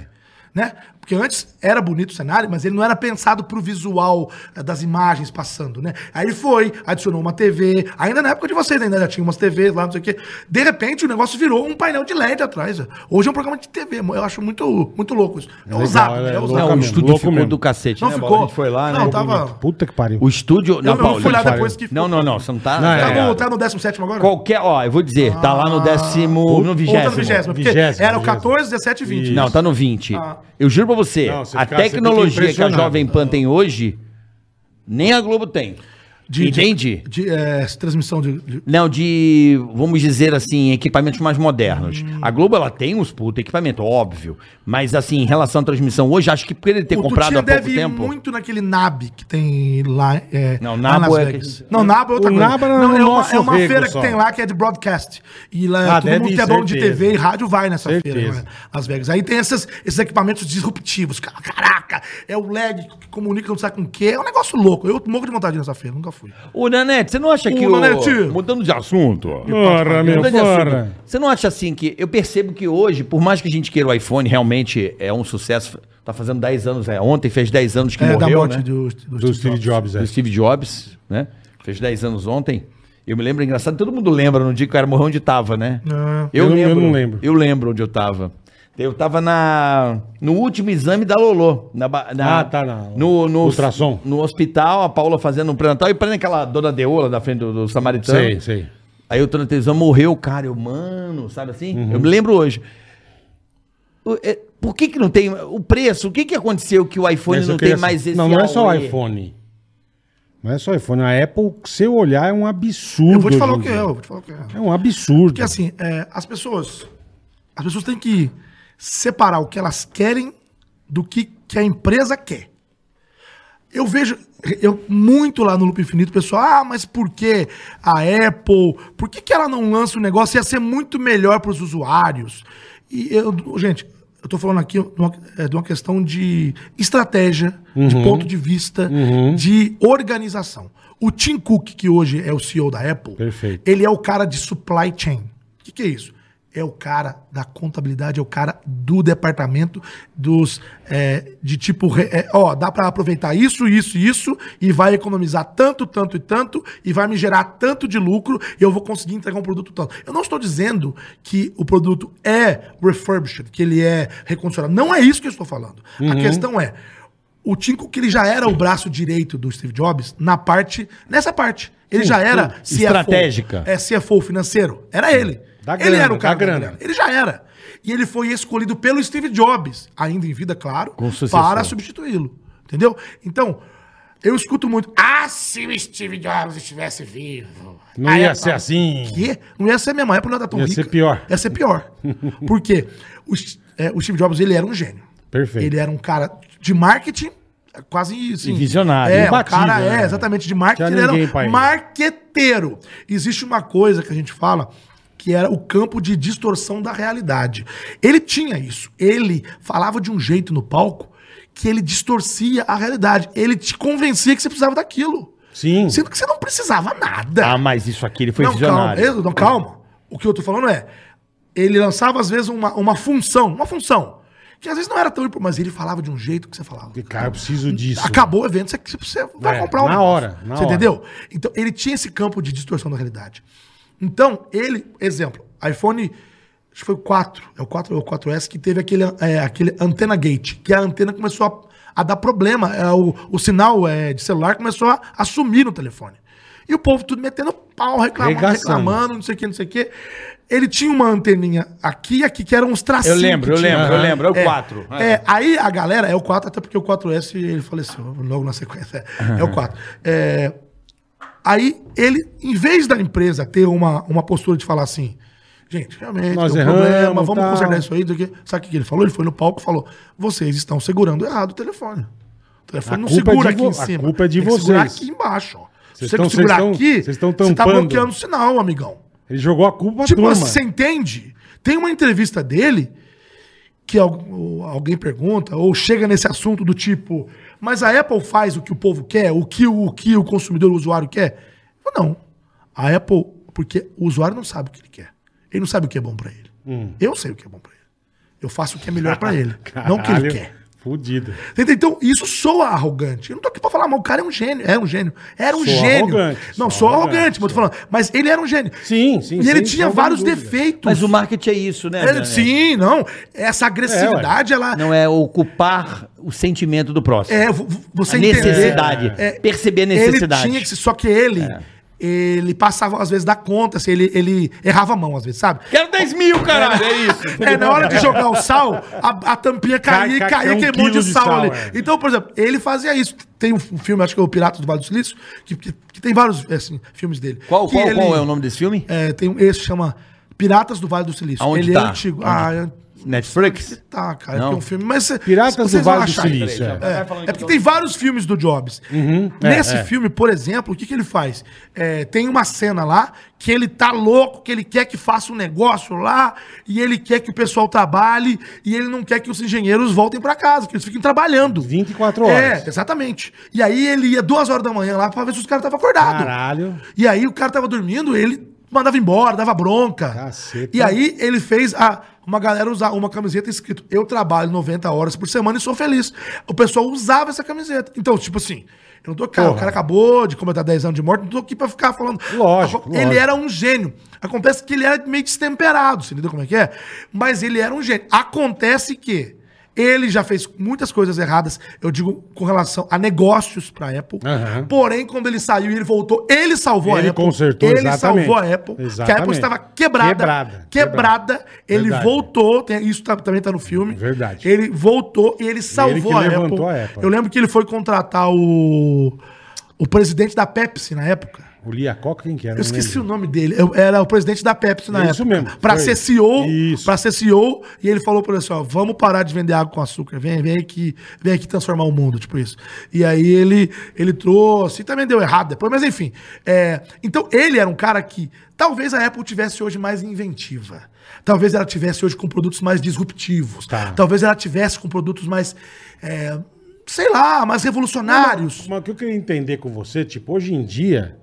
Né? Porque antes era bonito o cenário, mas ele não era pensado pro visual eh, das imagens passando, né? Aí foi, adicionou uma TV, ainda na época de vocês, ainda já tinha umas TVs lá, não sei o quê. De repente o negócio virou um painel de LED atrás. ó. Hoje é um programa de TV, mo- eu acho muito, muito louco isso. É legal, ousado, é é louco ousado. Não, o mesmo, estúdio louco ficou mesmo. do cacete, Não né, ficou. Bola? A gente foi lá, né? Não, tava. Puta que pariu. O estúdio... Eu, Não, eu Paulo, fui lá pariu. depois que. Não, não, não, você não tá... Não, é. Tá, tá no, ligado. tá Ah, no 17 agora? Qualquer, ó, eu vou dizer, tá lá no décimo, no Ou tá no vigésimo. 20, porque Vigésimo, era o vigésimo. 14, 17 e 20. Não, tá no 20. Ah. Eu juro pra você, Não, você a fica- você fica tecnologia que a impressionado. Jovem Pan tem hoje, nem a Globo tem. Entende? De, eh, transmissão de. de- Não, de, vamos dizer assim, equipamentos mais modernos. Hum. A Globo, ela tem uns puto equipamento, óbvio. Mas, assim, em relação à transmissão hoje, acho que por ele ter O comprado Tutinha há pouco deve ir tempo... muito naquele NAB que tem lá. É, Não, lá Nabo nas é Vegas. que- Não, NAB é outra O coisa. Nabo era não, no é uma, nosso é uma rego feira só. que tem lá que é de broadcast. E lá Ah, todo deve mundo ir, que é dono de certeza. TV e rádio vai nessa feira, Certeza. né? Las Vegas. Aí tem essas- esses equipamentos disruptivos. Cara, Caraca, é o LED que comunica, não sabe com o quê. É um negócio louco. Eu morro de vontade nessa feira, nunca fui. Ô, Nanete, você não acha que Ô, Nanete. o... Mudando de assunto... Porra, meu, Mudando de assunto, porra. Você não acha assim que... Eu percebo que hoje, por mais que a gente queira o iPhone, realmente é um sucesso. Tá fazendo 10 anos, é. Ontem fez 10 anos que É, da morreu, morte né? do, do, Do Steve Jobs, é. do Steve Jobs, né? Fez 10 anos ontem. Eu me lembro, é engraçado, todo mundo lembra no dia que o cara morreu onde tava, né? É. eu, Ah. Eu não- eu lembro, eu não lembro. Eu lembro onde eu tava. Eu tava na, no último exame da Lolô. Na, ba- na- Ah, tá, na- no, no, ultrassom. No hospital, a Paula fazendo um pré-natal e prendendo aquela dona Deola da frente do, do Samaritano. Sei, sei. Aí o Tony Tezão morreu, cara, eu, mano, sabe assim? Uhum. Eu me lembro hoje. O- é, Por que que não tem o preço? O que que aconteceu que o iPhone Mas eu não queria tem mais saber- esse Não, não é só o auê? iPhone. Não é só iPhone. A Apple, se eu olhar, é um absurdo. Eu vou te falar o hoje que em é, dia. eu vou te falar o que é. É um absurdo. Porque assim, é, as pessoas. As pessoas têm que separar o que elas querem do que, que a empresa quer. Eu vejo eu, muito lá no Loop Infinito, o pessoal, ah, mas por que a Apple? Por que, que ela não lança um negócio? Ia ser muito melhor para os usuários. E eu, gente, eu tô falando aqui de uma, é, de uma questão de estratégia, de ponto de vista, de organização. O Tim Cook, que hoje é o CEO da Apple, Perfeito. ele é o cara de supply chain. O que, que é isso? É o cara da contabilidade, é o cara do departamento dos. é, de tipo, re- é, ó, dá pra aproveitar isso, isso e isso, e vai economizar tanto, tanto e tanto, e vai me gerar tanto de lucro, e eu vou conseguir entregar um produto tanto. Eu não estou dizendo que o produto é refurbished, que ele é recondicionado. Não é isso que eu estou falando. A questão é. O Tinko, que ele já era o braço direito do Steve Jobs na parte. Nessa parte. Ele já era CFO. Estratégica. É, CFO financeiro. Era ele. Da ele grana, era o cara da grana. Ele já era. E ele foi escolhido pelo Steve Jobs, ainda em vida, claro, sucessor. para substituí-lo. Entendeu? Então, eu escuto muito. Ah, se o Steve Jobs estivesse vivo. Não Aí ia eu ser falo, assim. Quê? Não ia ser é mesmo. A Apple não era tá tão Ia rica. ser pior. Ia [LAUGHS] ser pior. Por quê? O, S- é, o Steve Jobs, ele era um gênio. Perfeito. Ele era um cara de marketing, quase assim, visionário, É, um imbatível, cara, né? é, exatamente, de marketing. Tinha Ele era ninguém pra um ele. marqueteiro. Existe uma coisa que a gente fala que era o campo de distorção da realidade. Ele tinha isso. Ele falava de um jeito no palco que ele distorcia a realidade. Ele te convencia que você precisava daquilo. Sim. Sendo que você não precisava nada Ah, mas isso aqui ele foi calma, visionário. eu- não, calma. O que eu tô falando é, ele lançava às vezes uma, uma função, uma função, que às vezes não era tão importante, mas ele falava de um jeito que você falava. Cara, eu preciso disso. Acabou o evento, você, você vai É, comprar um na negócio. hora, na você hora. entendeu? Então, ele tinha esse campo de distorção da realidade. Então, ele, exemplo, iPhone, acho que foi o 4, é o 4 ou o 4S, que teve aquele, é, aquele antena gate, que a antena começou a, a dar problema, é, o, o sinal é, de celular começou a, a sumir no telefone. E o povo tudo metendo pau, reclamando, Regaçando. reclamando, não sei o que, não sei o que. Ele tinha uma anteninha aqui e aqui, que eram uns tracinhos. Eu lembro, que eu tinha. lembro, eu lembro. É o É, 4. É, aí a galera, é o 4, até porque o 4S ele faleceu logo na sequência. É, o 4. É, aí ele, em vez da empresa ter uma, uma postura de falar assim, gente, realmente, Nós deu erramos, vamos tal." consertar isso aí. do que- Sabe o que ele falou? Ele foi no palco e falou: vocês estão segurando errado o telefone. O telefone A não culpa é segura de aqui vo- em a cima. culpa é de Tem que segurar vocês. aqui embaixo, ó. Se Vocês você tão- segurar vocês tão- aqui, vocês tão você tá tampando. bloqueando o sinal, amigão. Ele jogou a culpa à Tipo, turma. você entende? Tem uma entrevista dele que al- ou alguém pergunta ou chega nesse assunto do tipo, mas a Apple faz o que o povo quer, o que o, o que o consumidor, o usuário quer? Eu, não. A Apple, porque o usuário não sabe o que ele quer. Ele Hum. não sabe o que é bom pra ele. Eu sei o que é bom pra ele. Eu faço o que é melhor pra ele, não o que ele Caralho. quer. Fudida. Entendeu? Então, isso soa arrogante. Eu não tô aqui pra falar, mas o cara é um gênio. É um gênio. Era um Soa gênio. arrogante, soa não, sou arrogante, arrogante, mas tô falando. Mas ele era um gênio. Sim, sim, E ele sem tinha sombra de vários dúvida. defeitos. Mas o marketing é isso, né? É, Daniel? sim, não. Essa agressividade, ela. Não é ocupar o sentimento do próximo. É, vo- vo- você A entender. É, necessidade. Perceber a necessidade. É. Ele tinha que, se- só que ele, ele passava às vezes da conta, assim, ele, ele errava a mão às vezes, sabe? Quero 10 mil, caralho. É isso. [LAUGHS] É, na hora de jogar o sal, a, a tampinha caía, Cai- cai- caía um aquele monte quilo de de sal, sal, ali. é. Então, por exemplo, ele fazia isso. Tem um filme, acho que é o Pirata do Vale do Silício, que, que, que tem vários assim, filmes dele. Qual, Que qual, ele- qual é o nome desse filme? É, tem um, esse chama Piratas do Vale do Silício. Aonde ele é tá? antigo. Onde? Ah, eu- Netflix? tá, cara, Não. tem um filme. Mas cê- Piratas do vocês vão Vale do achar aí. Silício, é. É, é porque tem vários filmes do Jobs. é, Nesse é. filme, por exemplo, o que, que ele faz? É, tem uma cena lá que ele tá louco, que ele quer que faça um negócio lá, e ele quer que o pessoal trabalhe, e ele não quer que os engenheiros voltem pra casa, que eles fiquem trabalhando. 24 horas. É, exatamente. E aí ele ia duas horas da manhã lá pra ver se os caras estavam acordados. Caralho. E aí o cara tava dormindo, ele mandava embora, dava bronca. Caceta. E aí ele fez a, uma galera usar uma camiseta escrito Eu trabalho 90 horas por semana e sou feliz. O pessoal usava essa camiseta. Então, tipo assim, eu não tô cara, o Porra. cara acabou de completar 10 anos de morte, não tô aqui pra ficar falando. Lógico, Ele lógico. era um gênio. Acontece que ele era meio destemperado, você entendeu como é que é? Mas ele era um gênio. Acontece que ele já fez muitas coisas erradas, eu digo com relação a negócios pra Apple. Aham. Porém, quando ele saiu e ele voltou, ele salvou a Ele Apple. consertou, ele exatamente. salvou a Apple. Que a Exatamente. Apple estava quebrada. Quebrada, Quebrada. Ele Verdade. voltou. tem- isso tá- também está no filme. Verdade. Ele voltou e ele que salvou a, Apple. levantou a Apple. Eu lembro que ele foi contratar o, o presidente da Pepsi na época. O Lia Coca, quem que era? Eu esqueci o nome dele. Eu- era o presidente da Pepsi na Isso época. mesmo, Pra foi. ser CEO. Isso. Pra ser CEO. E ele falou pra ele assim: ó, vamos parar de vender água com açúcar. Vem, vem aqui, vem aqui transformar o mundo, tipo isso. E aí ele, ele trouxe. E também deu errado depois, mas enfim. É, então ele era um cara que talvez a Apple tivesse hoje mais inventiva. Talvez ela tivesse hoje com produtos mais disruptivos. Tá. Talvez ela tivesse com produtos mais. é, sei lá, mais revolucionários. Mas o que eu queria entender com você, tipo, hoje em dia,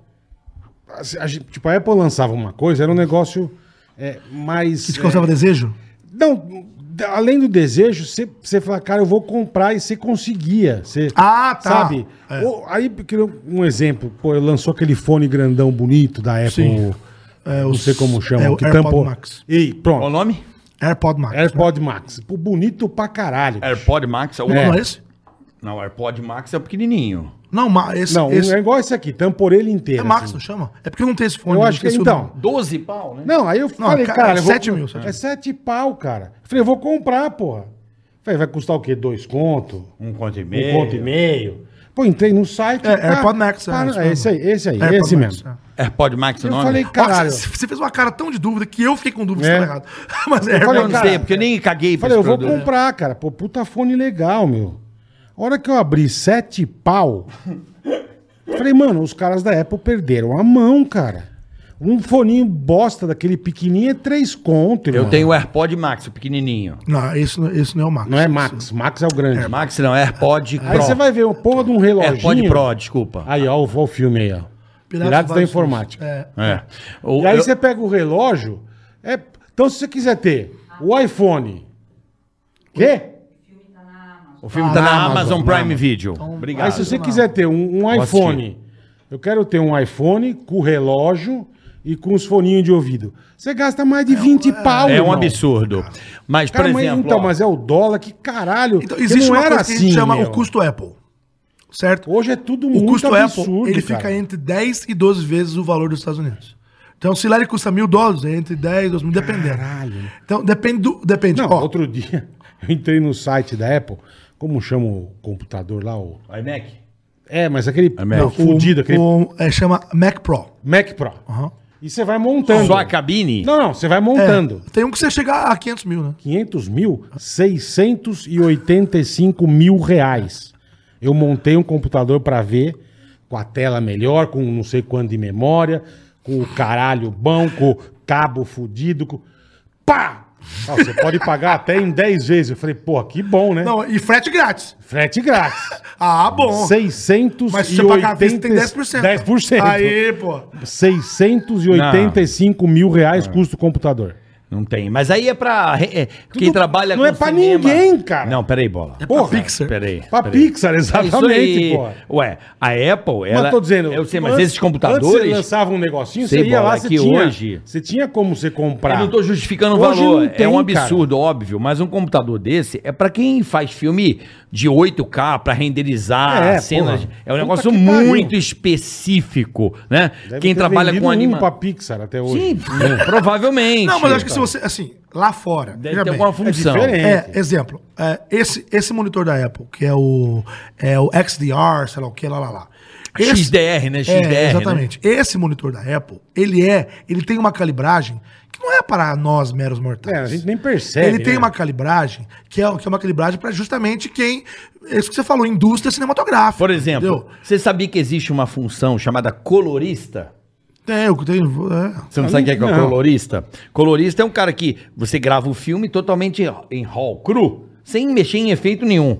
a, a gente- tipo, a Apple lançava uma coisa, era um negócio é, mais... que te causava é, desejo? não, d- além do desejo, você- você fala, cara, eu vou comprar e você conseguia. Você, Ah, tá. Sabe? É. Ou- aí, porque eu- um exemplo, pô, lançou aquele fone grandão bonito da Apple... Sim. É, Não os- sei como chama. é, o que AirPod tampou. Max. E pronto. Qual o nome? AirPod Max. AirPod Max. Pô, bonito pra caralho. AirPod Max. o- Não é esse? Não, AirPod Max é o pequenininho. Não, ma- esse, Não, esse um é igual esse aqui, tampa ele é inteira. Max, assim. não chama? É porque não tem esse fone. Eu não acho que tem esse então. nome. 12 pau, né? Não, aí eu falei, cara, cara, é eu vou- sete mil, sete É 7 pau, cara. Eu falei, eu vou comprar, porra. Falei, vai custar o quê? Dois conto? Um conto e Um meio. conto e meio? Pô, entrei no site. É, AirPod Max, é, é. isso é esse aí, esse aí, AirPod esse Max, mesmo. é. AirPod Max é o Eu nome? falei, caralho. Nossa, você fez uma cara tão de dúvida que eu fiquei com dúvida É. se estava errado. [LAUGHS] Mas é Eu falei, Eu AirPod não Max. cara, sei, porque eu nem caguei pra Falei, eu esse vou produto. comprar, cara. Pô, puta fone legal, meu. A hora que eu abri sete pau, [LAUGHS] falei, mano, os caras da Apple perderam a mão, cara. Um foninho bosta daquele pequenininho é três conto, Eu irmão. tenho o AirPod Max, o pequenininho. Não, esse, não- esse não é o Max. Não é Max, Max é o grande. Max não, AirPod Pro. Aí você vai ver uma porra de um reloginho. AirPod Pro, desculpa. Aí, ó, o, o filme aí, ó. Piratas, da vários Informática. filmes. É. É. O- E aí eu- você pega o relógio. é- Então, se você quiser ter o iPhone. Quê? O filme tá Ah, na na Amazon, Amazon, Prime Video. Obrigado. Então, Aí, se você quiser ter um, um iPhone. Eu quero ter um iPhone com relógio e com os foninhos de ouvido. Você gasta mais de 20 Tá pau, É um irmão. absurdo. Mas, Cara, por mas, exemplo... então, ó, mas é o dólar, que caralho. Então, que existe não uma era coisa que a gente assim, chama meu. o custo Apple. Certo? Hoje é tudo O muito custo absurdo, Apple, ele cara. fica entre 10 e 12 vezes o valor dos Estados Unidos. Então, se lá ele custa mil dólares, é entre 10 e 12 mil, dependendo. Caralho. Então, depende do... Depende. Não, Ó, outro dia [LAUGHS] eu entrei no site da Apple, como chama o computador lá? O... iMac. É, mas aquele Mac. não, fudido, aquele o- é, chama Mac Pro. Mac Pro. Aham. E você vai montando. Só a cabine? Não, não, você vai É, montando. tem um que você chega a 500 mil, né? 500 mil, 685 mil reais. Eu montei um computador pra ver, com a tela melhor, com não sei quanto de memória, com o caralho bom, com o cabo fudido. Com... Pá! Ó, você pode pagar até em 10 vezes. Eu falei, pô, que bom, né? Não, e frete grátis. Frete [LAUGHS] grátis. Ah, bom. 680... Mas se você pagar à vista, tem 10%. 10%. Aí, pô. 685 mil reais custa o computador. Não tem. Mas aí é pra. é- é- quem Tudo- trabalha não é pra ninguém, cara. Não, peraí, bola. pra Porra. Pixar. Peraí. Pra peraí. Pixar, É isso exatamente, aí. pô. Ué, a Apple, ela. Mas tô dizendo. Eu sei, mas antes- Antes esses você computadores. lançava um negocinho, Sei você ia lá, bola, você que tinha. hoje- Você tinha como você comprar. Eu não tô justificando o Hoje valor. não tem, é um absurdo, óbvio. Mas um computador desse é pra quem faz filme de 8K pra renderizar É, cenas. porra. É um Puta negócio que pariu. muito específico, né? Deve quem ter trabalha vendido com Um anima... pra Pixar até hoje. Sim, provavelmente. Não, mas eu acho que se você, assim, lá fora. Deve veja ter bem. alguma função. diferente. É, exemplo, é, esse, esse monitor da Apple, que é o, é o XDR, sei lá o que, lá, lá, lá. Esse- XDR, né? XDR. É, né? exatamente. Esse monitor da Apple, ele é, ele tem uma calibragem que não é para nós meros mortais. É, a gente nem percebe, Ele É. tem né? uma calibragem que é, que é uma calibragem para justamente quem, é isso que você falou, indústria cinematográfica. Por exemplo, entendeu? você sabia que existe uma função chamada colorista? Tem, eu tenho, é. Você não sabe o que é, que é Não. colorista? Colorista é um cara que você grava o filme totalmente em RAW, cru, sem mexer em efeito nenhum.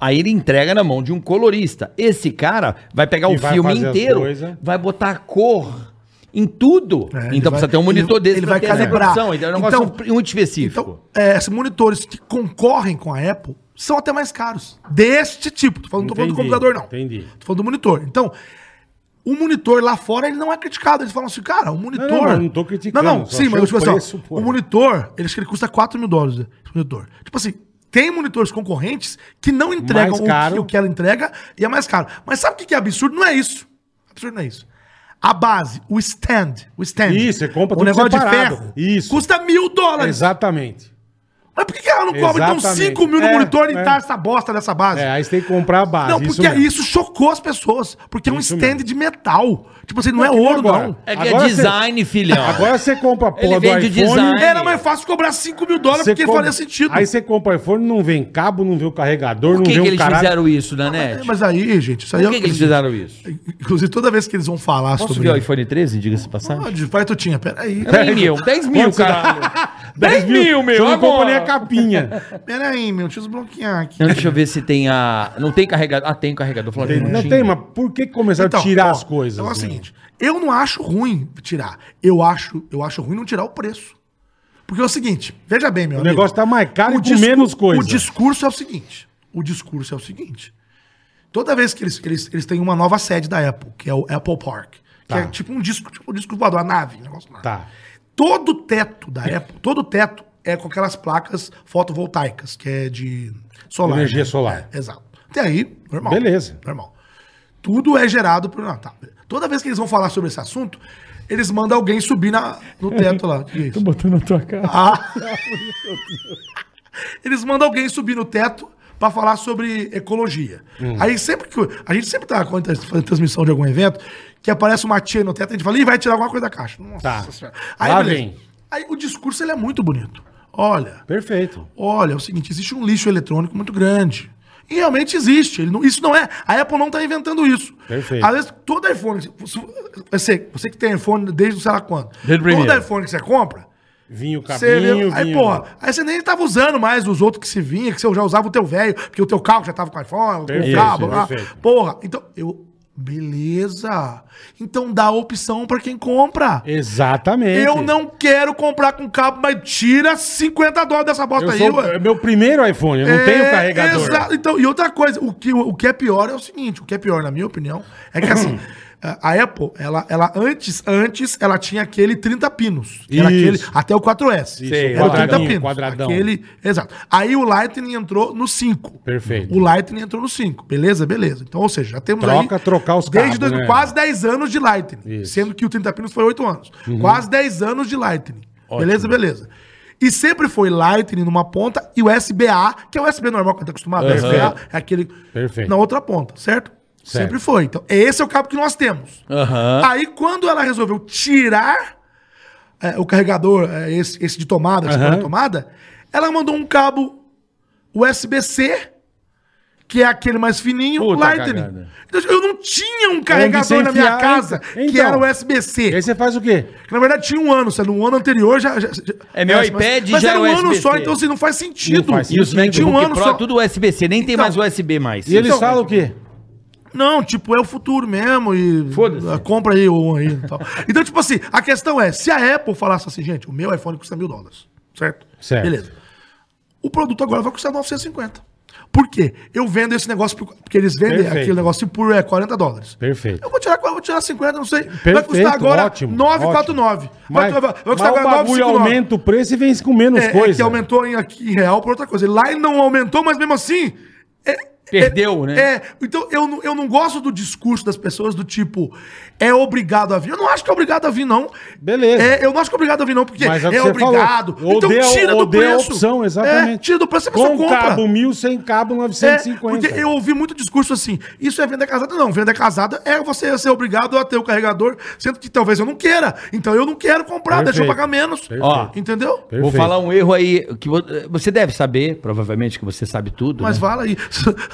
Aí ele entrega na mão de um colorista. Esse cara vai pegar E o vai filme fazer as inteiro, coisa. vai botar a cor em tudo. É, ele então vai- precisa ter um monitor ele- desse ele pra vai ter essa calibrar. produção. Então é um negócio muito específico. Então, é, esses monitores que concorrem com a Apple são até mais caros. Deste tipo. Tô falando, não tô falando do Entendi, computador, não. entendi. Tô falando do monitor. Então, o monitor lá fora, ele não é criticado. Eles falam assim, cara, o monitor... Não, não, mas eu não tô criticando, Não, não, só sim, achei mas tipo o assim, ó, preço, pô. o monitor, ele acho que ele custa 4 mil dólares, né, esse monitor. Tipo assim... Tem monitores concorrentes que não entregam Mais o que- caro. o que ela entrega e é mais caro. Mas sabe o que que é absurdo? Não é isso. Absurdo não é isso. A base, o stand. O stand. Isso, você compra o tudo negócio separado. de ferro. Isso. Custa mil dólares. Exatamente. Mas por que que ela não cobra então Exatamente. 5 mil no É, monitor e é. tá essa bosta dessa base? É, aí você tem que comprar a base. não, porque mesmo. isso, chocou as pessoas. Porque é um Isso stand mesmo. de metal. Tipo assim, não é que nem ouro, agora. não. É que é Agora design, filhão. [LAUGHS] Agora você compra a Ele porra do vende iPhone. design. Design. Era mais fácil cobrar 5 mil dólares porque faria sentido. Aí você compra o iPhone, não vem cabo, não vê o carregador, Por não que, vê que um eles caralho. fizeram isso, Nanete? Mas aí, gente, isso aí Por é- que, que eles fizeram isso? Inclusive, toda vez que eles vão falar Posso sobre. ver o iPhone 13, diga-se de passagem? Pode, vai, Tutinha, peraí. 10 [LAUGHS] mil, 10 mil, Quanto você dá? caralho. [LAUGHS] 10 mil, meu, Você não comprou agora. nem a [LAUGHS] capinha. Peraí, meu, deixa eu desbloquear aqui. Não, deixa eu ver se tem a. Não tem carregador. Ah, tem um carregador. Flávio, Não tinha. tem, mas por que começaram Então, a tirar ó, as coisas? Então é o né? seguinte, eu não acho ruim tirar. Eu acho, eu acho ruim não tirar o preço. Porque é o seguinte, veja bem, meu O amigo, negócio tá mais caro o e com discu- menos coisa. O discurso é o seguinte. O discurso é o seguinte. Toda vez que eles, que eles, eles têm uma nova sede da Apple, que é o Apple Park, Tá. que é tipo um disco, tipo um disco voador, uma nave, um negócio lá. Tá. Todo teto da Apple, todo teto é com aquelas placas fotovoltaicas, que é de solar. Energia né? solar. É, exato. Até aí, normal. Beleza. Normal. Tudo é gerado por. Não, tá. Toda vez que eles vão falar sobre esse assunto, eles mandam alguém subir na, no [LAUGHS] teto lá. Que isso? botando na tua cara. Ah. [LAUGHS] Eles mandam alguém subir no teto pra falar sobre ecologia. Hum. Aí sempre que. A gente sempre tá quando tá fazendo transmissão de algum evento, que aparece uma tia no teto, a gente fala, ih, vai tirar alguma coisa da caixa. Nossa Tá. Senhora. Aí, Lá beleza. vem. Aí o discurso ele é muito bonito. Olha, Perfeito. olha, é o seguinte, existe um lixo eletrônico muito grande. E realmente existe. Ele não- isso não é. A Apple não está inventando isso. Perfeito. Às vezes, todo iPhone. se- Você, você que tem iPhone desde sei lá quando. Desde o primeiro. Todo iPhone que você compra, Vinho, cabinho, você viu? vinho. Aí, porra, aí você nem tava usando mais os outros que se vinha, que você já usava o teu velho, porque o teu carro já tava com iPhone, Perfeito, com o cabo, lá. perfeito. Porra, então eu. Beleza. Então dá opção pra quem compra. Exatamente. Eu não quero comprar com cabo, mas tira 50 dólares dessa bosta Eu aí, sou, ué. é meu primeiro iPhone, eu não É, tenho carregador. exato. Então, e outra coisa, o que, o que é pior é o seguinte, o que é pior, na minha opinião, é [CLEARS THROAT] que assim, a a Apple, ela, ela antes, antes, ela tinha aquele 30 pinos. que Era Isso. aquele, até o 4S. Isso, era o quadradinho, 30 pinos. quadradão. Aquele, exato. Aí o Lightning entrou no 5. Perfeito. O Lightning entrou no 5. Beleza? Beleza. Então, ou seja, já temos Troca, aí... trocar os desde cabos, dois- né? Quase 10 anos de Lightning. Isso. Uhum. Sendo que o 30 pinos foi 8 anos. Quase 10 anos de Lightning. Beleza? Beleza. E sempre foi Lightning numa ponta e USB-A, que é o USB normal que eu tô acostumado, Aham. USB-A é aquele Perfeito. na outra ponta, certo? Certo. Sempre foi. Então, esse é o cabo que nós temos. Aham. Aí, quando ela resolveu tirar é, o carregador, é, esse, esse de tomada, esse Aham. de tomada, ela mandou um cabo USB-C, que é aquele mais fininho, Puta Lightning. cagada. Então, Eu não tinha um você carregador na minha enfiar, casa então. que era USB-C. E aí você faz o quê? Que, Na verdade tinha um ano, sabe? No ano anterior já. já- já- É, meu mas- iPad mas já era é um ano USB-C. só, então assim, não faz sentido. Não faz E os sentido. MacBook Tinha um ano Pro, só. tudo USB-C, nem tem Então, mais USB mais. E eles Então, falam o quê? Não, tipo, é o futuro mesmo e. Foda-se. Ah, Compra aí um aí. e tal. Então, tipo assim, a questão é: se a Apple falasse assim, gente, o meu iPhone custa mil dólares, certo? Certo. Beleza. O produto agora vai custar 950. Por quê? Eu vendo esse negócio, por- porque eles vendem Perfeito. aquele negócio por é, 40 dólares. Perfeito. Eu vou tirar, eu vou tirar 50, não sei. vai Perfeito, custar agora ótimo, 949. ótimo. Vai, Mas, vai, vai mas custar agora o bagulho 959. aumenta o preço e vem com menos É, é coisa. que aumentou em, aqui em real por outra coisa. Lá ele não aumentou, mas mesmo assim. é- Perdeu, é- né? É, então eu, não- eu não gosto do discurso das pessoas do tipo, é obrigado a vir. Eu não acho que é obrigado a vir, não. Beleza. É, eu não acho que é obrigado a vir, não, porque Mas é, o que é você obrigado. falou. Então Odeia- tira do odeia a preço. opção, exatamente. É, tira do preço, a pessoa Com compra. cabo um mil, sem cabo É, 950. porque eu ouvi muito discurso assim, isso é venda casada. Não, venda casada é você ser obrigado a ter o carregador, sendo que talvez eu não queira. Então eu não quero comprar, deixa eu Perfeito. pagar menos. Perfeito. Ó, Entendeu? Perfeito. Vou falar um erro aí que vo- você deve saber, provavelmente que você sabe tudo. Mas né? fala aí.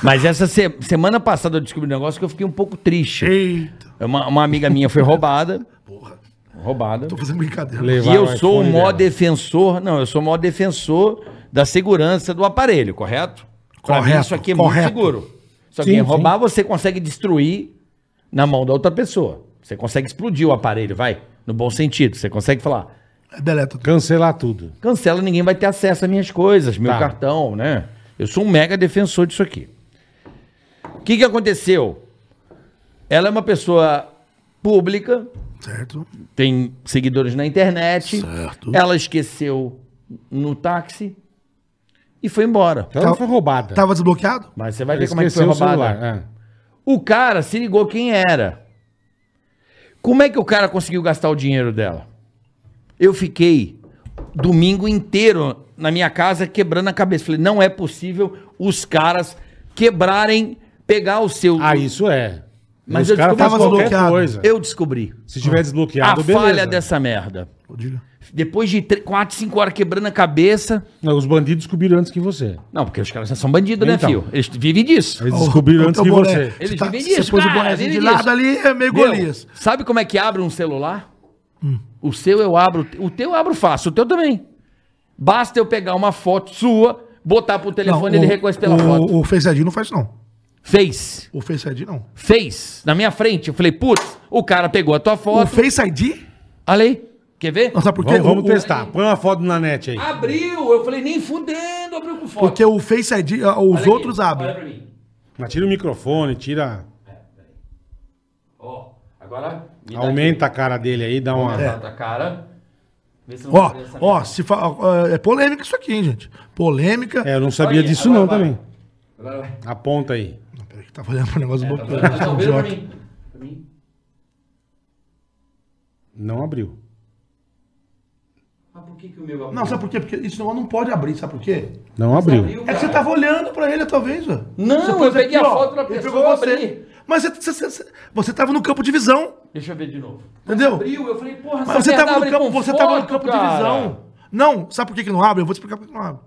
Mas essa se- semana passada eu descobri um negócio que eu fiquei um pouco triste. Eita, Uma, uma amiga minha foi roubada. porra. Roubada. Tô fazendo brincadeira. Levar E eu o sou um o iPhone maior dela. defensor. Não, eu sou o maior defensor da segurança do aparelho, correto? Pra Correto, isso aqui é correto. muito seguro. Se Sim, alguém sim. roubar, você consegue destruir na mão da outra pessoa. Você consegue explodir o aparelho, vai. No bom sentido. Você consegue falar. É, Deleta. Cancelar tudo. cancela, ninguém vai ter acesso às minhas coisas, meu Tá. cartão, né? Eu sou um mega defensor disso aqui. O que, que aconteceu? Ela é uma pessoa pública, Certo. tem seguidores na internet. Certo. Ela esqueceu no táxi e foi embora. Então ela Tá- foi roubada. Tava desbloqueado? Mas você vai Ela ver como é que foi esqueceu o roubada. celular, é. O cara se ligou quem era. Como é que o cara conseguiu gastar o dinheiro dela? Eu fiquei domingo inteiro na minha casa quebrando a cabeça. Falei, não é possível os caras quebrarem, pegar o seu. Ah, isso é. Mas Os eu caras descobri- fazem qualquer Tava desbloqueado. coisa. Eu descobri Se tiver a desbloqueado, beleza. falha dessa merda. Diga. Depois de 4, 5 horas quebrando a cabeça. Não, Os bandidos descobriram antes que você. Não, porque os caras já são bandidos, né, Então. filho? Eles vivem disso. Eles descobriram antes que você. Eles Ele tá, vivem você disso, pôs o cara, bonézinho de vivem lado disso. ali, Hum. é meio Meu, Golias. Sabe como é que abre um celular? O seu eu abro. O teu eu abro fácil, o teu também. Basta eu pegar uma foto sua, botar pro telefone, ele o- reconhece pela o, foto. O Face ID não faz, não. Fez. O Face ID não. Fez. Na minha frente. Eu falei, putz, o cara pegou a tua O foto. Face ID? Olha aí. Quer ver? Não, sabe por quê? Vamos, vamos O- o- testar. Põe uma foto na net aí. Abriu. Eu falei, nem fudendo, abriu com foto. Porque o Face ID, ah, os Olha outros aqui, abrem. Olha pra mim. Mas tira o microfone, tira. Ó, agora. me dá Aumenta a cara dele aí, dá uma. aqui. É. Exato, a cara. Vê se não Ó, abre essa ó, merda. se fa- ó, é polêmica isso aqui, hein, gente. Polêmica. É, eu não sabia Olha aí, disso agora não vai. também. Agora vai. Aponta aí. Não, peraí, que tava olhando pro negócio É, do bloqueio. Agora tá vai. Não, vira pra idiota. mim. Pra mim. Não abriu. Mas Ah, por que, que o meu abriu? Não, sabe por quê? Porque isso não, não pode abrir, sabe por quê? Não abriu. abriu, É que você tava olhando pra ele, talvez, ó. Não, Você eu pôs peguei a ó, foto da ele pessoa, pegou eu você. abri. Mas você, você, você, você tava no campo de visão. Deixa eu ver de novo. Entendeu? Abriu, eu falei, porra, Mas você tava no campo, você tava no campo de visão. Não, sabe por que, que não abre? Eu vou te explicar por que não abre.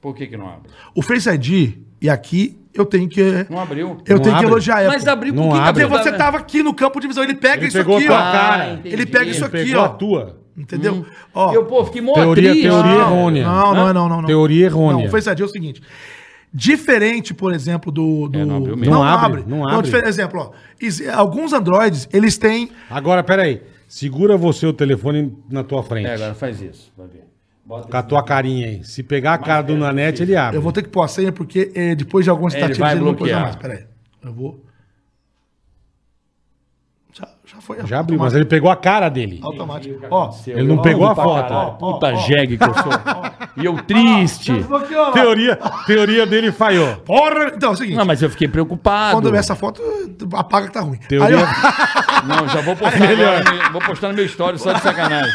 Por que que não abre? O Face ID, e aqui eu tenho que. Não abriu. Eu Não tenho abre. que elogiar a Mas Apple. abriu, Não por que abre. que É, Porque abriu? você tá- tava aqui no campo de visão, ele pega Ele isso pegou aqui, tua ó. cara. Ah, entendi. Ele pega isso Ele aqui, pegou ó. a tua. Entendeu? Ó. Eu, pô, fiquei mó Teoria, triste. teoria Não. errônea. Não, não é não, não, não. Teoria errônea. Não, o Face ID é o seguinte. Diferente, por exemplo, do. do- É, não abriu mesmo. Não abre, não abre. difer- exemplo, ó. is- Alguns Androids, eles têm. Agora, peraí. Segura você o telefone na tua frente. É, agora faz isso, vai ver. Bota Com a tua carinha aí. Se pegar a cara do Nanete, ele abre. Eu vou ter que pôr a senha porque eh, depois de algumas É, ele vai bloquear. mais. Peraí. Eu vou. Já, já foi. Já abriu, mas ele pegou a cara dele. Automático. Ó, Ele não pegou a foto. Puta jegue que eu sou. E eu triste. desbloqueou, ó. Teoria, teoria dele [LAUGHS] falhou. Porra! Então, é o Ah, seguinte. Não, mas eu fiquei preocupado. Quando eu ver essa foto, apaga que tá ruim. Teoria- Aí, Não, já vou postar agora. no- Vou postar Tá no meu story só de sacanagem.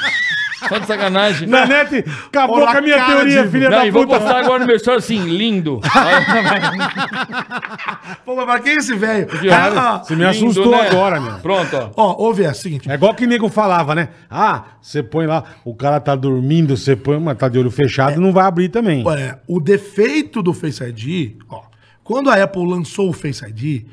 Só de sacanagem. Nanete, acabou Olha com a minha a cara teoria, de- filha Não, da e vou puta. postar agora no meu story assim, lindo. [LAUGHS] ó, [LAUGHS] pô, mas pra quem é esse velho? Ah, Cara, você me assustou Lindo, né? agora, meu. Pronto, ó. Ó, ouve, é o seguinte. É igual que nego falava, né? Ah, você põe lá, o cara tá dormindo, você põe, mas tá de olho fechado, não vai abrir também. É, o defeito do Face ID, ó, quando a Apple lançou o Face ID,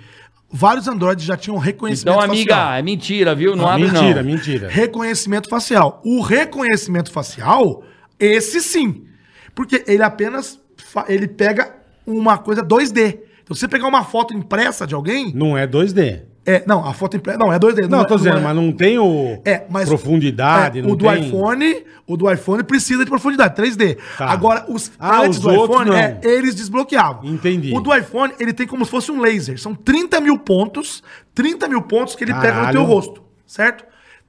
vários Androids já tinham reconhecimento Então, amiga, facial. é mentira, viu? Não abre, não. Ah, mentira, mentira. Reconhecimento facial. O reconhecimento facial, esse sim. Porque ele apenas fa- ele pega uma coisa 2D. Então, se você pegar uma foto impressa de alguém, Não é 2D. é, não, a foto impressa, não, é 2D. Não, eu tô é- dizendo, é- mas não tem o é, mas profundidade, é, não o do tem... iPhone, o do iPhone precisa de profundidade, 3D. Tá. Agora os Ah, antes os do outros iPhone, não. é, eles desbloqueavam. Entendi. O do iPhone, ele tem como se fosse um laser, são 30 mil pontos, 30 mil pontos que ele pega no Caralho. teu rosto, certo?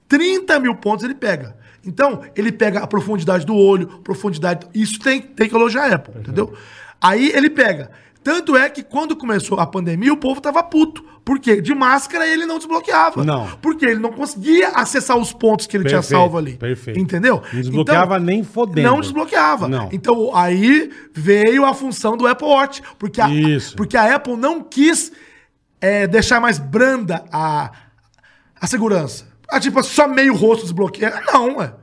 30 mil pontos ele pega. Então, ele pega a profundidade do olho, profundidade. Isso tem, tem que elogiar a Apple, entendeu? Aí ele pega. Tanto é que quando começou a pandemia, o povo tava puto. Por quê? De máscara ele não desbloqueava. Não. Porque ele não conseguia acessar os pontos que ele tinha Perfeito, salvo ali. perfeito. Entendeu? Então, Não desbloqueava nem fodendo. Não desbloqueava. Não. Então aí veio a função do Apple Watch. Porque a, Isso. Porque a Apple não quis é, deixar mais branda a, a segurança. Ah, tipo, só meio rosto desbloqueia. Não, ué.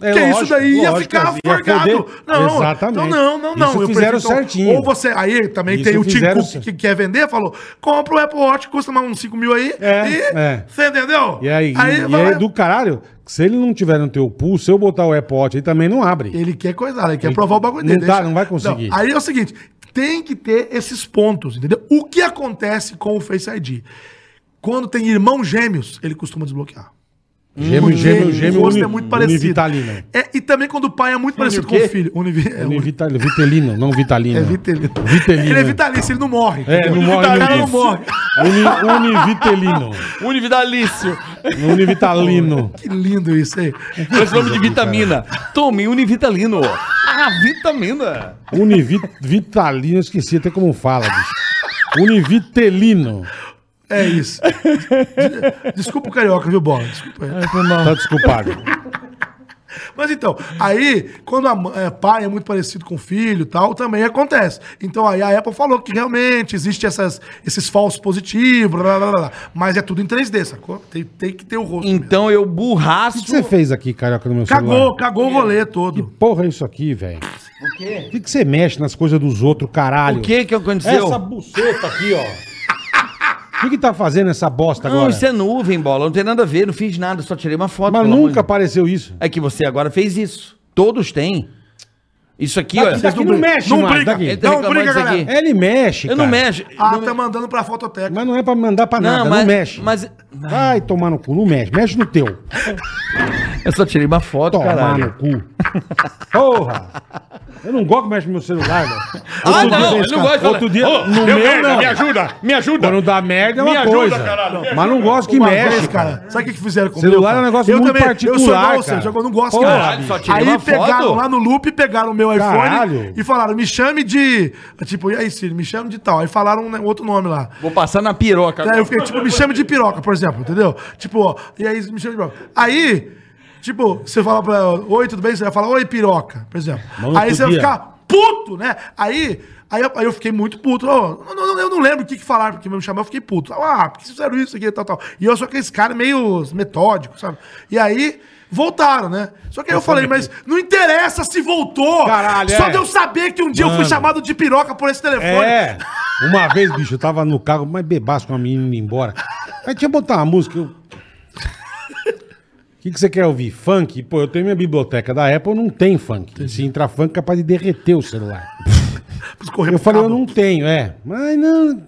É Porque lógico, isso daí ia lógico, ia ficar forgado. foder. Não, Exatamente. Então, não, não, não. Isso Eu fizeram prefiro- certinho. Ou você. Aí também Isso tem o Tim fizeram Cook cer- que quer vender, falou: compra o Apple Watch, custa mais uns 5 mil aí. É, e. é. Você entendeu? E aí, e- e vai- é do caralho, que se ele não tiver no teu pulso, se eu botar o AirPod, ele também não abre. Ele quer coisar, ele quer provar o bagulho não dele. dá, não vai conseguir. aí é o seguinte, tem que ter esses pontos, entendeu? O que acontece com o Face ID? Quando tem irmãos gêmeos, ele costuma desbloquear. Gêmeo, Porque gêmeo, gêmeo, o rosto uni- é muito parecido. univitalina. É, e também quando o pai é muito parecido o com o quê? filho. Univi... É, uni- Univitali- Vitelino, não Vitalino. é vitelino. Vitelino. Ele é vitalício, ele não morre. É, não entendeu? morre, O cara não não morre. Uni- Univitelino. Unividalício. Univitalino. Que lindo isso aí. Esse nome de vitamina. Tome um Univitalino. Ah, vitamina. Univitalino, esqueci até como fala, bicho. Univitelino. É isso. De- Desculpa o carioca, viu, Bola? Desculpa aí. Tá desculpado. Mas então, aí, quando a mã- é, pai é muito parecido com o filho e tal, também acontece. Então aí a Apple falou que realmente existe essas, esses falsos positivos, blá, blá, blá, blá. mas é tudo em 3D, sacou? Tem, tem que ter o rosto. mesmo. Então eu O que burraço. você fez aqui, carioca, no meu celular? Cagou, cagou o rolê todo. Porra, é isso aqui, velho. O quê? Por que, que você mexe nas coisas dos outros, caralho? O que que aconteceu? Essa buceta aqui, ó. O que, que tá fazendo essa bosta Não, agora? isso é nuvem, bola. Não tem nada a ver, não fiz nada, só tirei uma foto. Mas pelo amor de nunca apareceu isso. É que você agora fez isso. Todos têm. Isso aqui, ó. Isso daqui não mexe Não mais, briga, daqui. Ele tá não reclamando briga, disso galera. aqui. Ele mexe, Eu não cara. mexe. Ah, não... é- tá mandando pra fototeca. Mas não é pra mandar pra nada, Não, não, mas, mexe. mas. Vai tomar no cu, não mexe. Mexe no teu. Eu só tirei uma foto, Tomar caralho. no cu. Porra! Eu não gosto que mexe no meu celular, velho. Ah, não, eu não gosto de Outro dia, falar. Ô, no meu, não. ajuda, me ajuda. Quando dá merda é uma Me ajuda, coisa. caralho, me mas não gosto que Uma mexe, vez, cara. cara. Sabe o que que fizeram comigo? Celular cara? é um negócio muito Eu sou particular, igual você, cara. só que eu não gosto, Porra, cara. bicho. Só tirei Aí uma pegaram foto. lá no loop, pegaram o meu iPhone Caralho. e falaram, me chame de... Tipo, e aí, Siri, me chame de tal. Aí falaram um outro nome lá. Vou passar na piroca. Aí eu fiquei, tipo, me chama de piroca, por exemplo, entendeu? Tipo, ó, e aí me chama de piroca. Aí, tipo, você fala pra ela, oi, tudo bem? Você vai falar, oi, piroca, por exemplo. Mano, aí outro você vai dia. ficar puto, né? Aí, aí, eu, aí eu fiquei muito puto. Ó, não, não, não, eu não lembro o que, que falaram, porque me chamaram, eu fiquei puto. Ah, porque fizeram isso aqui e tal, tal. E eu sou aquele cara meio metódico, sabe? E aí. Voltaram, né? Só que aí eu falei, mas não interessa se voltou. Caralho, Só é. de eu saber que um dia eu fui Mano. chamado de piroca por esse telefone. É. Uma vez, bicho, eu tava no carro, mas bebaço com a menina indo embora. Aí tinha que botar uma música. eu- O que, que você quer ouvir? Funk? Pô, eu tenho minha biblioteca da Apple, não tem funk. Se entrar funk, é capaz de derreter o celular. Escorreu Eu pro falei, eu cabo. não tenho, é. Mas não.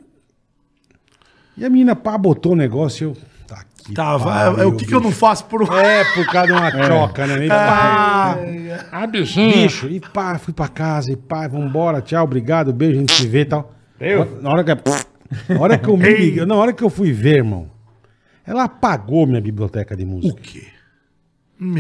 E a menina pá, botou o negócio eu. Tá aqui. Tava. é- é o que, que eu não faço por um. [LAUGHS] É, por causa de uma choca, né? E pá, Ah, bichinho. bicho, e pá, fui pra casa, e pá, vambora, tchau, obrigado, beijo, a gente se vê e tal. Eu? Na hora que, na hora que eu me liguei, na hora que eu fui ver, irmão, ela apagou minha biblioteca de música. O quê?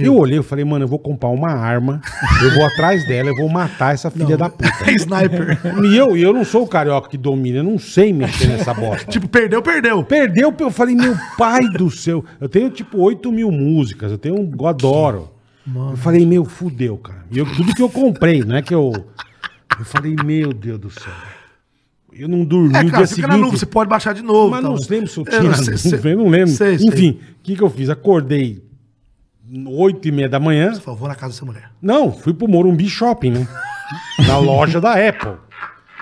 Eu olhei, eu falei, mano, eu vou comprar uma arma, eu vou atrás dela, eu vou matar essa filha da puta. [LAUGHS] É sniper. E eu, e eu não sou o carioca que domina, eu não sei mexer nessa bosta. tipo, perdeu, perdeu. Perdeu, eu falei, meu pai do céu. Eu tenho tipo 8 mil músicas, eu tenho um. Eu adoro. Eu falei, meu, fudeu, cara. E eu, tudo que eu comprei, não é que eu. Eu falei, meu Deus do céu. Eu não dormi É, no cara, dia fica na nuvem, seguinte. você pode baixar de novo. Mas tal. não lembro se eu É, tinha na sei, sei. nuvem, eu não lembro. Sei, sei. Enfim, o que, que eu fiz? Acordei 8 e meia da manhã. Por favor, na casa dessa mulher. Não, fui pro Morumbi Shopping, né? Na loja da Apple.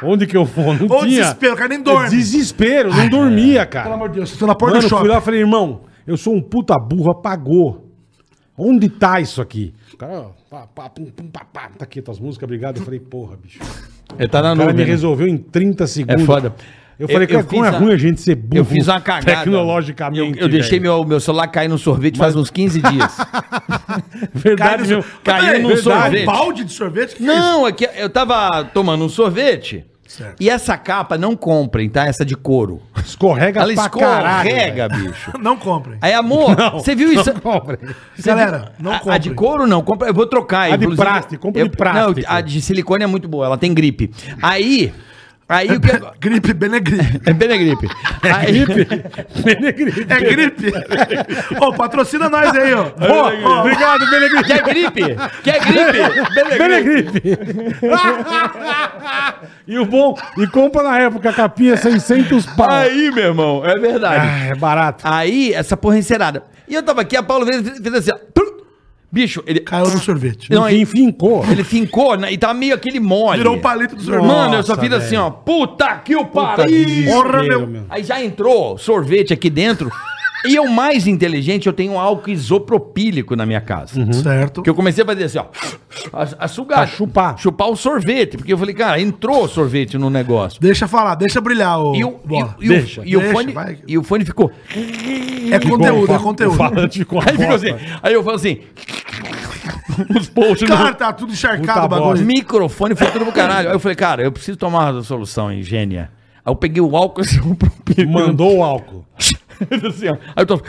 Onde que eu vou? Não Ou tinha. desespero, o cara nem dorme. Desespero, não dormia, cara. Pelo amor de Deus, você tá na porta Mano, do eu fui shopping. lá e falei, irmão, eu sou um puta burro, apagou. Onde tá isso aqui? O cara, ó, pá, pá, pum, pum, pá, pá, tá aqui tuas músicas, obrigado. Eu falei, porra, bicho. Ele tá na O cara me nuvem. né? resolveu em 30 É segundos. foda. Eu falei, cara, como fiz é a- ruim a gente ser burro Eu fiz uma cagada. tecnologicamente. Eu, eu deixei velho. meu, meu celular cair num sorvete faz uns 15 dias. Verdade, meu. caiu no Verdade. sorvete. Um balde de sorvete? Que que é isso? Não, é que eu tava tomando um sorvete. Certo. E essa capa, não comprem, tá? Essa de couro. Escorrega Ela pra caralho. escorrega, velho. [LAUGHS] bicho. Não comprem. Aí, amor, você viu isso? Pobre. Você Galera, viu- não a, comprem. a de couro não, compra, eu vou trocar. de inclusive. plástico, compra de plástico. Não, a de silicone é muito boa, ela tem gripe. Aí, aí o que... Gripe, Benegripe. [LAUGHS] É bem a gripe. Aí- É gripe. Ô, patrocina nós aí, ó. Ô, ô, Obrigado, Belegrini. Quer gripe? Quer gripe? Belegripe. [LAUGHS] e o bom, e compra na época a capinha 600 pau. Aí, meu irmão, é verdade. Ah, é barato. Aí, essa porra encerada. E eu tava aqui, a Paula fez, fez assim, ó. Prum. Bicho, ele, Caiu no sorvete. não, Ninguém ele, fincou. Então ele fincou né, e tava meio aquele mole. Virou um palito do sorvete. Mano, eu só Nossa, fiz assim, velho. ó. Puta que o Puta, pariu! Porra, desespero, meu. Aí já entrou sorvete aqui dentro. e eu, mais inteligente, eu tenho um álcool isopropílico na minha casa. Certo. Que eu comecei a fazer assim, ó. A, a sugar. Uhum. Pra chupar. Chupar o sorvete. Porque eu falei, cara, entrou sorvete no negócio. Deixa falar, deixa brilhar, ô. E o, e, Bola. o- e o- Deixa, e o deixa, fone, vai. e o fone ficou. É conteúdo, é O conteúdo. falante ficou Aí, ficou assim, bosta. aí eu falo assim. Os posts né? Cara, tá tudo encharcado Puta o bagulho. O microfone foi tudo pro caralho. Aí eu falei, cara, eu preciso tomar uma solução, hein, gênia. Aí eu peguei o álcool [LAUGHS] e isopropílico. Mandou o álcool. [LAUGHS] Assim, ó. Aí eu tô.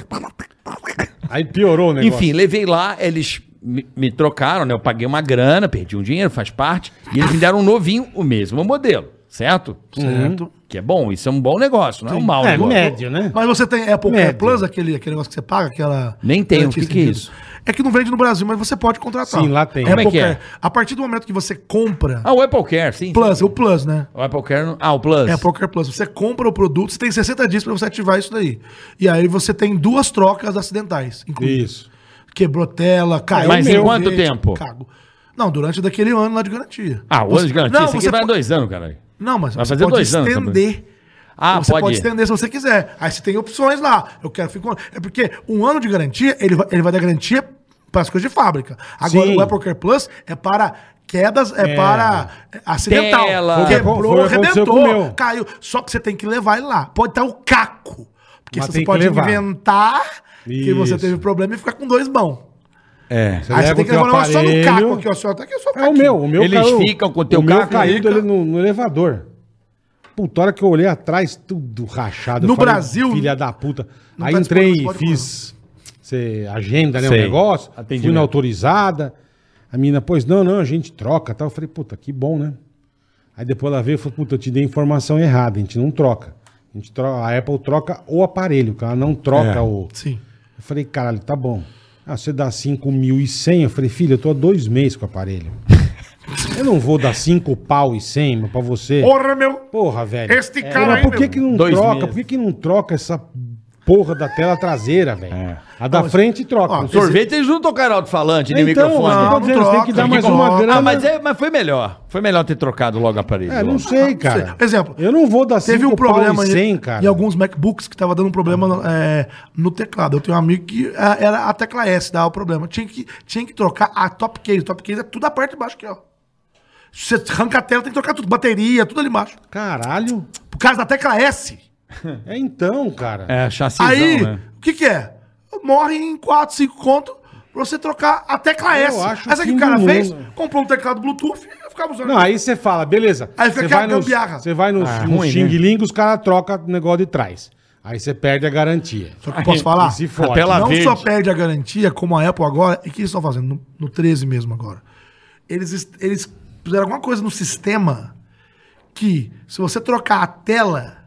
Aí piorou o negócio. Enfim, levei lá, eles me, me trocaram, né? Eu paguei uma grana, perdi um dinheiro, faz parte. E eles me deram um novinho, o mesmo modelo, certo? Certo. Que é bom, isso é um bom negócio, não é um mau é, negócio. médio, né? Mas você tem Apple Care Médio. Plus, aquele, aquele negócio que você paga, aquela. Nem tem, garantia o que que é estendida? isso? É que não vende no Brasil, mas você pode contratar. Sim, lá tem. Apple Como é que é? Care. A partir do momento que você compra. Ah, o Apple Care, sim. Plus, o Plus, né? O Apple Care. não- Ah, o Plus. É Apple Care Plus. Você compra o produto, você tem 60 dias pra você ativar isso daí. E aí você tem duas trocas acidentais. incluídas. Isso. Quebrou tela, caiu. Mas o meu em quanto dente, tempo? Cago. Não, durante daquele ano lá de garantia. Ah, o Você- ano de garantia. Não, isso aqui você vai po- dois anos, caralho. Não, mas Vai você fazer pode dois anos estender. Ah, você pode. pode, estender se você quiser. Aí você tem opções lá. Eu quero ficar. É porque um ano de garantia, ele vai, ele vai dar garantia para as coisas de fábrica. Agora Sim. o Apple Care Plus é para quedas, é, para acidental. Tela. Foi o que Quebrou, foi o que aconteceu com o meu. arrebentou, caiu. Só que você tem que levar ele lá. Pode estar o caco. Porque Mas você tem que pode levar. inventar que você Isso. teve problema e ficar com dois mãos. É. Você Aí leva você tem o que teu levar um só no aparelho. caco aqui, ó. Só, até que eu sou É o meu, o meu Eles ficam com o teu o meu carro, caído fica. ali no, no elevador. Puta, a hora que eu olhei atrás, tudo rachado. Eu No Brasil- Filha da puta. Não Aí tá entrei disponível, e pode fiz cê, agenda, né, o Sei. né? negócio. Fui Atendimento. na autorizada. A menina, pois não, não, a gente troca tal. Eu falei, puta, que bom, né? Aí depois ela veio e falou, puta, eu te dei informação errada, a gente não troca. A, gente troca, a Apple troca o aparelho, que ela não É. troca o... Sim. Eu falei, caralho, tá bom. Ah, você dá 5.100? Eu falei, filho, eu tô há dois meses com o [LAUGHS] aparelho. Eu não vou dar 5 pau e 100 meu, pra você. Porra, meu. Porra, velho. É, Este cara mas aí, por que meu. que não Dois troca? meses. Por que que não troca essa porra da tela traseira, velho? É. A da mas- frente troca. Ó, Não sei se- Sorvete, eles não tocaram alto-falante, nem Então, microfone. eu tô Não, dizendo, não você tem que troca, dar mais não uma troca. grana. Ah, mas, é, mas foi melhor. Foi melhor ter trocado logo o aparelho. É, não logo. sei, cara. Ah, sei. Exemplo, Eu não vou dar 5 Teve um problema pau e em, 100, cara. em alguns MacBooks que tava dando um problema é, no teclado. Eu tenho um amigo que ah, era a tecla S, dava problema. Tinha que, tinha que trocar a top case. Top case é tudo a parte de baixo aqui, ó. Se você arranca a tela, tem que trocar tudo. Bateria, tudo ali embaixo. Caralho. Por causa da tecla S. É então, cara. É, chassizão, aí, né? o que que é? Morre em 4, 5 conto pra você trocar a tecla Eu S. acho Mas aí fim o cara do fez, mundo. comprou um teclado Bluetooth e ficava usando. Não, aí você fala, beleza. Aí fica Você aquela vai nos- gambiarra. Você vai nos, Ah, nos ruim, xing-ling, os caras trocam o negócio de trás. Aí você perde a garantia. Só que eu posso falar? E se fode. tela- não verde. só perde a garantia, como a Apple agora, e o que eles estão fazendo? No, no 13 mesmo agora. Eles, est- eles fizeram alguma coisa no sistema que, se você trocar a tela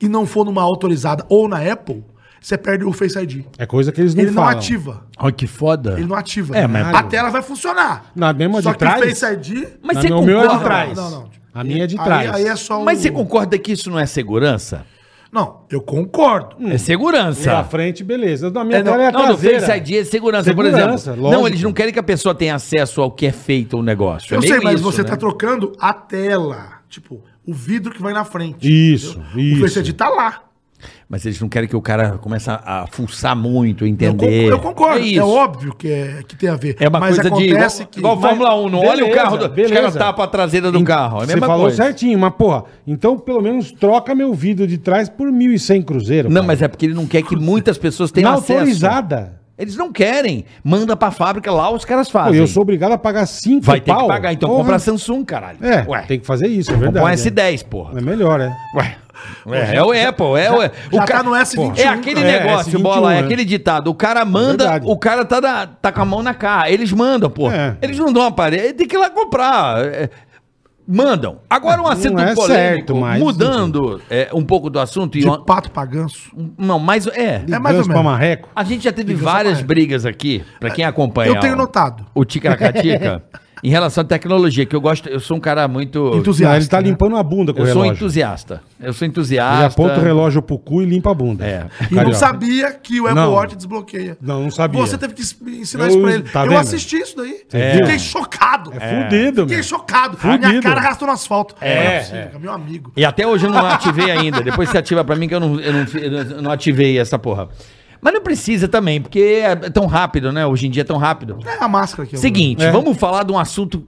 e não for numa autorizada ou na Apple, você perde o Face ID. É coisa que eles não Ele não falam. Tá. ativa. Olha que foda. Ele não ativa. É, mas- a tela vai funcionar. Na mesma só de que o trás? Face ID. Mas Na- você o meu é de concorda? trás. Não, não, não. A minha é de aí- trás. Aí, é só Mas o- você concorda que isso não é segurança? Não, eu concordo. É segurança. Da frente, beleza. Da tá minha É, não, tela é a não, do traseira. Face ID é segurança, por Segurança, exemplo. lógico. Não, eles não querem que a pessoa tenha acesso ao que é feito o negócio. Eu é sei, meio mas isso, você né? tá trocando a tela. Tipo, o vidro que vai na frente. Isso, entendeu? O isso. Face ID tá lá. Mas eles não querem que o cara comece a, a fuçar muito, Eu, con- entender. eu concordo, É é, isso. óbvio que, é, que tem a ver. É uma mas coisa de. Igual, acontece que. igual Fórmula 1, não olha o Beleza, carro. Do, os beleza. caras tapam a traseira do carro. É a Você mesma falou coisa. certinho, mas porra, então pelo menos troca meu vidro de trás por 1.100 cruzeiro. Não, cara. mas é porque ele não quer que muitas pessoas tenham Na acesso. autorizada. Eles não querem. Manda pra fábrica, lá os caras Pô, fazem. eu sou obrigado a pagar 5 Ah, Vai ter que pagar, então Porra. compra a Samsung, caralho. É, Ué, tem que fazer isso, é verdade. compra um né? S10, porra. É melhor, é. Ué. É, é o Apple, é o. já o ca- tá no S21, É aquele cara. É, negócio, S21, bola, é né? aquele ditado. O cara manda, verdade. o cara tá, na- tá com a mão na cara. Eles mandam, pô. É. Eles não dão uma parede, tem que ir lá comprar. é, mandam. Agora um assunto é polêmico, certo, mas, mudando é, um pouco do assunto. E De uma- pato pra ganso. não, mas é. É mais ou Um Ganso pra menos. marreco. A gente já teve Diga, várias Samuel. brigas aqui, pra quem acompanha. Eu tenho o- notado. O Ticaracatica, em relação à tecnologia, que eu gosto, eu sou um cara muito. Entusiasta. ele tá né? limpando a bunda com Eu o sou relógio. entusiasta. Eu sou Ele entusiasta. aponta o relógio pro cu e limpa a bunda. É. E Carioca. não sabia que o Apple Não. Watch desbloqueia. Não, não sabia. Você teve que es- ensinar Eu- isso pra ele. tá eu vendo? assisti isso daí. Você Fiquei viu? chocado. É fudido, Fiquei meu. chocado. Minha Fudido. cara arrastou no asfalto. É, Não possível, cara, meu amigo. E até hoje eu não ativei ainda. Depois você ativa pra mim que eu não, eu não, fi- eu não ativei essa porra. Mas não precisa também, porque é tão rápido, né? Hoje em dia é tão rápido. É a máscara aqui. ó. Seguinte, É. vamos falar de um assunto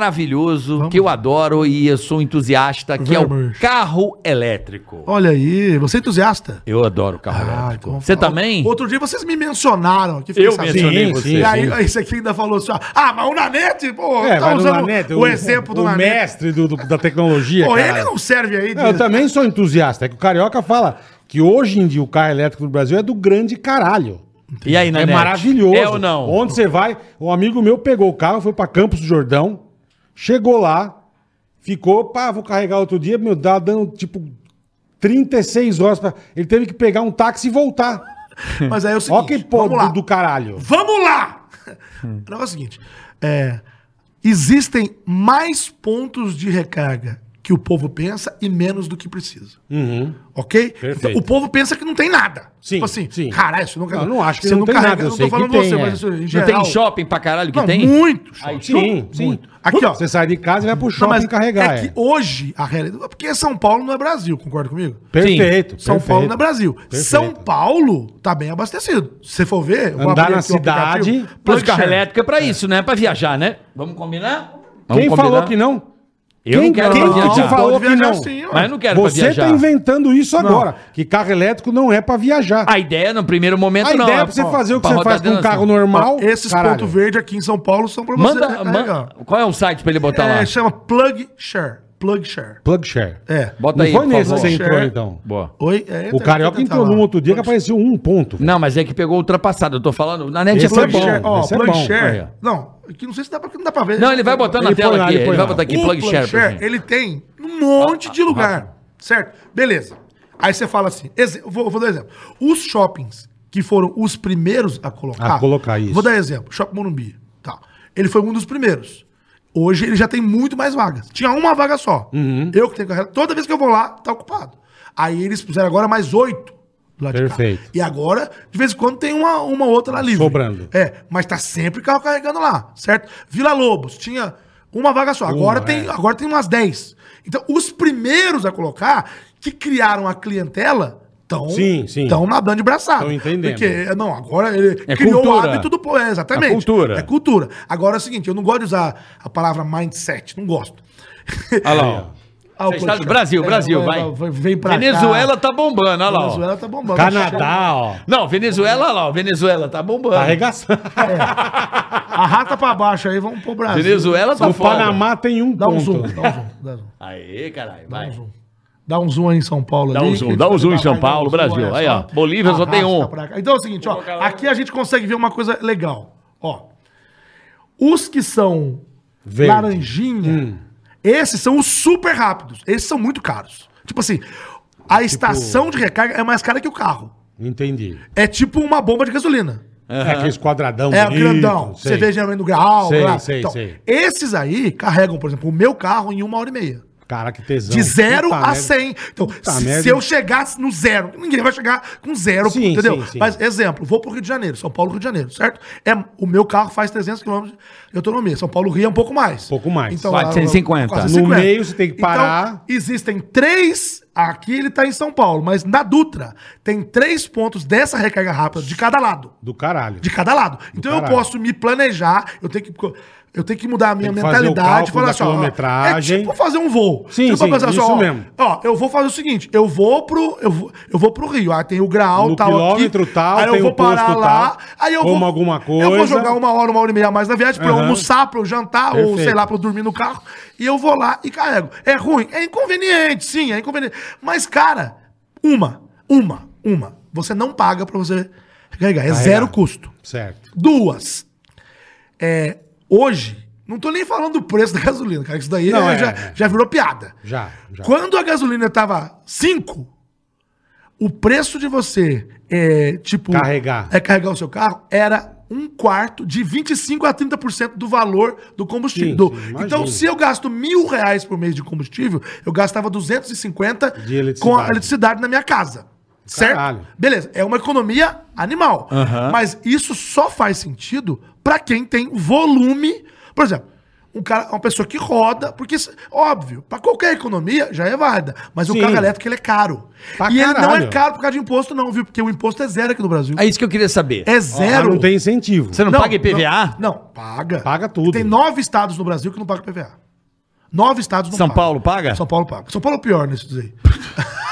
maravilhoso que eu adoro e eu sou um entusiasta, que é Vamos. o carro elétrico. Olha aí, você é entusiasta? Eu adoro Ah, carro elétrico. então- Você também? Outro dia vocês me mencionaram aqui. Eu mencionei Sim, você. sim. E aí, esse aqui ainda falou assim: ó, ah, mas o Nanete, pô, É, tá vai no usando Nanete, o, exemplo do o Nanete. mestre do- do- da tecnologia, Pô, ele caralho. não serve aí. de- Eu também sou entusiasta. É que o Carioca fala que hoje em dia o carro elétrico no Brasil é do grande caralho. E aí, É Nanete? maravilhoso. É ou não? Onde você vai? Um amigo meu pegou o carro, foi pra Campos do Jordão, chegou lá, ficou, pá, vou carregar outro dia, meu, dá dando tipo 36 horas. Pra... Ele teve que pegar um táxi e voltar. Mas aí é o seguinte: Ó que vamos lá. porra do, do caralho. Vamos lá! [LAUGHS] O Hum. negócio é o seguinte: é, existem mais pontos de recarga que o povo pensa e menos do que precisa. Ok? Uhum. Então, Perfeito. o povo pensa que não tem nada. Sim, Tipo assim, sim. caralho, isso não Não, não acho que você não tem carrega- nada, eu não sei tô que falando tem, você, é. mas isso, em Não geral. tem shopping pra caralho que Não, tem? muito. Aí, Sim, sim. Aqui, ó. Você sai de casa e vai pro Não, shopping mas carregar. é que é. hoje a realidade. Porque São Paulo não é Brasil, concorda comigo? Perfeito. São perfeito. Paulo não é Brasil. Perfeito. São Paulo tá bem abastecido. Se você for ver, eu vou Andar abrir na aqui o cidade, aplicativo. Mas Plug carro share. elétrico é pra isso, né? Pra viajar, né? Vamos combinar? Vamos Quem combinar? falou que não? Eu quem não quero quem pra que viajar. te falou Pode que viajar não? sim, ó. Mas eu não quero pra Você viajar. tá inventando isso agora, que carro elétrico não é pra viajar. A ideia no primeiro momento A não. ideia é pra você fazer o que você faz com um carro normal. normal. Esses caralho. pontos verdes aqui em São Paulo são pra você Manda, recarregar. manda- qual é o site pra ele botar É, lá? chama Plug Share. Plug Share. Plug share. É. Bota não aí, foi por nesse que favor. você entrou, Share. então. Boa. Oi? É, O tá- Carioca tá- tá entrou lá. num outro dia que Plug- apareceu um ponto. velho. Não, mas é que pegou ultrapassado. Eu tô falando. Na net Esse é é tão Plug bom. Share. Ó, esse é Plug bom. Share. Olha. Não, aqui não sei se dá pra, não dá pra ver. Não, ele vai botar na Ele tela põe lá, aqui. ele Ele põe vai lá. botar aqui o plug share. Ah, pra gente. Um ele tem um monte de lugar, certo? Beleza. Aí você fala assim, exe- vou, vou dar um exemplo. Os shoppings que foram os primeiros a colocar... A colocar isso. Vou dar um exemplo, Shopping Morumbi. Tá. Ele foi um dos primeiros. Hoje ele já tem muito mais vagas. Tinha uma vaga só. Uhum. Eu que tenho carreira, toda vez que eu vou lá, tá ocupado. Aí eles puseram agora mais oito do lado de cá. Perfeito. E agora, de vez em quando, tem uma, uma outra lá livre. Sobrando. É, mas tá sempre carro carregando lá, certo? Vila Lobos tinha uma vaga só, agora, Uma, tem, é. agora tem umas 10. Então, os primeiros a colocar, que criaram a clientela, estão Sim, sim. tão nadando de braçada. Tão entendendo. Porque, eh, não, agora ele É criou cultura. o hábito do... po- É, exatamente. É cultura. É cultura. Agora é o seguinte, eu não gosto de usar a palavra mindset, não gosto. Olha lá. Ah, ó. o Você está no podcast. Brasil, É, Brasil, vai. Vem pra cá. Venezuela tá bombando, olha lá. ó. Venezuela tá bombando. Canadá, ó. Não, Venezuela, olha lá. ó. Venezuela tá bombando. Arregaçando. Arrasta pra baixo aí, vamos pro Brasil. Venezuela é tá O foda. Panamá tem um Dá um zoom, ponto. dá um zoom, dá um zoom. Aê, caralho, vai. Dá um zoom aí em São Paulo. Dá ali, um que zoom, a gente dá um vai zoom em tentar São dar um Paulo, zoom, Brasil. olha Aí, só. ó, Bolívia só tem um. Arrasta pra cá. Então é o seguinte, ó. Aqui a gente consegue ver uma coisa legal. Ó. Os que são Verde. laranjinha, Hum. esses são os super rápidos. Esses são muito caros. Tipo assim, a estação de recarga é mais cara que o carro. Entendi. É tipo uma bomba de gasolina. É aqueles quadradão É, o bonito, grandão. sei. Você vê geralmente no grau. Sei, lá. então, sei, sei. Esses aí carregam, por exemplo, o meu carro em uma hora e meia. Cara, que tesão. De zero Puta a merda. 100. Então, Puta se, merda. se eu chegasse no zero, ninguém vai chegar com zero, Sim, entendeu? sim, sim. Mas, exemplo, vou pro Rio de Janeiro, São Paulo, Rio de Janeiro, certo? É, o meu carro faz 300 km de autonomia. São Paulo, Rio é um pouco mais. Então, Pouco mais. 450. No meio, você tem que parar. existem três, aqui ele tá em São Paulo, mas na Dutra tem três pontos dessa recarga rápida de cada lado. Do caralho. De cada lado. Então eu caralho. posso me planejar, eu tenho que. Eu tenho que mudar a minha Tem que fazer o mentalidade cálculo e falar da assim, ó, quilometragem. é tipo fazer um voo. Sim, Você não sim, vai pensar isso ó, mesmo. Ó, eu vou fazer o seguinte, eu vou pro eu vou, eu vou pro Rio, ah, tem o grau No tal quilômetro aqui, tal, aí eu tem vou o posto parar tal, lá, aí eu como vou alguma Eu vou coisa. jogar uma hora, uma hora e meia a mais na viagem pra eu Aham. almoçar, pra eu jantar ou Perfeito. sei lá, pra eu dormir no carro, e eu vou lá e carrego. É ruim, é inconveniente, sim, é inconveniente. Mas cara, uma, uma, uma, você não paga pra você recarregar, é zero custo. Certo. Duas. É, hoje, não tô nem falando do preço da gasolina, cara. que Isso daí Não, é- é, já, é. já virou piada. Já, já. Quando a gasolina tava 5, o preço de você é, tipo. Carregar. É carregar o seu carro era um quarto de 25 a 30% do valor do combustível. Sim, Do- sim, imagino. então, se eu gasto mil reais por mês de combustível, eu gastava 250 De eletricidade. com a eletricidade na minha casa. Certo? Caralho. Beleza, é uma economia animal. Mas isso só faz sentido pra quem tem volume. Por exemplo, um cara, uma pessoa que roda, porque isso- óbvio, pra qualquer economia já é válida, mas o Sim. carro elétrico ele é caro. Pra e ele não é caralho. caro por causa de imposto não, viu? Porque o imposto é zero aqui no Brasil. É isso que eu queria saber. É Mas zero. não tem incentivo. Você não, paga IPVA? Não, paga. Paga tudo. Tem nove estados no Brasil que não pagam PVA. Nove estados não São pagam. Paulo paga? São Paulo paga. São Paulo é o pior nesses aí. [LAUGHS]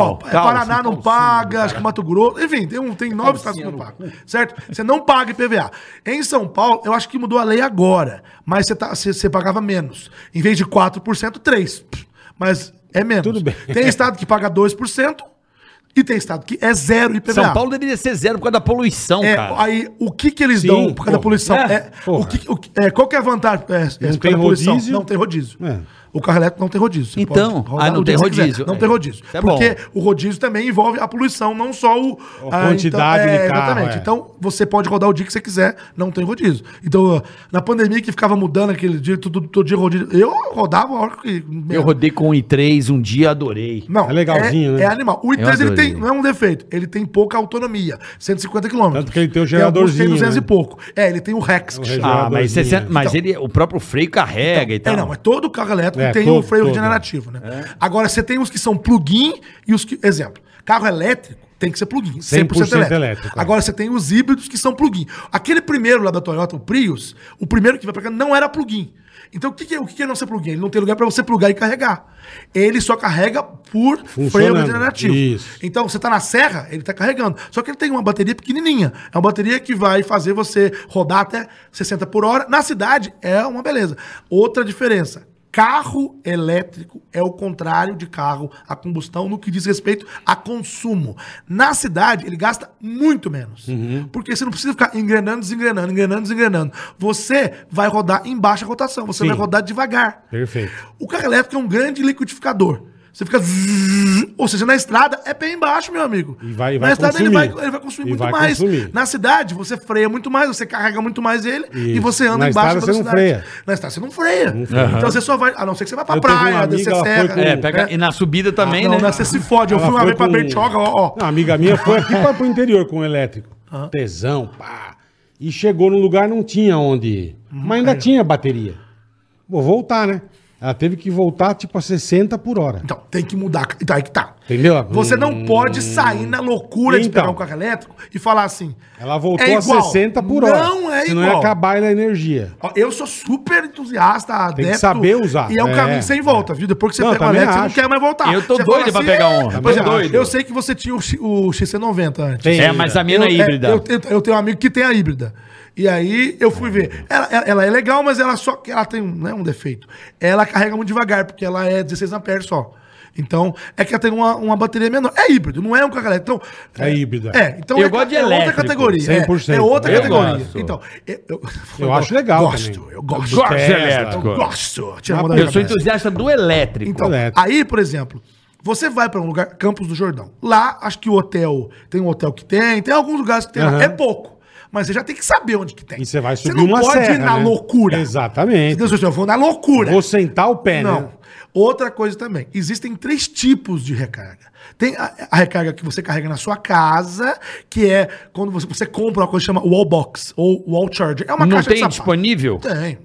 Ó, é o Paulo, Paraná não paga, acho que Mato Grosso. Enfim, tem, um, tem nove estados que não pagam. Certo? Você não paga IPVA. Em São Paulo, eu acho que mudou a lei agora, mas você, tá, você, você pagava menos. Em vez de 4%, 3%. Mas é menos. Tudo bem. Tem estado que paga 2% e tem estado que é zero IPVA. São Paulo deveria ser zero por causa da poluição, É, cara. aí o que que eles Sim, dão por causa da porra. poluição? É, É, o porra. que, o que- é, qual que é a vantagem? É, é, por causa tem da poluição? rodízio. Não tem rodízio. É. O carro elétrico não tem rodízio. Você Então, pode rodar ah, não o dia tem que você rodízio. quiser. Não É. tem rodízio. Isso é bom. porque o rodízio também envolve a poluição, não só o... A ah, quantidade então, de carro, Exatamente. é. Então, você pode rodar o dia que você quiser, não tem rodízio. Então, na pandemia que ficava mudando aquele dia, todo, todo dia rodízio... Eu rodava a hora que... Eu rodei com o I3 um dia, adorei. Não, É legalzinho, é, né? É animal. O Eu i3 ele adorei. tem, não é um defeito, ele tem pouca autonomia, 150 km. Tanto que ele tem o alguns que tem geradorzinho, 200 né? e pouco. É, ele tem o Rex, que regi- chama. Ah, mas, Geradorzinho, você- né? mas ele, o próprio freio carrega e Então, tal. É. É, não, mas todo carro elétrico É, tem todo, um freio todo. regenerativo, né? Agora, você tem os que são plug-in e os que... Exemplo, carro elétrico tem que ser plug-in, 100%, 100% elétrico. elétrico, é. Agora, você tem os híbridos que são plug-in. Aquele primeiro lá da Toyota, o Prius, o primeiro que vai pra cá não era plug-in. Então, o que, que, é- o que que é não ser plug-in? Ele não tem lugar pra você plugar e carregar. Ele só carrega por freio Funcionando. regenerativo. Isso. Então, você tá na serra, ele tá carregando. Só que ele tem uma bateria pequenininha. É uma bateria que vai fazer você rodar até 60 por hora. Na cidade, é uma beleza. Outra diferença. Carro elétrico é o contrário de carro a combustão no que diz respeito a consumo. Na cidade, ele gasta muito menos. Porque você não precisa ficar engrenando, desengrenando, engrenando, desengrenando. Você vai rodar em baixa rotação. Você Sim. vai rodar devagar. Perfeito. O carro elétrico é um grande liquidificador. Você fica. zzzz, Ou seja, na estrada é bem baixo, meu amigo. E vai- e na vai estrada ele vai, consumir. ele vai consumir E muito vai mais. consumir. Na cidade, você freia muito mais, você carrega muito mais ele e Isso. você anda Na em baixa estrada você não velocidade. freia. Na estrada você não freia. Então você só vai. A não ser que você vá pra Eu tive uma praia, amiga, descer ela foi serra. com- É, pega, né? e na subida também, não, né? não, é você se fode. Eu Ela fui uma foi vez pra com- Bertioga, ó. ó. Uma amiga minha foi aqui pra, pro interior com o elétrico. Ah. Tesão, pá. E chegou num lugar, não tinha onde ir. Uhum. Mas É. ainda tinha bateria. Vou voltar, né? Ela teve que voltar tipo a 60 por hora. Então, tem que mudar. Então, aí que tá. Entendeu? Hum, Você não pode sair na loucura de Então. pegar um carro elétrico e falar assim. Ela voltou "É a igual". 60 por hora. Não é Senão igual. ia acabar a energia. Ó, Eu sou super entusiasta, adepto. que saber usar. E é um É, caminho sem volta, viu? Depois que você Não, pega o também Alex, você não acho. quer mais voltar. Eu tô Você doido fala pra pegar um. "É". Também Por exemplo, acho. Eu sei que você tinha o, X- o XC90 antes. Tem. É, mas a minha Eu- não é híbrida. É, eu, tenho- eu tenho um amigo que tem a híbrida. E aí eu fui ver. Ela, ela- ela é legal, mas ela só que ela tem um, né, um defeito. Ela carrega muito devagar, porque ela é 16 amperes só. Então, é que ela tem uma, uma bateria menor. É híbrido, não é um carro elétrico. Então, É híbrido, é. É, então Eu é, gosto de é outra elétrico, categoria. é- É, 100%, outra eu categoria. gosto. Então, eu, eu- Eu acho legal Gosto, também. eu gosto. Gosto de Tesla, elétrico. Eu gosto. Tira a mão da minha Eu sou cabeça. entusiasta do elétrico. Então, Elétrico. aí, por exemplo, você vai pra um lugar, Campos do Jordão. Lá, acho que o hotel, tem um hotel que tem, tem alguns lugares que tem lá. Aham. É pouco. Mas você já tem que saber onde que tem. E você vai subir não uma pode ir serra, na né? loucura. Exatamente. Deus do céu, eu vou na loucura. Vou sentar o pé, não. né? Outra coisa também, existem três tipos de recarga. Tem a, a recarga que você carrega na sua casa, que é quando você, você compra uma coisa que chama wall box ou wall charger. É uma Não caixa de tem sapato. disponível? Tem.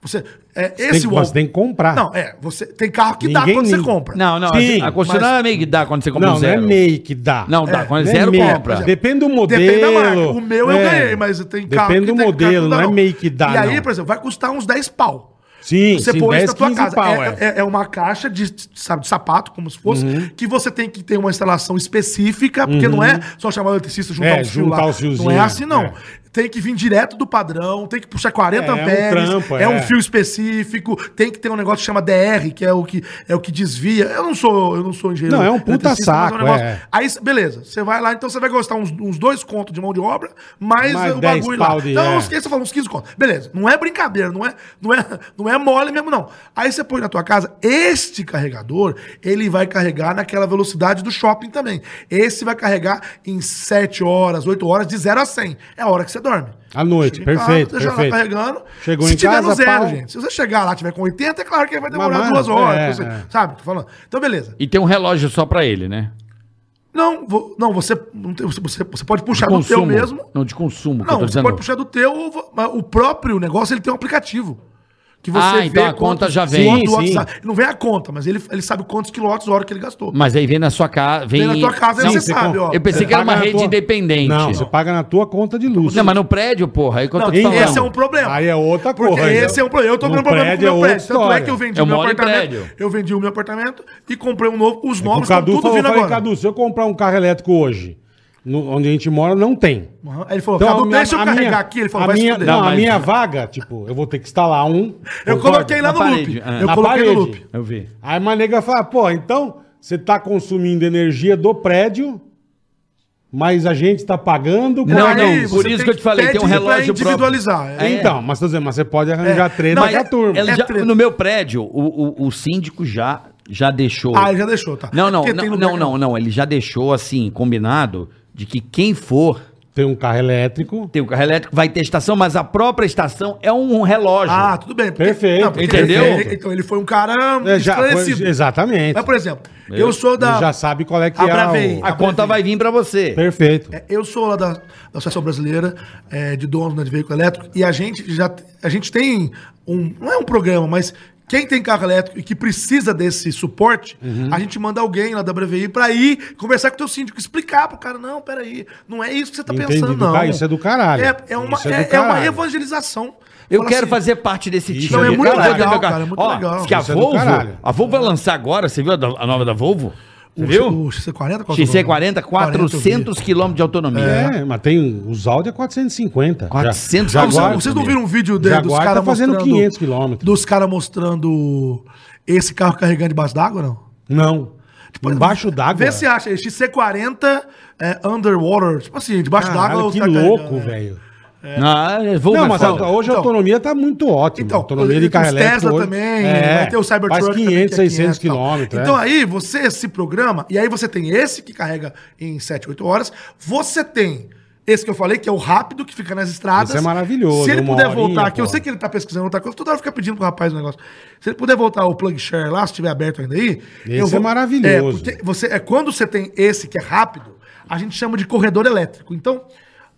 Você, é, tem esse que- wall... você tem que comprar. Não, é. Você, tem carro que dá Ninguém quando você liga. compra. Não, não. Sim, a concessionária meio que dá quando você compra Não, um não é zero. meio que dá. Não, dá. Quando Não é é zero, meio. compra. Depende do modelo. É. Depende da marca. O meu eu ganhei, mas tem carro Depende que do tem- modelo, não, é meio que dá. E aí, não. por exemplo, vai custar uns 10 pau. Sim, Você sim, põe 10, isso na tua 15 casa. pau, é, é- é uma caixa de, sabe, de sapato, como se fosse, Uhum. que você tem que ter uma instalação específica, porque não é só chamar o eletricista e juntar É, os fios juntar lá. os fiozinhos, não é assim, não. é. Tem que vir direto do padrão, tem que puxar 40 É, é um amperes, é um, trampo, é. fio específico, tem que ter um negócio que chama DR, que é o que, é o que desvia. Eu não sou, eu não sou engenheiro. Não, é um puta eletricista, mas saco, é. Aí, beleza, você vai lá, então você vai gastar uns, uns dois contos de mão de obra, mais, Mais o 10 bagulho pau lá. de- então, é. os Aí você fala uns 15 conto. Beleza, não é brincadeira, não é, não é, não é mole mesmo, não. Aí você põe na tua casa, este carregador, ele vai carregar naquela velocidade do shopping também. Esse vai carregar em 7 horas, 8 horas, de 0 a 100. É a hora que você dorme. À noite, Chega em perfeito, deixa lá perfeito. carregando. Chegou Se em tiver casa, no zero, pau. gente. Se você chegar lá e tiver com 80, é claro que ele vai demorar Mas, duas mas, horas. é, você- é. Sabe, tô falando. Então, beleza. E tem um relógio só pra ele, né? Não, vo- não, você, não tem- você, você você pode puxar do teu consumo. mesmo. Não, de consumo. que eu Não, tô você dizendo. pode puxar do teu, ou vo- mas o próprio negócio ele tem um aplicativo. Que você Ah, então a quantos- conta já vem. quanto Sim, sim. WhatsApp- Não vem a conta, mas ele, ele sabe quantos quilowatts hora que ele gastou. Mas aí vem na sua casa. Vem, Vem na tua casa, não, aí você sabe, ó. Eu pensei Você que era é uma paga na rede tua- independente. Não, você paga na tua conta de luz. Não, mas no prédio, porra. Aí que eu tô Não, te falando. esse é um problema. Aí é outra Porque coisa. esse é um problema. Eu tô No com um problema com o prédio é meu outra prédio. Tanto é história. que eu vendi Eu o meu moro em apartamento. prédio. Eu vendi o meu apartamento e comprei um novo. Os É O novos estão Cadu tudo falou, eu vindo falei, agora. Cadu, se eu comprar um carro elétrico hoje, no- onde a gente mora, não tem. Aham. Aí ele falou, Então, a Cadu, minha- deixa eu a carregar minha- aqui. Ele falou, a vai minha, se fuder. Não, a Mas- minha vaga, tipo, eu vou ter que instalar um. Eu concorda? coloquei lá Na no parede, loop. é. Eu Na coloquei no parede. loop. Eu vi. Aí uma nega fala, pô, então você tá consumindo energia do prédio, mas a gente tá pagando. Não, cara." não, Aí por você isso tem que eu te falei, tem um pede pra relógio próprio. individualizar. É. Então, mas, tô dizendo, mas você pode arranjar É. treta Não, com a é- turma. Ela É já- treta. no meu prédio, o, o- o síndico já, já deixou. Ah, já deixou, tá. Não, não, Porque não, tem lugar não, que não, não. Ele já deixou assim, combinado, de que quem for Tem um carro elétrico. tem o carro elétrico, vai ter estação, mas a própria estação é um relógio. Ah, tudo bem. porque- Perfeito, porque entendeu? ele- então ele foi um cara É, já, esclarecido. foi- exatamente. Mas, por exemplo, eu sou Ele da. já sabe qual é que é Abravei. o... a conta vai vir pra você. Perfeito. É, Eu sou lá da, da Associação Brasileira é, de Donos né, de Veículo Elétrico e a gente já a gente tem um. Não é um programa, mas quem tem carro elétrico e que precisa desse suporte, Uhum. a gente manda alguém lá da BVI pra ir conversar com o teu síndico, explicar pro cara: não, peraí, não é isso que você tá Entendi, pensando, do não. ca- isso é do caralho. É, é uma, Isso é do é- é uma caralho. evangelização. Eu Fala quero assim, fazer parte desse time. Isso é Eu muito vou ter legal, meu cara, é muito Ó, legal. diz Que a Isso é do Volvo, caralho. a Volvo vai lançar agora, você viu a, da- a nova da Volvo? Você O, viu? o XC40? qual que é o nome? XC40, 40, eu vi. 400 km de autonomia. É, mas tem os Audi é 450. 400 já, Ah, vocês- Jaguar, vocês não viram um vídeo dele, dos Jaguar caras tá fazendo 500 quilômetros. Dos caras mostrando esse carro carregando debaixo d'água, não? Não. Tipo, embaixo d'água. Vê se acha aí, XC40 é, Underwater. Tipo assim, debaixo d'água. Caralho, os que caras louco, carregando, né? velho. Ah, Volvo Não, é mas foda. a- hoje a Então- autonomia tá muito ótima. Então, a autonomia de tem carro os elétrico Tesla hoje- também, É, vai ter o Cybertruck Faz também, 500, que é 600 e tal. quilômetros. Então é. aí você se programa, e aí você tem esse que carrega em 7, 8 horas, você tem esse que eu falei, que é o rápido, que fica nas estradas. Esse é maravilhoso, Se ele uma puder horinha, voltar aqui, eu pô. sei que ele tá pesquisando outra coisa, toda hora fica pedindo pro rapaz o negócio. Se ele puder voltar o plug share lá, se tiver aberto ainda aí... Esse é maravilhoso. porque você, é, quando você tem esse que é rápido, a gente chama de corredor elétrico. Então...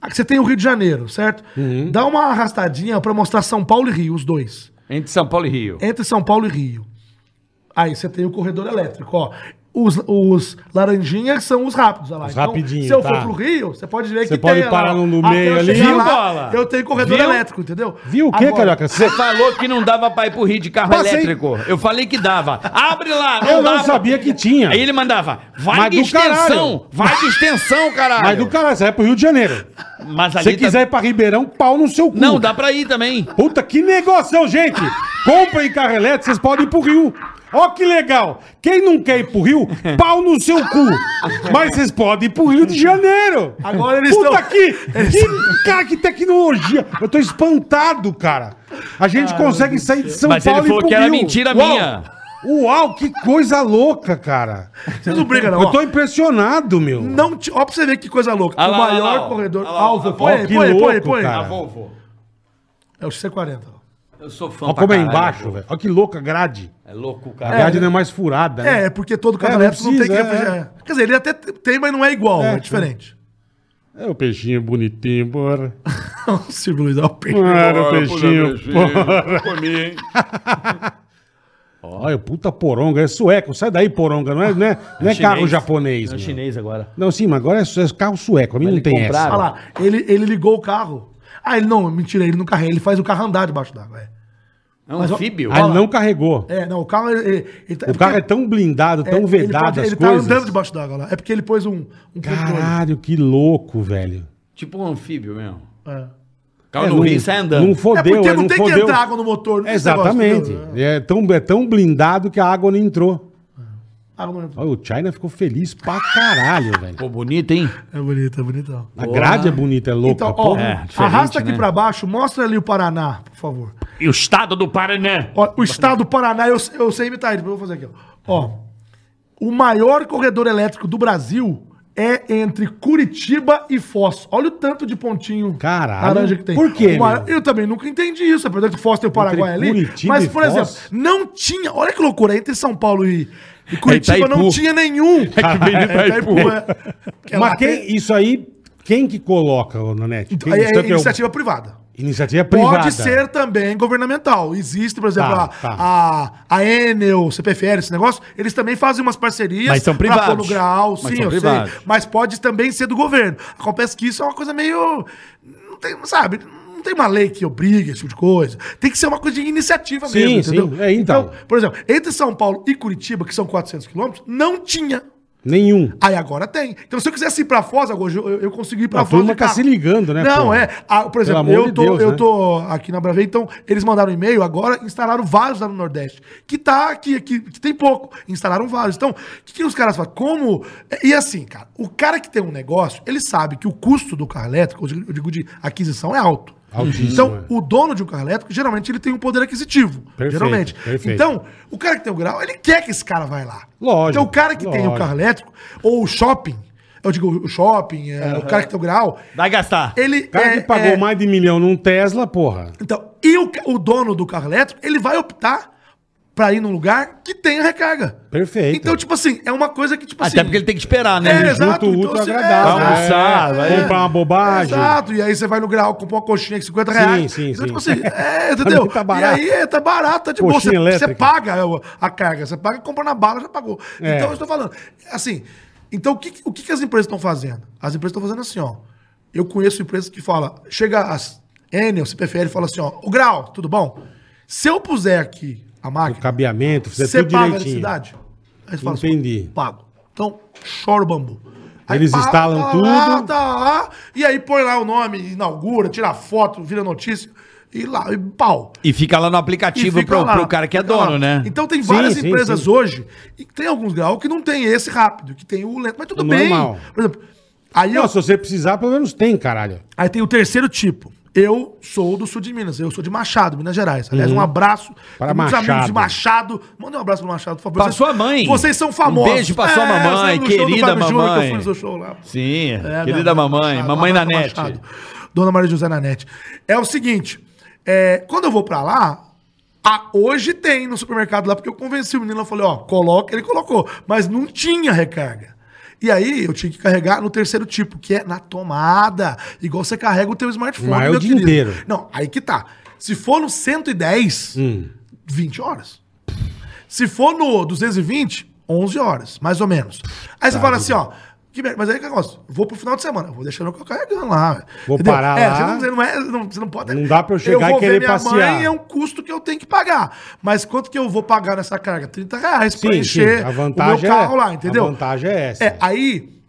aqui Você tem o Rio de Janeiro, certo? Uhum. Dá uma arrastadinha pra mostrar São Paulo e Rio, os dois Entre São Paulo e Rio. entre São Paulo e Rio. Aí você tem o corredor elétrico, ó. Os, os laranjinhas são os rápidos, olha lá. Então, Os rapidinhos, se eu tá. for pro Rio, você pode ver Você que pode olha parar no- no Até meio eu ali. chegar Viu, lá, Bola? Eu tenho corredor Viu? elétrico, entendeu? Viu o que, Agora, Ah, Carioca? Você... Você falou que não dava pra ir pro Rio de carro Passei. elétrico. Eu falei que dava. Abre lá, Eu não dava. sabia que tinha. Aí ele mandava, vai Mas de do extensão, caralho. vai de extensão, caralho. Mas do caralho, você vai pro Rio de Janeiro. Mas Se ali você tá- quiser ir pra Ribeirão, pau no seu cu. Não, dá pra ir também. Puta, que negócio, gente! Comprem carro elétrico, vocês podem ir pro Rio. Ó que legal! Quem não quer ir pro Rio, pau no seu cu! Mas vocês podem ir pro Rio de Janeiro! Agora eles Puta estão- que, que- Cara, que tecnologia! Eu tô espantado, cara! A gente consegue sair de São Mas ele Paulo e falou ir pro que era Rio. mentira Uau! minha. Uau, que coisa louca, cara! Vocês não brigam, não. Eu tô ó. impressionado, meu! Não te... Ó, pra você ver que coisa louca. Ah lá, o lá, lá, maior ó. corredor. Ah lá, Alvo, ó, põe ó, aí, Tá que põe aí, põe aí, louco, põe aí. cara. Volvo. É o XC40. ó. Eu sou fã Olha pra como é caralho, embaixo, pô. velho. Olha que louca a grade. É louco, A cara. grade não é mais furada. né? É, é porque todo É, não catalepto não, tem precisa, que é. refrigerar. Quer dizer, ele até te- tem, mas não é igual, É, é, sim. [LAUGHS] diferente. É o peixinho bonitinho, [LAUGHS] bora. Um O Silvio Luiz é o peixe. Era o Bora, peixinho. pô, Comi, hein? Olha, puta poronga, é sueco. Sai daí, poronga. Não é, não é, não é carro chinês. japonês. É meu. chinês agora. Não, sim, mas agora é, su- é carro sueco. A mim não eles tem compraram. Olha lá, ele, ele ligou o carro. Ah, ele não, mentira, ele não carrega, ele faz o carro andar debaixo d'água. É. É um Mas, ó, anfíbio. essa. Ah, ele não carregou. é, não, o carro. Ele, ele, ele tá- O carro é tão blindado, é, tão vedado as Ele, tá, ele tá coisas. andando debaixo d'água lá. É porque ele pôs um, um controle. Caralho, que louco, velho. Tipo um anfíbio mesmo. É. Caiu É, no não- rio e sai andando. Não fodeu, é porque é, não, tem que fodeu. entrar água no motor. não tem esse Exatamente. negócio, entendeu? É tão, é tão blindado que a água não entrou. Água no motor. Olha, o China ficou feliz pra caralho, velho. Pô, bonito, hein? É bonito, é bonitão. A grade é bonita, é louca. Então, ó, porra. diferente, arrasta aqui né? pra baixo, mostra ali o Paraná, por favor. E o estado do Paraná. Ó, o estado do Paraná, eu, eu sei imitar ele, eu vou fazer aqui. Ó. Ó, o maior corredor elétrico do Brasil é entre Curitiba e Foz. Olha o tanto de pontinho Caralho. laranja que tem. Por quê, O maior- meu? Eu também nunca entendi isso. Apesar que Foz tem o Paraguai Entre ali. Curitiba mas, e por Foz? É exemplo, não tinha. Olha que loucura. é Entre São Paulo e, e Curitiba Itaipu. não tinha nenhum. É que vem de Itaipu. é Mas quem, isso aí, quem que coloca, ô, Nanete? Quem- É, isso é aqui é o- iniciativa privada. iniciativa privada. Pode ser também governamental. Existe, por exemplo, Tá, a, tá. a, a Enel, CPFL, esse negócio, eles também fazem umas parcerias Mas são pra privados. pôr no grau, Mas sim, são eu privados. sei. Mas pode também ser do governo. Acontece que isso é uma coisa meio. Não tem, sabe? Não tem uma lei que obrigue esse tipo de coisa. Tem que ser uma coisa de iniciativa Sim, mesmo, sim. entendeu? É, então. Por exemplo, entre São Paulo e Curitiba, que são 400 quilômetros, não tinha. Nenhum. Aí agora tem. Então, se eu quisesse ir pra Foz, agora eu, eu- eu consegui ir pra A Foz. turma de tá carro. se ligando, né, Não, porra? é. Ah, por exemplo, amor eu de tô, Deus, eu né? tô aqui na Bravei, então eles mandaram um e-mail agora, instalaram vários lá no Nordeste. Que tá aqui, aqui que tem pouco. Instalaram vários. Então, o que, que os caras fazem? Como. E assim, cara, o cara que tem um negócio, ele sabe que o custo do carro elétrico, eu digo- eu digo de aquisição, é alto. Altíssimo, Então, é. o dono de um carro elétrico, geralmente, ele tem um poder aquisitivo. Perfeito, geralmente. perfeito. Então, o cara que tem o grau, ele quer que esse cara vai lá. Lógico, Então, o cara que tem o lógico. carro elétrico, ou o shopping, eu digo o shopping, é, o cara que tem o grau, Vai gastar. ele. O cara é, que pagou é, mais de milhão num Tesla, porra. Então, e o, ca- o dono do carro elétrico, ele vai optar pra ir num lugar que tenha recarga. Perfeito. Então, tipo assim, é uma coisa que, tipo assim. Até porque ele tem que esperar, né? É, Ele- exato. Junto, então, útil, assim, é, agradável. né? vai almoçar, vai- comprar uma bobagem. Exato, e aí você vai no grau, compra uma coxinha de 50 reais. sim, então, sim. [LAUGHS] tipo assim, é, entendeu? Tá barato. E aí é, tá barato, tá de boa. Coxinha Você, você elétrica. paga a carga, você paga, compra na bala, já pagou. É. Então, eu estou falando, assim, então o que, o que, que as empresas estão fazendo? As empresas estão fazendo assim, ó, eu conheço empresas que falam, chega as Enel, CPFL, fala assim, ó, o grau, tudo bom? Se eu puser aqui a O máquina, cabeamento, fizer você tudo paga a direitinho. eletricidade? Aí você assim, Entendi. pago. Então, chora o bambu. Eles instalam tá tudo. Lá, tá lá, e aí põe lá o nome, inaugura, tira foto, vira notícia. E lá, e pau. E fica lá E no aplicativo fica pro, lá, pro cara que é fica dono, lá. né? Então tem Sim, várias sim, empresas sim. hoje, e tem alguns graus que não tem esse rápido, que tem o lento, mas tudo O bem. normal. Por exemplo, aí eu, Não, se você precisar, pelo menos tem, caralho. Aí tem o terceiro tipo. Eu sou do sul de Minas, eu sou de Machado, Minas Gerais. Aliás, Uhum. um abraço Para tem Machado. amigos de Machado. Manda um abraço pro Machado, por favor. Pra Vocês- sua mãe. Vocês são famosos. Um beijo pra sua mamãe, eu lembro do show do querida Fábio Júnior, que mamãe. eu fui no seu show lá. Sim, É, querida minha mãe, mamãe, Machado, mamãe Machado, Nanete. Machado. Dona Maria José Nanete. É o seguinte, é, quando eu vou pra lá, a- hoje tem no supermercado lá, porque eu convenci o menino, eu falei, ó, coloca, ele colocou, mas não tinha recarga. E aí eu tinha que carregar no terceiro tipo, que é na tomada, igual você carrega o teu smartphone, Mas é o dia inteiro. Não, aí que tá. Se for no 110, Hum. 20 horas. Se for no 220, 11 horas, mais ou menos. Aí você Tá, fala assim, ó. Que merda, mas aí que negócio? Vou pro final de semana. eu Vou deixar meu carro carregando lá. Vou parar é, lá. Você não, você não é- não- você não pode. Não dá pra eu chegar e vou querer ver passear. Mãe, é um custo que eu tenho que pagar. Mas quanto que eu vou pagar nessa carga? 30 reais pra Sim, encher sim, a vantagem o meu carro é- lá, entendeu? a vantagem é essa. É, aí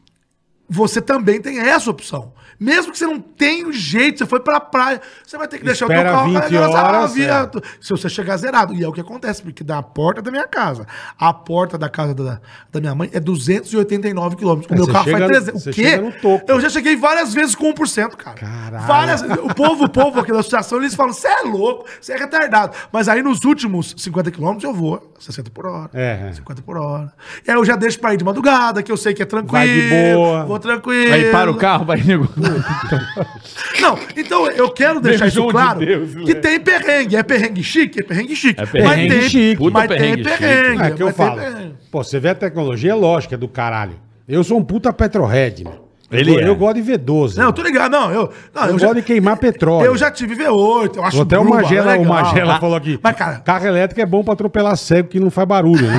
você também tem essa opção. Mesmo que você não tenha o jeito, você foi pra praia, você vai ter que deixar Espera o teu carro 20 carregando essa horas, via- é. se você chegar zerado. E é o que acontece, porque da porta da minha casa, a porta da casa da, da minha mãe é 289 quilômetros. O É, meu você carro faz chega- 300. você O quê? chega no topo. Eu já cheguei várias vezes com 1%, cara. Caralho. Várias O povo, o povo aqui da associação, eles falam, você é louco, você é retardado. Mas aí nos últimos 50 quilômetros eu vou 60 por hora, É, é. 50 por hora. E aí eu já deixo pra ir de madrugada, que eu sei que é tranquilo. Vai de boa. Vou tranquilo. Aí para o carro, vai nego. Não, então eu quero deixar Beijão isso de claro Deus, que né? tem perrengue. É perrengue chique? É perrengue chique. É perrengue mas tem, chique. Puta Mas perrengue tem chique. perrengue. É que eu mas tem falo. perrengue. Pô, você vê a tecnologia, é lógica, é do caralho. Eu sou um puta petrohead, mano. Ele eu, é. eu gosto de V12. Não, eu tô ligado. Não, eu. Não, eu eu, gosto já, de queimar petróleo. eu já tive V8, eu acho Até o Bruma Magela, o legal. Magela Ah, falou aqui. Mas, cara, carro elétrico é bom pra atropelar cego que não faz barulho. Né?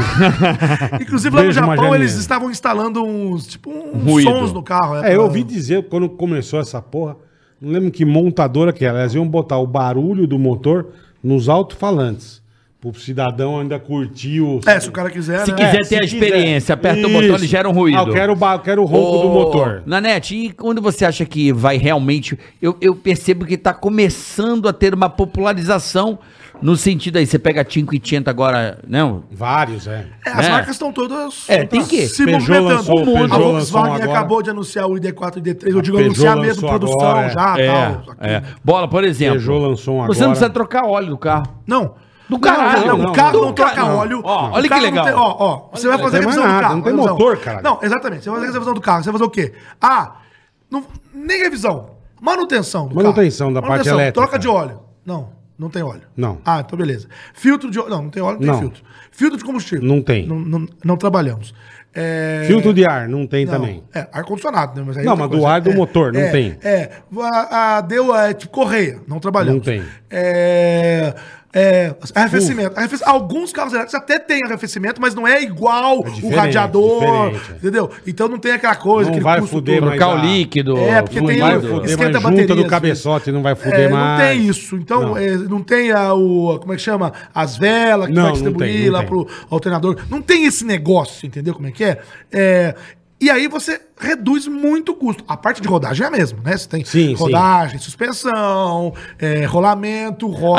Ah, inclusive lá no Beijo, Japão Magelinha. eles estavam instalando uns, tipo, uns Ruído. sons no carro. [LAUGHS] é, eu ouvi dizer, quando começou essa porra, não lembro que montadora que era, elas iam botar o barulho do motor nos alto-falantes. Pro cidadão ainda curtir o... É, se o cara quiser, Se né? quiser É, ter a quiser. experiência, aperta o botão, ele gera um ruído. Ah, eu quero, o ba- eu quero o ronco do Ô, motor. Nanete, e quando você acha que vai realmente. Eu, eu percebo que tá começando a ter uma popularização no sentido aí. Você pega 5,80 agora, né, não? Vários, é. É, as né? marcas estão todas É, tem que. se Peugeot movimentando. lançou, o mundo. Peugeot a lançou um Volkswagen agora. acabou de anunciar o ID4 e ID3. Eu digo Peugeot anunciar mesmo lançou produção agora, é. já, tal. é, é. Bola, por exemplo. Peugeot lançou um Você agora. não precisa trocar óleo do carro. Não. Do Não, caralho. não, Não, o carro não, não, não. troca Não. óleo. Ó, O olha que carro não legal. tem- ó, ó, você vai fazer a tem mais revisão do nada, carro. não tem revisão. motor, caralho. Não, exatamente. Você vai fazer a revisão do carro. Você vai fazer o quê? Ah, não, nem revisão. Manutenção do Manutenção da parte elétrica. Troca de óleo. Não, não tem óleo. Não. Ah, então beleza. Filtro de óleo. Não, não tem óleo, não tem Não. filtro. Filtro de combustível. Não tem. Não, não- não trabalhamos. É... Filtro de ar, não tem Não, também. É, ar-condicionado, né? Mas aí Não, outra mas do ar do motor, não é, tem. É, a, a- deu, é, tipo, correia, não trabalhamos. Não tem. É, é, arrefecimento. Arrefe- Alguns carros elétricos até tem arrefecimento, mas não é igual o diferente, radiador, diferente, é. entendeu? Então não tem aquela Não coisa, aquele vai custo fuder todo. mais Trocar o a- líquido. É, porque o tem- vai ruído. fuder esquenta mais a junta bateria, do às cabeçote, não vai fuder É, não mais. tem isso. Então, Não. é, não tem a, o. Como é que chama? As velas que Não, vai não distribuir tem, não lá tem. pro alternador. Não tem esse negócio, entendeu como é que é? É, E aí você reduz muito o custo. A parte de rodagem é a mesma, né? Você tem Sim, sim. rodagem, suspensão, é, rolamento, roda...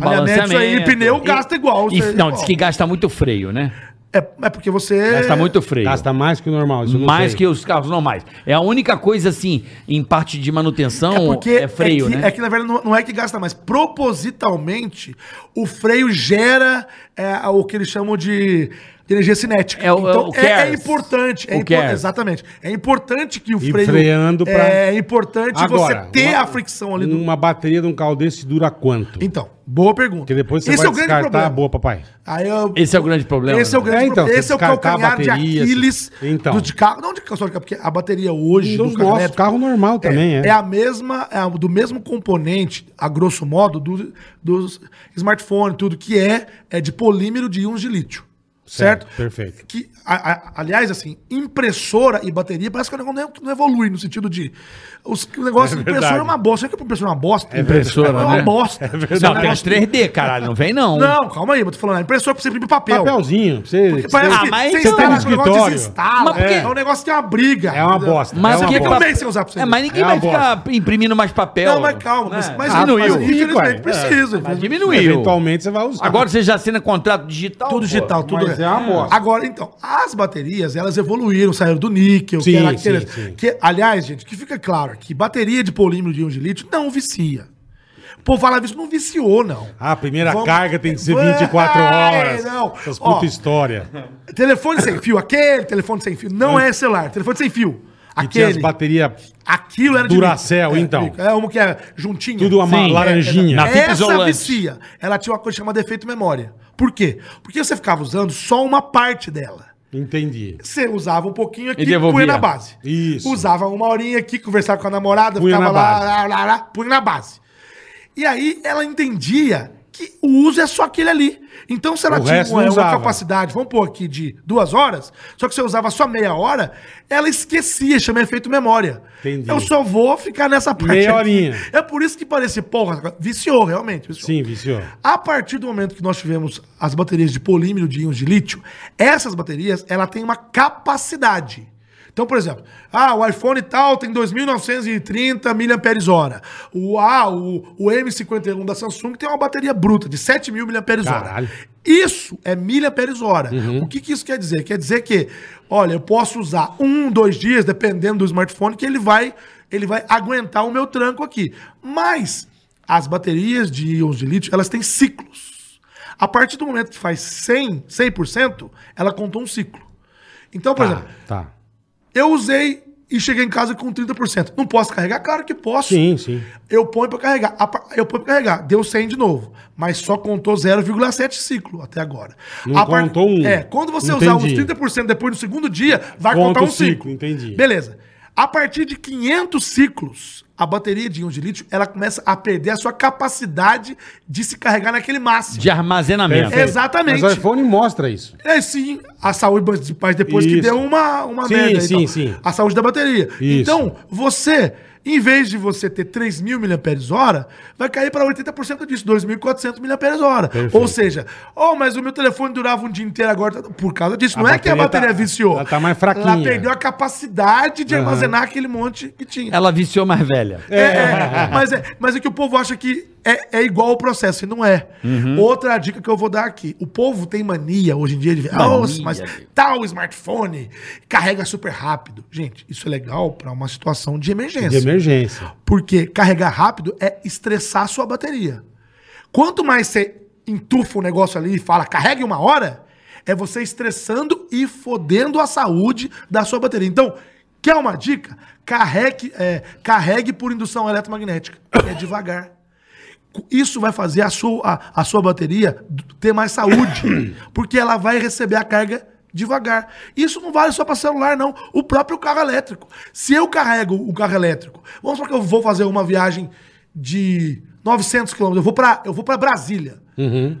alinhamento, balanceamento. isso aí, pneu gasta igual. E, você- não, igual. diz que gasta muito freio, né? É, é porque você... Gasta muito freio. Gasta mais que o normal, isso eu não mais sei. que os carros normais. É a única coisa, assim, em parte de manutenção, É porque é freio, que, né? é que, na verdade, não, não é que gasta mais. Propositalmente, o freio gera é, o que eles chamam de energia cinética. É o- é então, o é, é cares. importante. É O impor- cares. exatamente. É importante que o E freio... freando pra- É importante Agora, você ter uma- a fricção ali. Do... Uma bateria de um carro desse dura quanto? Então, boa pergunta. Porque depois é você vai descartar a boa, papai. Aí eu- Esse é o grande problema, Esse é o né? grande É, então, problema. você Esse é o descartar a calcanhar de bateria, Aquiles você- Então. do de carro. Não de carro, só de carro, porque a bateria hoje Dos do carro nossos, elétrico- carro normal também, é. É a mesma, é a- do mesmo componente, a grosso modo, do- dos smartphones, tudo, que é, é de polímero de íons de lítio. Certo? Perfeito. Que, a- a- aliás, assim, impressora e bateria parece que o negócio não- não evolui no sentido de. Os, o negócio, É impressora verdade. é uma bosta. Será que a impressora é uma bosta? impressora, é uma né? bosta. Não, É um tem as negócio- 3D, caralho, não vem não. Não, calma aí, eu tô falando. A impressora é pra você imprimir papel. Papelzinho, pra você... Porque parece Ah, que mas você então- instala Tem um no negócio escritório. desinstala. Mas por quê? É. é um negócio que é uma briga. É uma entendeu? bosta. Mas é o uma que Fica um bosta. mês sem usar pra você. É, mas ninguém É uma vai ficar imprimindo mais papel. Não, mas calma, mas, né? mas Ah, diminuiu. mas fica, Infelizmente ué. É. precisa. Mas infelizmente. diminuiu. Eventualmente você vai usar. Agora você já assina contrato digital? Tudo pô. digital, tudo mas é uma bosta. Agora, então, as baterias, elas evoluíram, saíram do níquel, Sim, que era sim, aquele... sim. Que, aliás, gente, que fica claro que bateria de polímero de íon de lítio não vicia. Pô, falar isso não viciou, não. Ah, a primeira Vamos- carga tem que ser Vai, 24 horas. não. Essas Ó, puta história. Telefone sem fio, aquele telefone sem fio, não é celular, telefone sem fio. E tinha as Aquele. baterias... Aquilo era Duracell, é, então. mico. É uma que é juntinha. Tudo uma Sim, laranjinha. é, é, na- fita Essa isolante. vicia. Ela tinha uma coisa chamada efeito memória. Por quê? Porque você ficava usando só uma parte dela. Entendi. Você usava um pouquinho aqui E devolvia. na base. Isso. Usava uma horinha aqui, conversava com a namorada, Punha ficava na lá, base. lá, lá, lá, punha na base. E aí ela entendia que o uso é só aquele ali. Então, se ela O tinha resto uma, não uma usava. capacidade, vamos pôr aqui, de duas horas, só que você usava só meia hora, ela esquecia, chama efeito memória. Entendi. Eu só vou ficar nessa parte. Meia aqui. horinha. É por isso que parecia, porra, viciou realmente. Viciou. Sim, viciou. A partir do momento que nós tivemos as baterias de polímero de íons de lítio, essas baterias, ela tem uma capacidade. Então, por exemplo, ah, o iPhone tal tem 2.930 mAh. O, ah, o, o M51 da Samsung tem uma bateria bruta de 7.000 mAh. Caralho. Isso é milha hora. O que, que isso quer dizer? Quer dizer que, olha, eu posso usar um, dois dias, dependendo do smartphone, que ele vai, ele vai aguentar o meu tranco aqui. Mas as baterias de íons de lítio, elas têm ciclos. A partir do momento que faz 100, 100%, ela contou um ciclo. Então, por exemplo, Tá. eu usei e cheguei em casa com 30%. Não posso carregar? Claro que posso. Sim, sim. Eu ponho pra carregar. A par- Eu ponho pra carregar. Deu 100 de novo. Mas só contou 0,7 ciclo até agora. Não par- contou um. É, quando você usar uns Entendi. 30% depois do segundo dia, vai Conta contar um o ciclo, ciclo. entendi. Beleza. A partir de 500 ciclos, a bateria de íon de lítio, ela começa a perder a sua capacidade de se carregar naquele máximo. De armazenamento. Perfeito. Exatamente. Mas o iPhone mostra isso. É sim, a saúde banco de paz depois que Isso. deu uma, uma Sim, merda. aí, sim, então. sim. A saúde da bateria. Isso. Então, você, em vez de você ter 3.000 mAh, vai cair para 80% disso, 2.400 mAh. Ou seja, oh, mas o meu telefone durava um dia inteiro agora tá- por causa disso. A Não é que a bateria tá- bateria viciou. ela tá mais fraquinha. Ela perdeu a capacidade de armazenar aquele monte que É. tinha. Ela viciou mais velha. É, é, [LAUGHS] mas, é, mas é que o povo acha que é, é igual o processo, e não é. Outra dica que eu vou dar aqui. O povo tem mania hoje em dia de ver, "Ah, nossa, mas tal smartphone carrega super rápido. Gente, isso é legal para uma situação de emergência. De emergência. Porque carregar rápido é estressar a sua bateria. Quanto mais você entufa o negócio ali e fala, carregue uma hora, é você estressando e fodendo a saúde da sua bateria. Então, quer uma dica? Carregue, é, carregue por indução eletromagnética. É devagar. Isso vai fazer a sua, a, a sua bateria d- ter [CLEARS THROAT] mais saúde, porque ela vai receber a carga devagar. Isso não vale só para celular, não. O próprio carro elétrico. Se eu carrego o carro elétrico, vamos supor que eu vou fazer uma viagem de 900 km, eu vou para eu vou para Brasília. Uhum.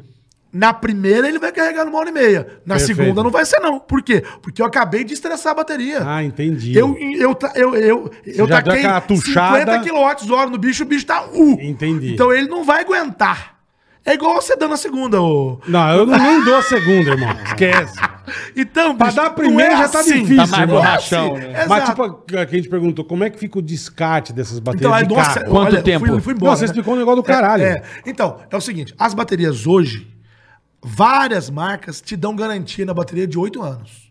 Na primeira ele vai carregar numa hora e meia. Na Perfeito. segunda não vai ser não. Por quê? Porque eu acabei de estressar a bateria. Ah, entendi. Eu, eu, ta- eu, eu, já eu deu taquei aquela tuchada. 50 quilowatts hora no bicho, o bicho tá U. Entendi. Então ele não vai aguentar. É igual você dando a segunda, ô. Não, eu não, nem dou a segunda, irmão. Esquece. Então, Pra bicho, dar a não primeira é já tá assim. difícil. Tá mais irmão. borrachão, né? Exato. Mas tipo, a- que a gente perguntou, como é que fica o descarte dessas baterias Então, aí, de nossa, carro? Quanto olha, eu tempo? Fui, eu fui embora, Não, você né? explicou um negócio do caralho. É, é. Então, é o seguinte: as baterias hoje, várias marcas te dão garantia na bateria de 8 anos.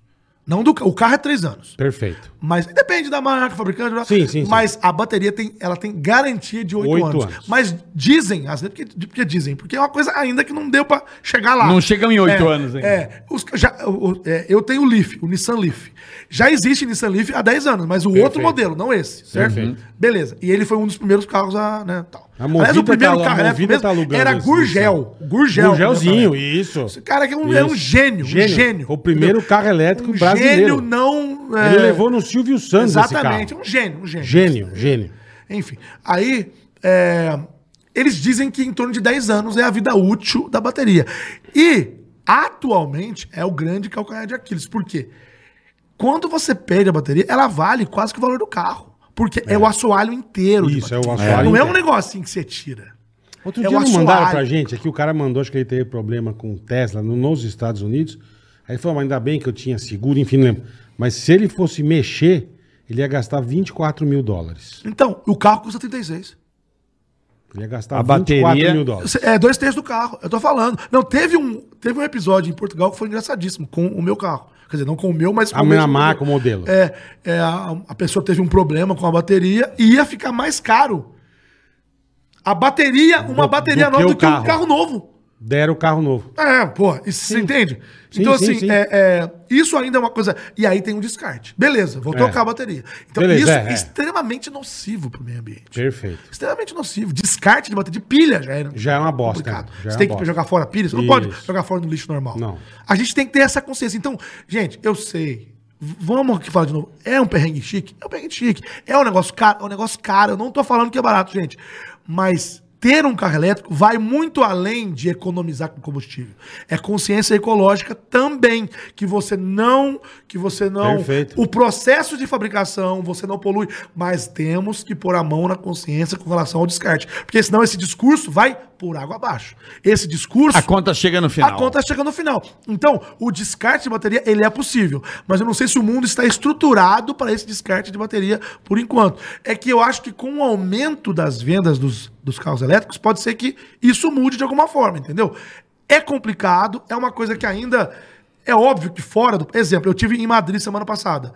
Não do ca- O carro é 3 anos. Perfeito. Mas depende da marca, fabricante, né? Sim, sim, sim. mas a bateria tem, ela tem garantia de 8, Oito anos. anos. Mas dizem, às vezes, porque, porque dizem, porque é uma coisa ainda que não deu pra chegar lá. Não chegam em oito É, anos ainda. É, Os ca- já- o- o- é, eu tenho o Leaf, o Nissan Leaf. Já existe Nissan Leaf há 10 anos, mas o outro modelo, não esse, certo? Beleza. E ele foi um dos primeiros carros a, né, tal. A Movida o primeiro tá- a carro elétrico Movida tá mesmo alugando era esse Gurgel. Gurgel. Gurgelzinho, né, Um isso. Esse cara aqui é um, é um Isso. gênio, um gênio. O primeiro entendeu? carro elétrico um brasileiro. gênio não... é, Ele levou no Silvio Santos Exatamente, esse um gênio, um carro. gênio. Gênio, gênio. Enfim, aí é, eles dizem que em torno de 10 anos é a vida útil da bateria. E atualmente é o grande calcanhar de Aquiles. Por quê? Quando você perde a bateria, ela vale quase que o valor do carro. Porque é, o assoalho inteiro. de Isso, é o bateria. assoalho Não é um inteiro. negocinho que você tira. Outro É dia o não mandaram assoalho. pra gente aqui, o cara mandou, acho que ele teve problema com o Tesla no- nos Estados Unidos. Aí ele falou, mas ainda bem que eu tinha seguro, enfim, não lembro. Mas se ele fosse mexer, ele ia gastar 24 mil dólares. Então, o carro custa 36. Ele ia gastar A 24 bateria- mil dólares. Cê- É dois terços do carro, eu tô falando. Não, teve um, teve um episódio em Portugal que foi engraçadíssimo com o meu carro. Quer dizer, não com o meu, mas com A o minha mesmo marca, o modelo. É, é, a, a pessoa teve um problema com a bateria e ia ficar mais caro. A bateria, uma Do- bateria do que nova o do que um carro. carro novo. Deram o carro novo. É, pô, isso, você entende? Sim, então, sim, assim, sim. é- é, isso ainda é uma coisa. E aí tem um descarte. Beleza, vou trocar a bateria. Então, É. Beleza, isso é, é, é. extremamente nocivo pro meio ambiente. Perfeito. Extremamente nocivo. Descarte de bateria de pilha já era. Já é uma bosta, complicado. já é você uma tem bosta. que jogar fora a pilha, você não Isso. pode jogar fora no lixo normal. Não. A gente tem que ter essa consciência. Então, gente, eu sei. V- Vamos aqui falar de novo. É um perrengue chique? É um perrengue chique. É um negócio caro? É um negócio caro. Eu não tô falando que é barato, gente. Mas ter um carro elétrico vai muito além de economizar com combustível. É consciência ecológica também. Que você não. Que você não. Perfeito. O processo de fabricação, você não polui, mas temos que pôr a mão na consciência com relação ao descarte. Porque senão esse discurso vai por água abaixo. Esse discurso. A conta chega no final. A conta chega no final. Então, o descarte de bateria, ele é possível. Mas eu não sei se o mundo está estruturado para esse descarte de bateria por enquanto. É que eu acho que com o aumento das vendas dos, dos carros elétricos, pode ser que isso mude de alguma forma, entendeu? É complicado, é uma coisa que ainda... É óbvio que fora do... Exemplo, eu tive em Madrid semana passada.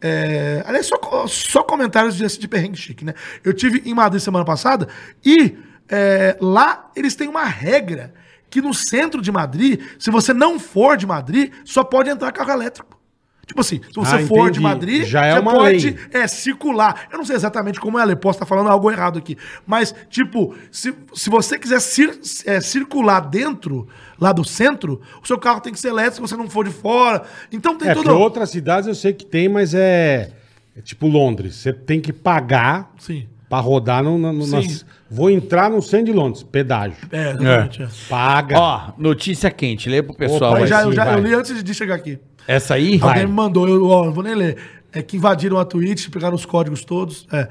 É, aliás, só, co- só comentários de, de perrengue chique, né? Eu tive em Madrid semana passada e é, lá eles têm uma regra que no centro de Madrid, se você não for de Madrid, só pode entrar carro elétrico. Tipo assim, se você Ah, for entendi. de Madrid, Já é você uma pode lei. é, circular. Eu não sei exatamente como é a lei, posso estar falando algo errado aqui. Mas, tipo, se, se você quiser cir- é, circular dentro, lá do centro, o seu carro tem que ser elétrico, se você não for de fora. Então tem É, porque todo... outras cidades eu sei que tem, mas é, é tipo Londres. Você tem que pagar Sim. pra rodar no, no- no- Sim. nas- Vou entrar no centro de Londres, pedágio. É, exatamente. é. Paga. Ó, notícia quente, lê pro pessoal. Opa, Eu aí. já, eu sim, já- vai. eu li antes de chegar aqui. Essa aí? Alguém me mandou, eu ó, não vou nem ler. É que invadiram a Twitch, pegaram os códigos todos. É.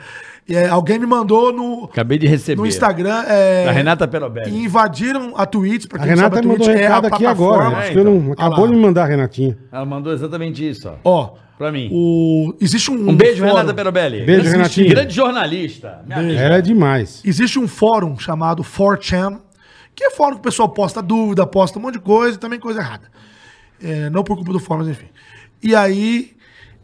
E, é, alguém me mandou no, Acabei de receber. no Instagram. É, Da Renata Perobelli. E invadiram a Twitch, pra a quem não Renata sabe, me mandou um Twitch é recado aqui agora. né? Acho É, que eu então. não- Ah lá. Acabou de me mandar, Renatinha. Ela mandou exatamente isso, ó. Ó, Pra mim. o, existe um. Um beijo, fórum, Renata Perobelli. Beijo, grande, Renatinha. Grande jornalista. Minha amiga. Ela é demais. Existe um fórum chamado 4chan, que é fórum que o pessoal posta dúvida, posta um monte de coisa e também coisa errada. É, não por culpa do fórum, mas enfim. E aí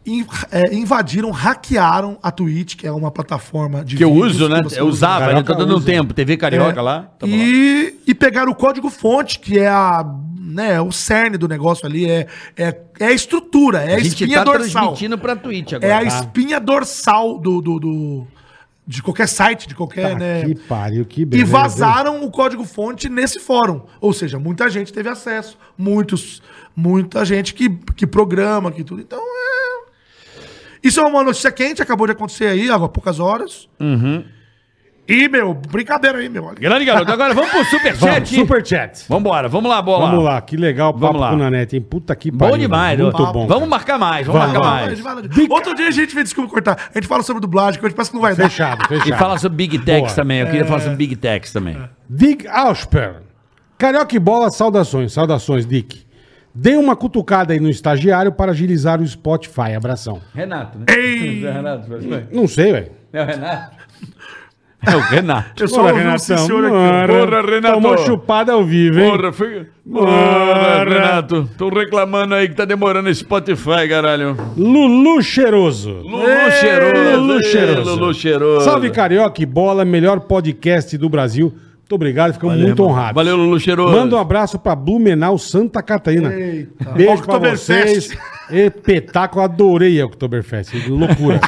in- é, invadiram, hackearam a Twitch, que é uma plataforma de Que eu vídeos uso, né? que você Eu usa. usava, né? Carioca Tô dando um usa. tempo. TV Carioca É, lá. Tá Tamo lá. e, e pegaram o código fonte, que é a, né, o cerne do negócio ali, é, é, é a estrutura, é a, A gente espinha tá dorsal. transmitindo pra Twitch agora. É a espinha dorsal do, do, do- de qualquer site, de qualquer. Tá né, que pariu, que e beleza, vazaram o código-fonte nesse fórum. Ou seja, muita gente teve acesso, muitos, muita gente que, que programa, que tudo. Então é. Isso é uma notícia quente, acabou de acontecer aí há poucas horas. E, meu, brincadeira aí, meu. olha. Grande garoto. Agora vamos pro Vamos, superchat. superchat. Vambora, vamos lá, bola. Vamos lá, que legal o papo Vamos lá. com o Nanete, hein? Puta que Bom demais, muito ó. bom. Vamos marcar mais, vamos, Vamos, marcar vamos, mais. Fala de- Outro dia a gente vê, desculpa cortar, a gente fala sobre dublagem, que hoje parece que não vai dar. Fechado, fechado. E fala sobre Big Techs Boa. É. também. Eu queria falar sobre Big Techs também. Dick Ausper. Carioca e bola, saudações, saudações, Dick. Dê uma cutucada aí no estagiário para agilizar o Spotify. Abração. Renato, né? Ei! [LAUGHS] É o Renato, mas foi. Não sei, velho. É o Renato. É [LAUGHS] o Renato. Eu só ouvi um sim senhor aqui. Porra, Renato. Tomou chupada ao vivo, hein? Porra, foi... Porra, Renato. Tô reclamando aí que tá demorando esse Spotify, caralho. Lulu Cheiroso. Lulu cheiroso. Lulu ei, cheiroso. Lulu cheiroso. Salve, Carioca e bola, melhor podcast do Brasil. Muito obrigado, ficamos muito honrados. Valeu, Lulu cheiroso. Manda um abraço pra Blumenau, Santa Catarina. Eita. Beijo pra Oktoberfest. vocês. Espetáculo, adorei a Oktoberfest. [LAUGHS] Loucura.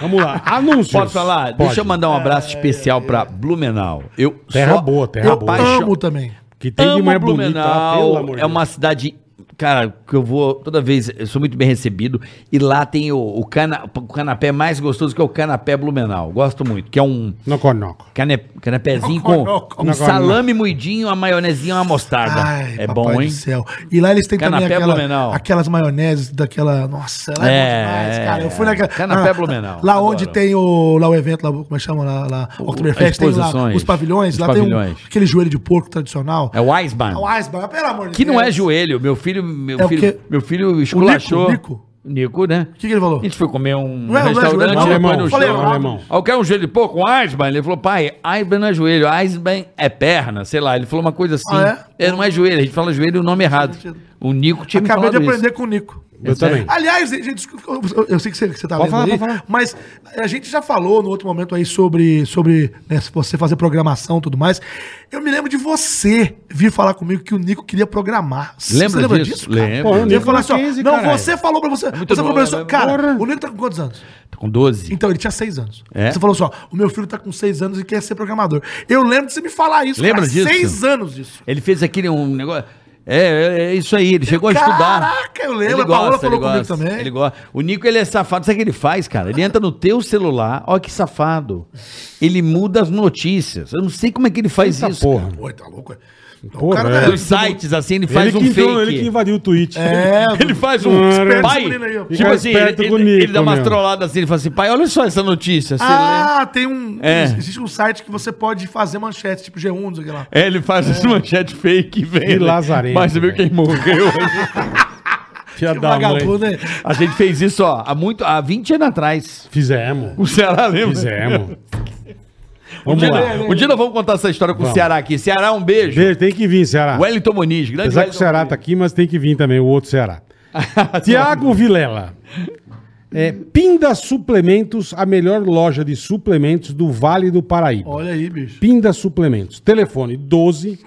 Vamos lá. Anúncios. Pode falar? Pode. Deixa eu mandar um abraço especial pra Blumenau. Eu Terra só boa, terra eu boa. apaixo- Amo também. Que tem de amo mulher bonita, tá? ah, Blumenau. pelo amor de é uma cidade, cara, que eu vou toda vez, eu sou muito bem recebido. E lá tem o, o, cana, o canapé mais gostoso, que é o canapé Blumenau. Gosto muito, que é um Deus. Noconoco. cane, [LAUGHS] canapézinho com Noconoco. um Noconoco. salame moidinho, uma maionezinha e uma mostarda. Ai, é papai bom, do hein? céu. E lá eles têm também Canapé aquela- Blumenau. aquelas maioneses daquela. Nossa, lá é, É, bom demais, cara. Eu fui é. naquela. Canapé na- Blumenau, Lá adoro. onde tem o. Lá o evento, lá, como é que chama? Lá, lá Oktoberfest, as tem lá exposições. os pavilhões. Os lá tem pavilhões. um- aquele joelho de porco tradicional. É o Weisbahn. o Iceberg, pelo amor de Que Deus. não é joelho. Meu filho, meu É o quê? filho, meu filho esculachou. Nico? Nico, né? O que, que ele falou? A gente foi comer um Não é- não é restaurante, joelho, ele não. foi no Falei chão. errado. Alemão. Alguém um joelho de porco, um Eisbein. Ele falou, pai, Eisbein não é joelho, Eisbein é perna, sei lá. Ele falou uma coisa assim. Ah, é? não é joelho, a gente fala joelho e o nome errado. O Nico tinha me Acabei de falado aprender com o Nico. Eu também. Aliás, gente, desculpa, eu- eu, eu sei que você, que você tá Pode lendo falar, aí, pode falar. mas a gente já falou no outro momento aí sobre, sobre né, se você fazer programação e tudo mais. Eu me lembro de você vir falar comigo que o Nico queria programar. isso. Lembra, você disso? Lembro. Porra, Eu ia falar assim, ó, 15, não, é caralho. É você falou pra você, muito você falou novo, pra você, né? cara, Porra. o Nico tá com quantos anos? Tô Com 12. Então, ele tinha seis anos. É? Você falou assim, ó, o meu filho tá com seis anos e quer ser programador. Eu lembro de você me falar isso, Lembra disso? seis anos disso. Ele fez aquele um negócio... É, é, é isso aí, ele chegou a estudar. Caraca, eu lembro, Ele a Paola gosta, falou ele comigo gosta, também. Ele gosta. O Nico, ele é safado. Sabe o que ele faz, cara? Ele entra no teu celular, olha que safado. Ele muda as notícias. Eu não sei como é que ele faz Eita isso. porra. Oi, tá louco? é? Então, Porra, é. Dos sites, assim, ele faz ele, um que fake. entrou, ele que invadiu o Twitch. [LAUGHS] É, Ele faz um. Cara. Espera pai, esse menino aí, ó. tipo Fica assim, esperto ele, com o ele- ele Nico, dá umas meu. trolladas assim, ele fala assim, pai, olha só essa notícia. assim, você lê? Ah, tem um. É. Existe um site que você pode fazer manchete, tipo G1, não sei o que lá. É, ele faz as manchetes fake, velho. lazarento, Mas você viu velho. quem morreu. Filha Que da mãe. né? a gente fez isso, ó, há, muito, há 20 anos atrás. [LAUGHS] Fizemos. O Ceará lembra? Fizemos. Um é. Vamos dia, lá. um dia nós vamos contar essa história com Vamos. o Ceará aqui. Ceará, um beijo. Beijo, Tem que vir, Ceará. Wellington Moniz, grande Apesar que o Wellington [LAUGHS] Assim, Ceará tá aqui, mas tem que vir também, o outro Ceará. Moniz. Tiago Vilela. É, Pinda Suplementos, a melhor loja de suplementos do Vale do Paraíba. Olha aí, bicho. Pinda Suplementos. Telefone 12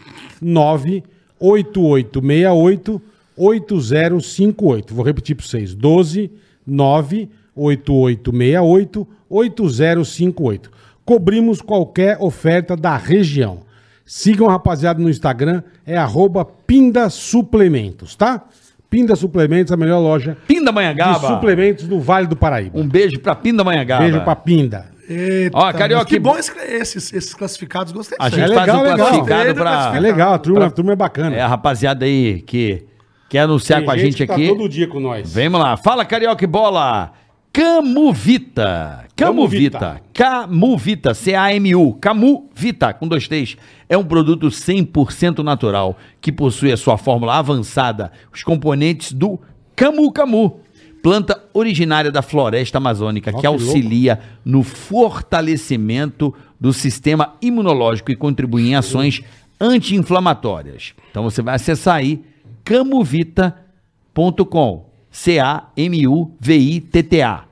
98868 8058. Vou repetir para vocês. 12 98868 8058. Cobrimos qualquer oferta da região. Sigam o rapaziada no Instagram, é arroba Pinda Suplementos, tá? Pinda Suplementos, a melhor loja Pinda de Manhangaba. suplementos do Vale do Paraíba. Um beijo pra Pinda Manhangaba. Beijo pra Pinda. Eita, Ó, Carioca, mas que que- bom esse- esses, esses classificados. Gostei A disso gente É aí. faz legal, um legal. classificado Ah. pra... É legal, a turma, a turma é bacana. É a rapaziada aí que quer anunciar Tem com a gente, que tá aqui. todo dia com nós. Vamos lá. Fala, Carioca e Bola. Camuvita. Camuvita. Camuvita. C-A-M-U. Camuvita, com dois T's. É um produto 100% natural que possui a sua fórmula avançada, os componentes do camu-camu, planta originária da floresta amazônica que, que louco. auxilia auxilia no fortalecimento do sistema imunológico e contribui em ações anti-inflamatórias. Então você vai acessar aí camovita.com. C-A-M-U-V-I-T-T-A.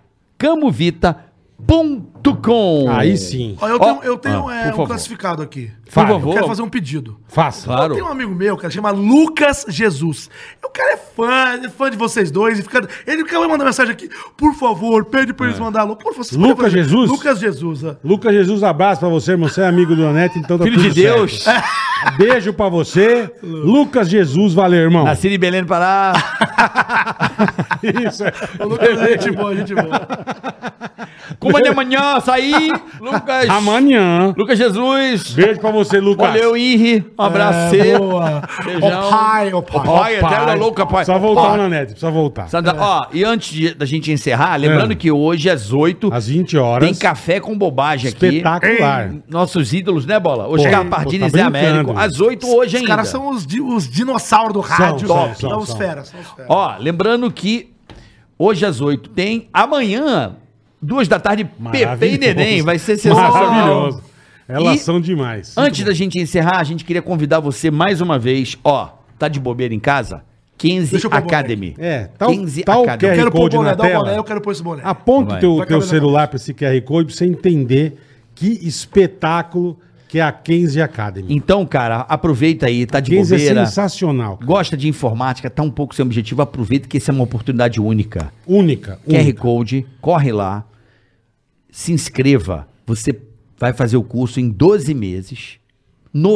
Camovita.com. Aí sim. Ó, eu Ó, tenho, eu tenho ah, é, por um favor. classificado aqui. Por Eu favor. quero fazer um pedido. Faça. Claro. Tem um amigo meu, cara, chama Lucas Jesus. O cara é fã, ele é fã de vocês dois. E fica, ele fica me mandando mensagem aqui. Por favor, pede pra eles É. mandar. alô. Por favor, vocês Lucas podem fazer- Jesus? Lucas Jesus. é. ó. Lucas Jesus, abraço pra você, irmão. Você é amigo do Anete, então tá Filho tudo de Deus. [LAUGHS] certo. Beijo pra você. Lucas Jesus, valeu, irmão. Nasci em Belém do Pará. Isso é. Ô, [LAUGHS] Lucas, gente boa, gente boa. Como é de amanhã, [LAUGHS] saí. Lucas. Amanhã. Lucas Jesus. Beijo pra você, Lucas. Valeu, Henri. Um abraço. É, boa. Beijão. Ó, pai, ó, pai. Pai, até Pai. ela louca, pai. Precisa voltar, Ó, na net, precisa voltar. Sandra, ó, e antes de- da gente encerrar, lembrando É. que hoje às 8 Às 20 horas. tem café com bobagem aqui. Espetacular. Nossos ídolos, né, Bola? Oscar Pô, Pardini tá e Zé brincando. Américo. Às 8 hoje Os ainda. caras são os, di- os dinossauros do rádio. são, Top. são, São os são. feras, são os feras. Ó, lembrando que hoje às 8 tem, amanhã, duas da tarde, Pepe e Maravilhoso. Neném. Vai ser sensacional. Maravilhoso. Elas E são demais. Antes da gente encerrar, a gente queria convidar você mais uma vez. Ó, tá de bobeira em casa? 15 Deixa eu pôr o boné Academy. É, tal- 15 tal Academy. Eu QR quero pôr o Code boné, na dá o tela. Ah, boné, eu quero pôr esse boné. Aponta o Vai. Vai teu, teu caber na celular para esse QR Code pra você entender que espetáculo que é a Kenzie Academy. Então, cara, aproveita aí, tá de Kenzie bobeira. é sensacional. cara. Gosta de informática, tá um pouco sem objetivo, aproveita que essa é uma oportunidade única. Única. QR única. Code, corre lá, se inscreva. Você vai fazer o curso em 12 meses.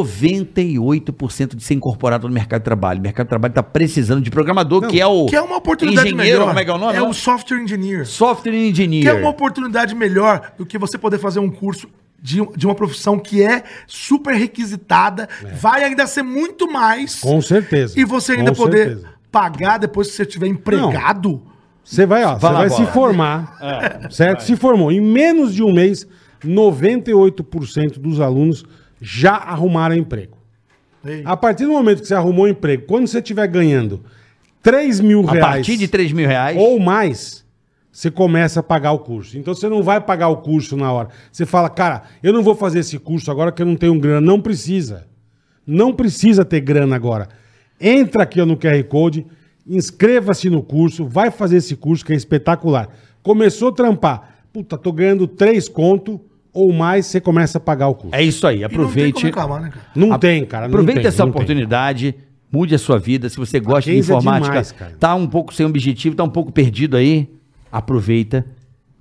98% de ser incorporado no mercado de trabalho. O mercado de trabalho está precisando de programador, que é o. Que é uma oportunidade engenheiro, melhor. como é que é o nome? É né? o software engineer. software engineer. Que é uma oportunidade melhor do que você poder fazer um curso de, de uma profissão que é super requisitada, vai ainda ser muito mais. É. Com certeza. E você ainda Com poder certeza. pagar depois que você estiver empregado. Você vai, ó, você Vai lá, vai bola. se formar, É, certo? Se formou. Em menos de um mês, 98% dos alunos já arrumaram emprego. Ei. A partir do momento que você arrumou um emprego, quando você estiver ganhando 3 mil a reais partir de 3 mil reais. ou mais, você começa a pagar o curso. Então você não vai pagar o curso na hora. Você fala, cara, eu não vou fazer esse curso agora que eu não tenho grana. Não precisa. Não precisa ter grana agora. Entra aqui ó, no QR Code, inscreva-se no curso, vai fazer esse curso que é espetacular. Começou a trampar. Puta, tô ganhando três conto ou mais, você começa a pagar o curso. É isso aí, E não tem como aproveite. reclamar, né, cara? Não A- tem, cara. não Aproveita tem, essa não tem. oportunidade, mude a sua vida. Se você gosta de Mackenzie é informática, demais, cara. tá um pouco sem objetivo, tá um pouco perdido aí, aproveita,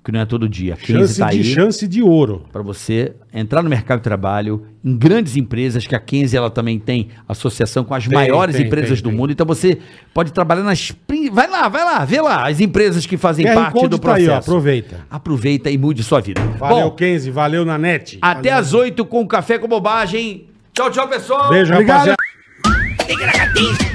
que não é todo dia. Chance, 15 tá de, aí chance de ouro. para você entrar no mercado de trabalho em grandes empresas, que a 15 ela também tem associação com as Tem, maiores tem, empresas tem, do tem. mundo. Então você pode trabalhar nas. prin- Vai lá, vai lá, vê lá as empresas que fazem QR parte Code do tá aí, ó, processo. aproveita. Aproveita e mude sua vida. Valeu, Bom, Kenzie. Valeu, Nanete. até às 8 com o Café com Bobagem. Tchau, tchau, pessoal. Beijo, rapaziada. Tem que ir na 14.